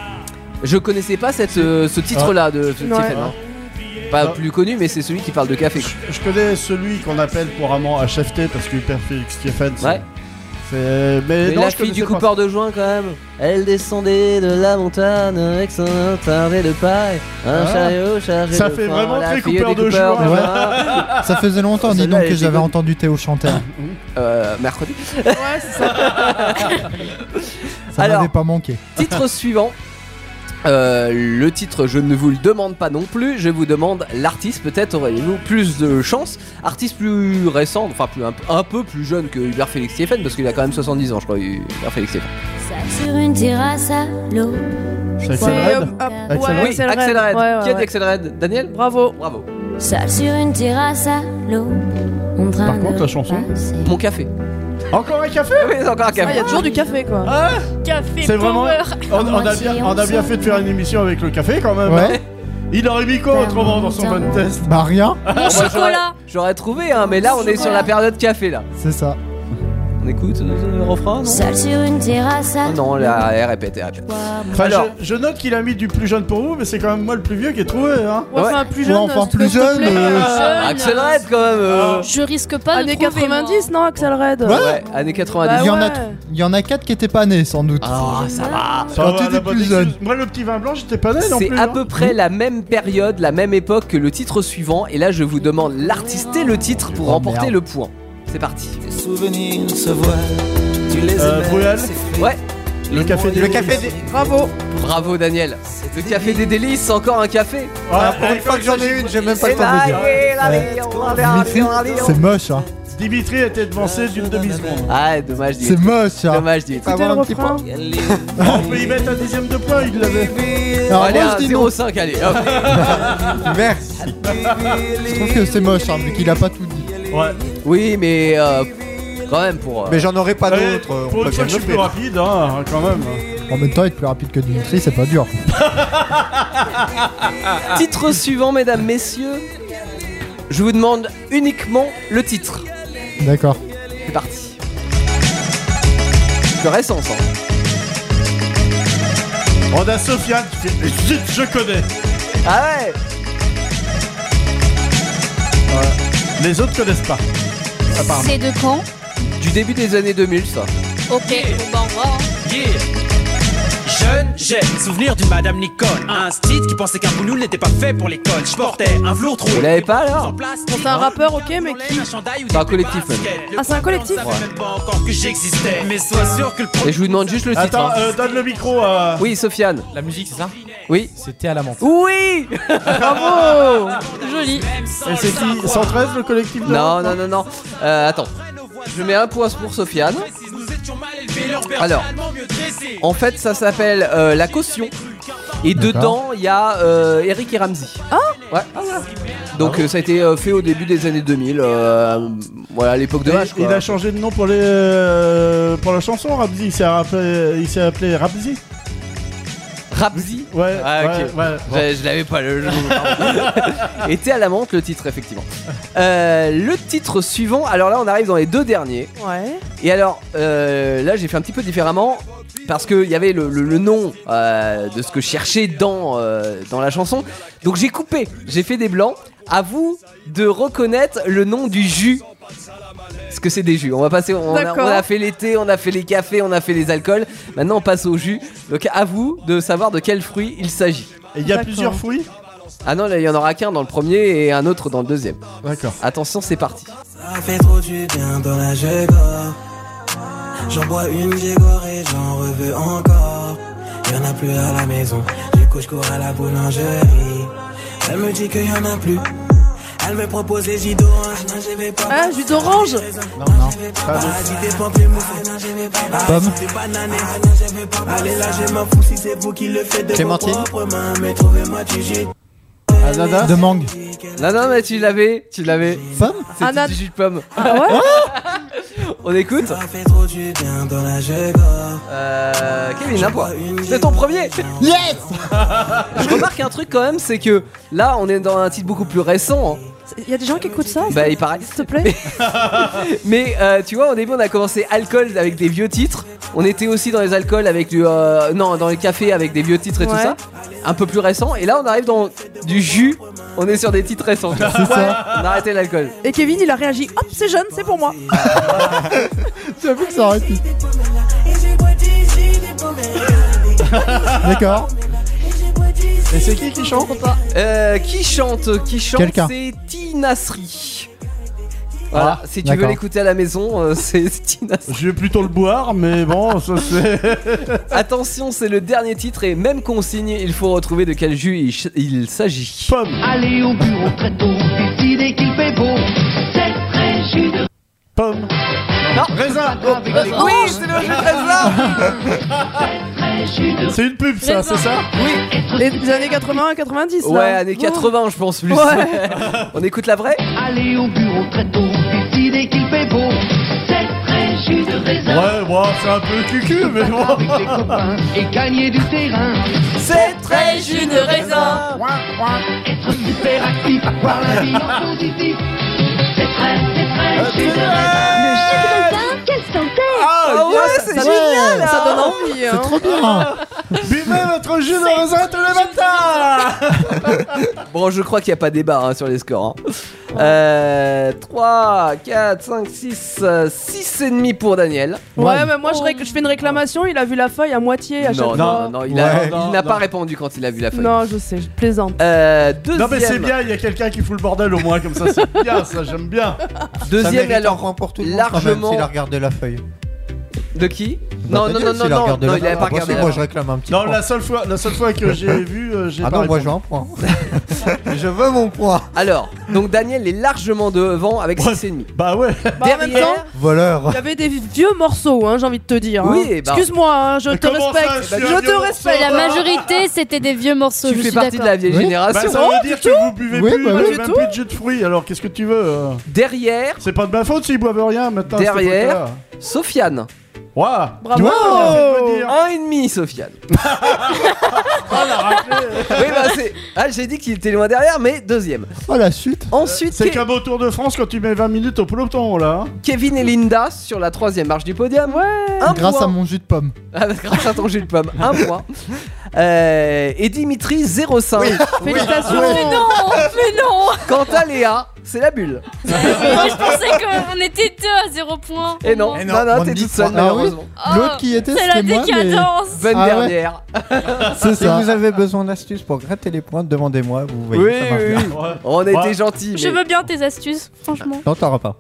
Je connaissais pas cette, euh, ce titre-là de Félix Ouais. Stéphane, hein. Pas plus connu, mais c'est celui qui parle de café. quoi. Je connais celui qu'on appelle couramment HFT parce que Hyper Félix Stephen. Ouais. Mais, Mais Euh, non, la je fille du connaissais pas. coupeur de joint quand même. Elle descendait de la montagne avec son tarnet de paille, un Ah. chariot chargé Ça de fait pain, vraiment la très fille du coupeur de coupeur joint. joint. Ça faisait longtemps, dis Celle-là, donc, elle que était j'avais bonne. entendu Théo chanter. Euh, mercredi. Ouais, c'est ça. Ça Alors, m'avait pas manqué. Titre suivant. Euh, le titre, je ne vous le demande pas non plus. Je vous demande l'artiste. Peut-être auriez-vous plus de chance. Artiste plus récent, enfin plus un, un peu plus jeune que Hubert Félix Stéphane, parce qu'il a quand même 70 ans, je crois. Hubert Félix Stéphane. Sur une terrasse à l'eau. Axel Red Axel oui, Red. Axel Red. Ouais, ouais, Qui a dit ouais. Axel Red Daniel Bravo. Bravo. Sale sur une terrasse à l'eau. Oh On draine Par contre, la chanson Mon café. Encore un café Oui, encore un Ah, café. il y a toujours du café quoi. Ah. Café C'est vraiment. power. On, on a bien, on a bien fait de faire une émission avec le café quand même. hein. Ouais. Il aurait mis quoi autrement dans son bon test Bah, rien, Bon, bah, j'aurais- J'aurais trouvé, hein, mais là on est sur la période café là. c'est ça. On écoute euh, le refrain non Sale sur une terrasse à Ah Non, la elle répète, elle répète. Enfin, je, je note qu'il a mis du plus jeune pour vous, mais c'est quand même moi le plus vieux qui ai trouvé. Hein. Ouais, enfin, plus jeune, enfin, plus jeune, euh, Axel Red quand même. Ah, euh. Je risque pas Années de trouver. 90, non, Axel Red Ouais, années 90. Bah il, y en a, ouais. il y en a 4 qui étaient pas nés, sans doute. Ah, ça va. Quand tu étais plus jeune. Moi, le petit vin blanc, j'étais pas né non plus. C'est à hein. peu près la même période, la même époque que le titre suivant. Et là, je vous demande l'artiste et le titre pour Oh, remporter merde. le point. C'est parti. Souvenirs se voilent, tu les Euh, aimes, Bruel c'est fait. Ouais, Le café des. Le café des. Bravo. bravo Daniel. Le café des délices, encore un café. Ah, Pour une fois que j'en ai une, j'ai même pas le temps de le dire. Dimitri, c'est moche, hein. Dimitri était devancé d'une demi-seconde. Ah, dommage C'est Dimitri. moche, hein. Dommage Dimitri. C'était le avoir un petit refrain. On peut y mettre un dixième de point, il l'avait. Alors, Allez, moi, un je dis non. 0,5, allez, hop. Merci. euh, Je trouve que c'est moche, hein, vu qu'il a pas tout dit. Ouais. Oui, mais euh, quand même pour. euh, Mais j'en aurais pas Ouais, d'autres. euh, on Eh, Pour peut une bien fois, que je suis le plus faire. rapide, hein, quand même. En même temps, être plus rapide que Dimitri, c'est pas dur. Titre suivant, mesdames, messieurs. Je vous demande uniquement le titre. D'accord. C'est parti. Le récent, ça. On a Sofiane qui fait Zut, je connais. Ah ouais Les autres connaissent pas. Ah, pardon. C'est de quand Du début des années 2000, ça. Ok, bon bah au revoir. hein. Yeah. Jeune, j'ai le souvenir d'une Madame Nicole, un style qui pensait qu'un boulot n'était pas fait pour l'école. Je portais un velours troué. Vous l'avez pas alors plastique, C'est un rappeur, ok, mais qui C'est un collectif même. Ah, c'est un collectif encore que j'existais, mais sois sûr que le Et je vous demande juste le titre. Attends, hein. euh, donne le micro à. Oui, Sofiane. La musique, c'est ça Oui. C'était à la menthe. Oui Bravo Joli. Et c'est qui 113 le collectif de Non, non, non, non. Euh, attends. Je mets un point pour Sofiane. Alors, en fait, ça s'appelle euh, La Caution. Et dedans, il y a euh, Eric et Ramsey. Ah Ouais. Donc, euh, ça a été euh, fait au début des années 2000. euh, voilà, à l'époque de Et- H. il a changé de nom pour les euh, pour la chanson Rabzi, il s'est appelé il s'est appelé Rabzi. Ramsey Ouais, Ah, ok. ouais, ouais, bon. Je, je l'avais pas le jeu. Était à la menthe le titre, effectivement. Euh, le titre suivant, alors là on arrive dans les deux derniers. Ouais. Et alors euh, là j'ai fait un petit peu différemment parce qu'il y avait le, le- le nom euh, de ce que je cherchais dans, euh, dans la chanson. Donc j'ai coupé, j'ai fait des blancs. À vous de reconnaître le nom du jus. ce que c'est des jus. On va passer. On a, D'accord. on a fait l'été, on a fait les cafés, on a fait les alcools. Maintenant, on passe aux jus. Donc, à vous de savoir de quel fruit il s'agit. Il y a D'accord. plusieurs fruits Ah non, là, il y en aura qu'un dans le premier et un autre dans le deuxième. D'accord. Attention, c'est parti. Ça fait trop du bien dans la Jégor. J'en bois une Jégor et j'en reveux encore. Y'en a plus à la maison, du coup je cours à la boulangerie. Elle me dit qu'il y en a plus. Elle me propose les jus d'orange, non je vais pas. Ah, jus d'orange Non, non. Ah, Parasite des pamplemousses, non je vais pas. Parasite des bananes, Ah, non je vais pas. Allez là, je m'en fous si c'est vous qui le faites de Clémentine. vos propres mains. Mais trouvez-moi du jus. De mangue. Ah, Non, non, mais tu l'avais, tu l'avais. Pomme C'était du jus de pomme. On écoute Euh. Kevin, à toi. C'est ton premier Yes Je remarque un truc quand même, c'est que là, on est dans un titre beaucoup plus récent. hein. Il y a des gens qui écoutent ça Bah, il paraît. S'il te plaît Mais euh, tu vois, au début, on a commencé alcool avec des vieux titres. On était aussi dans les alcools avec du. euh, non, dans les cafés avec des vieux titres et tout Ouais. ça. Un peu plus récent. Et là, on arrive dans du jus. On est sur des titres récents. C'est ça. On a arrêté l'alcool. Et Kevin, il a réagi. Hop, c'est jeune, c'est pour moi. J'avoue que ça aurait pu. D'accord. Et c'est qui qui chante Euh, qui chante Qui chante Quelqu'un. C'est Tinasri. Voilà, Ah, si tu veux d'accord. l'écouter à la maison, euh, c'est c'est Tinasri. Je vais plutôt le boire, mais bon, ça c'est. Attention, c'est le dernier titre et même consigne, il faut retrouver de quel jus il, ch- il s'agit. Allez au bureau très tôt, décider qu'il fait beau. C'est très jus de Pomme. Non, raisin. Oh. Oui, c'est le jeu raisin. C'est une pub, ça, c'est ça Oui. Les, les années 80 à 90. là. Ouais, années 80, je pense plus. Ouais. On écoute la vraie Allez au bureau très tôt, décider qu'il fait beau. C'est très jus de raisin. Ouais, bon, c'est un peu cucu, mais bon. Avec les copains et gagner du terrain. C'est très jus de raisin. Être super actif, voir la vie en positif. C'est très, Euh, c'est très jus de raisin. Quel Ah ouais, c'est génial, Ça hein. donne envie. hein. C'est trop bien. Buvez votre jus de raisin tous les matins Bon, je crois qu'il n'y a pas débat hein, sur les scores. hein. Euh, 3, 4, 5, 6, 6 et demi pour Daniel. Ouais, mais moi je, ré- je fais une réclamation, il a vu la feuille à moitié à chaque Non, fois. non, non, il a- Ouais. il Non, n'a non. pas répondu quand il a vu la feuille. Non, je sais, je plaisante. Euh, deuxième. Non, mais c'est bien, il y a quelqu'un qui fout le bordel au moins, comme ça, c'est bien, ça, j'aime bien. Ça Deuxième, mérite et un alors, point pour tout le monde, quand même, largement. S'il a regardé la feuille. De qui Bah, Non, t'as non, dit, non, s'il non, a non, regardé non, la il n'avait feuille. pas Ah, regardé. si, la Moi, je feuille. réclame un petit Non, point. la seule fois, la seule fois que j'ai vu, euh, j'ai Ah pas non, moi, répondu. j'ai un point. je veux mon point. Alors, donc Daniel est largement devant avec 6 et demi. Bah ouais Bah, en même temps, Voleur. il y avait des vieux morceaux, hein, j'ai envie de te dire. hein. Oui, et bah- Excuse-moi, hein, je Mais te comment ça, respecte. je suis un je vieux te morceau, respecte. La majorité, c'était des vieux morceaux. Tu je fais suis partie de la d'accord. vieille Oui. Bah, génération. Oh, ça veut Oh, dire que vous buvez Oui, plus, bah vous oui. buvez Du même tout. plus de jus de fruits, alors qu'est-ce que tu veux euh Derrière, C'est pas de ma faute s'ils boivent rien maintenant. Derrière. hein. Sofiane. Waouh Bravo. Un et demi, Sofiane. Ah, Oui, bah c'est. Ah, j'ai dit qu'il était loin derrière, mais deuxième. Oh, la chute. Ensuite, C'est Ke- comme au Tour de France quand tu mets 20 minutes au peloton là. Kevin et Linda sur la troisième marche du podium. Ouais. Un Grâce à point. mon jus de pomme. Ah, grâce à ton jus de pomme, un point. Euh, et Dimitri, 0,5. Félicitations. Non, mais non Quant à Léa, c'est la bulle. Moi, Je pensais qu'on était deux à zéro point. Et non, Eh non, non, on t'es dit toute seule trois. Ah oui. malheureusement. Oh, L'autre qui y était, C'est la c'était moi. mais décadence Bonne Ah ouais. dernière. C'est Si ça. vous avez besoin d'astuces pour gratter les points, demandez-moi. Vous voyez, ça marche bien. On a Ouais. été gentils. Je mais- veux bien tes astuces, franchement. Non, t'auras pas.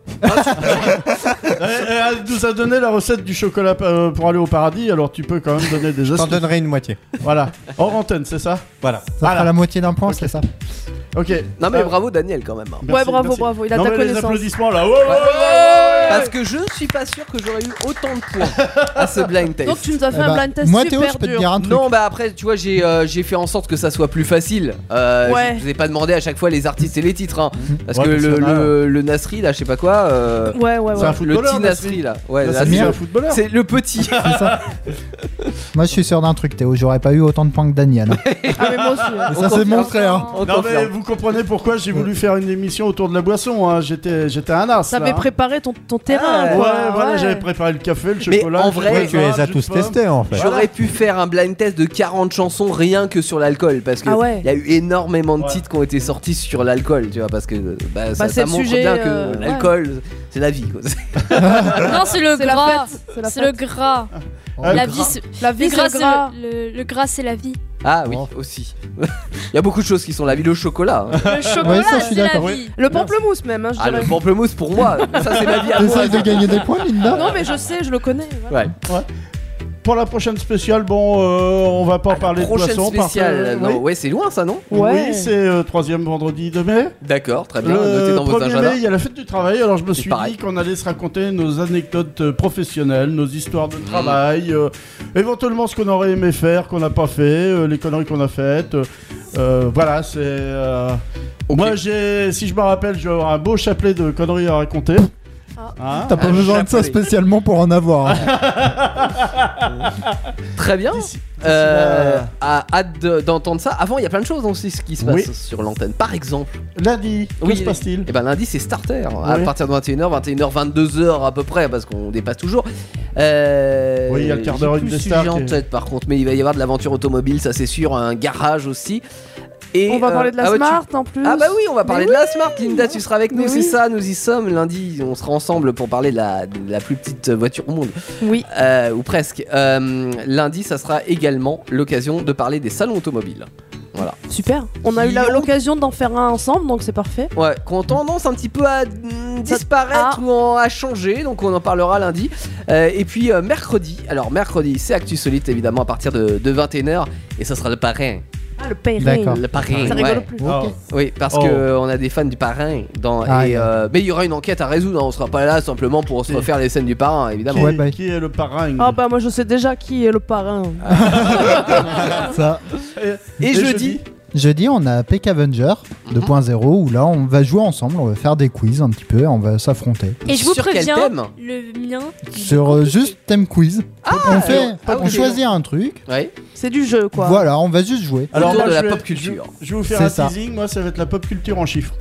Eh, eh, Elle nous a donné la recette du chocolat euh, pour aller au paradis, alors tu peux quand même donner des Je t'en astuces. donnerai une moitié. Voilà. Hors antenne, c'est ça Voilà. Ça fera Voilà. la moitié d'un point, c'est ça. Ok. Non mais Euh, bravo Daniel quand même. hein. merci, Ouais, bravo, merci. bravo, il a non, ta mais Les connaissance. applaudissements là. Ouais, ouais, Ouais. ouais. Parce que je suis pas sûr que j'aurais eu autant de points à Ah, ce blind test. Donc tu nous as fait Eh un bah, blind test moi, super Théo, je peux te dur. dire un truc. Non, bah après, tu vois, j'ai euh, j'ai fait en sorte que ça soit plus facile. Euh, Ouais. Je vous ai pas demandé à chaque fois les artistes et les titres. hein, Mhm. parce Ouais, que parce le, qu'il y en a, hein. le, le Nasri, là, je sais pas quoi. euh, Ouais, ouais ouais. C'est un le footballeur. petit Nasri, là. Ouais, Nasri, là, c'est c'est- un footballeur. c'est le petit. C'est ça. Moi, je suis sûr d'un truc, Théo. J'aurais pas eu autant de points que Daniel. hein. Ah, Et ça, c'est mon frère. Non, mais vous comprenez pourquoi j'ai voulu faire une émission autour de la boisson. hein. J'étais j'étais un as. T'avais là, hein. préparé ton, ton Ah, terrain. Ouais, quoi. voilà, j'avais préparé le café, le Mais chocolat. en le vrai, chocolat, le jus de pomme. J'aurais pu faire un blind test de 40 chansons rien que sur l'alcool parce que il Ah ouais. y a eu énormément de titres qui ont été sortis sur l'alcool, tu vois, parce que bah, ça, Bah, c'est ça le montre sujet, bien que euh, ouais. l'alcool, c'est la vie. Quoi. Non, c'est le la gras. fête, c'est la C'est le fête. gras. Oh, Ah, La le vie, gras. c'est- La vie, le c'est gras, le c'est gras. le- le- le gras, c'est la vie. ah oui, aussi. Il y a beaucoup de choses qui sont la vie. Le chocolat. hein. Le chocolat, c'est la vie. Le pamplemousse, même. hein, je Ah, le dirais. pamplemousse pour moi, ça c'est ma vie à moi. T'essayes de gagner des points, Linda Non, mais je sais, je le connais. Ouais. Pour la prochaine spéciale, bon, euh, on va pas parler de Ah, Prochaine boisson. parce que- spéciale. oui. Non, ouais, c'est loin ça, non Oui, c'est euh, troisième vendredi de mai. D'accord, très bien. Notez Le dans vos 1er Euh, mai, agendas. il y a la fête du travail, alors je me C'est suis pareil. dit qu'on allait se raconter nos anecdotes euh, professionnelles, nos histoires de travail, euh, éventuellement ce qu'on aurait aimé faire, qu'on n'a pas fait, euh, les conneries qu'on a faites. euh, euh, voilà, c'est. euh, Moi, j'ai, si je me rappelle, je vais avoir un beau chapelet de conneries à raconter. Ah. Hein T'as pas besoin de ça spécialement pour en avoir. hein. Très bien. Euh, à- Hâte de- d'entendre ça. Avant, il y a plein de choses aussi ce qui se passe Oui. sur l'antenne. Par exemple, lundi, que se passe-t-il Eh ben lundi, c'est starter. À Oui. partir de 21h, 21h, 22h à peu près, parce qu'on dépasse toujours. Euh, Oui, il y a le quart d'heure j'ai plus Indestar sujet qui en est- tête par contre, mais il va y avoir de l'aventure automobile, ça c'est sûr, un garage aussi. Et, On va euh, parler de la ah ouais, tu- Smart en plus. Ah bah oui, on va parler Mais de la oui. Smart. Linda, tu seras avec nous, Mais c'est oui. ça, nous y sommes. Lundi, on sera ensemble pour parler de la, de la plus petite voiture au monde. Oui. Euh, ou presque. Euh, lundi, ça sera également l'occasion de parler des salons automobiles. Voilà. Super. On a eu la- l'occasion d'en faire un ensemble, donc c'est parfait. Ah. Ouais, qui ont tendance un petit peu à mm, disparaître ou en- à changer, donc on en parlera lundi. Euh, et puis euh, mercredi, alors mercredi, c'est Actu Solite évidemment à partir de, 21h, et ça sera le parrain. Ah, le pairing. Le parrain. Ça ouais. rigole plus. Oh. Oui, parce Oh. que euh, on a des fans du parrain. Dans, Ah, et, ouais. euh, mais il y aura une enquête à résoudre. hein, On sera pas là simplement pour se refaire les scènes du parrain, évidemment. Qui, bah. qui est le parrain Ah bah moi je sais déjà qui est le parrain. Ça. Et, jeudi, Mhm. Jeudi, on a Peck Avenger 2.0 où là, on va jouer ensemble, on va faire des quiz un petit peu, on va s'affronter. Et je vous Sur quel préviens, thème Ah, le mien, Sur euh, juste thème quiz. on fait, alors, pas on de choisit un truc. Ouais. C'est du jeu quoi. Voilà, on va juste jouer. moi, je vais- Je, je vais vous faire C'est un ça. teasing. Moi, ça va être la pop culture en chiffres.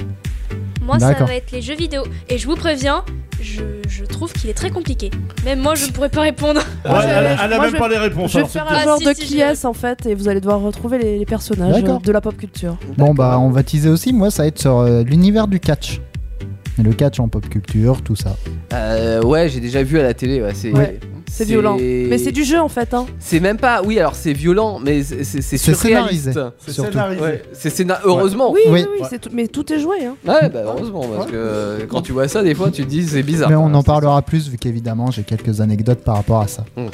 moi ça D'accord. va être les jeux vidéo. Et je vous préviens, je, je trouve qu'il est très compliqué. Même moi je ne pourrais pas répondre. Ouais, elle, elle a Euh, moi, même je- pas les réponses. hein. Je vais faire alors, c'est un tout. genre Ah, si, de si, qui est-ce en fait et vous allez devoir retrouver les, les personnages D'accord. euh, de la pop culture. Bon, bah, on va teaser aussi. Moi, ça va être sur euh, l'univers du catch. Et le catch en pop culture, tout ça. Euh, ouais, j'ai déjà vu à la télé. Ouais, c'est Ouais, C'est violent. Mais c'est du jeu en fait. Hein. C'est même pas. Oui, alors c'est violent, mais c'est c'est- c'est C'est surréaliste. scénarisé, C'est surtout. scénarisé. Ouais, C'est scénar. Heureusement. Oui, oui, oui, c'est tout- mais tout est joué. Hein. Ouais, bah heureusement, parce que euh, quand tu vois ça, des fois, tu te dis c'est bizarre. Mais on en parlera plus vu qu'évidemment, j'ai quelques anecdotes par rapport à ça. Mhm.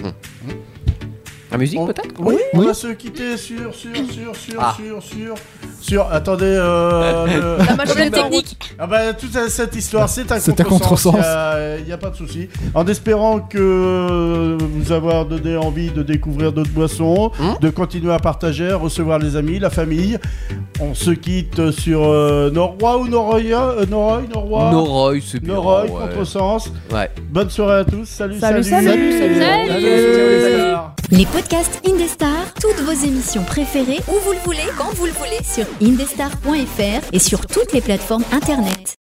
La musique peut-être Oui, on Oui. va se quitter sur, sur, sur, sur, Ah. sur, sur, sur. Attendez, euh, le- La machine Comment dire technique. Ah bah, toute cette histoire, c'est un C'est un contresens. contresens. Il n'y a, pas de souci. En espérant que vous avoir donné envie de découvrir d'autres boissons, Hmm de continuer à partager, recevoir les amis, la famille. On se quitte sur euh, Norroy ou Noroya euh, Noroy, Noroy Noroy, c'est bien, Noroy, ouais. contresens. Ouais. Bonne soirée à tous. Salut, Salut, salut. salut. Salut. Salut. Salut. Les podcasts Indestar, toutes vos émissions préférées, où vous le voulez, quand vous le voulez, sur indestar.fr et sur toutes les plateformes internet.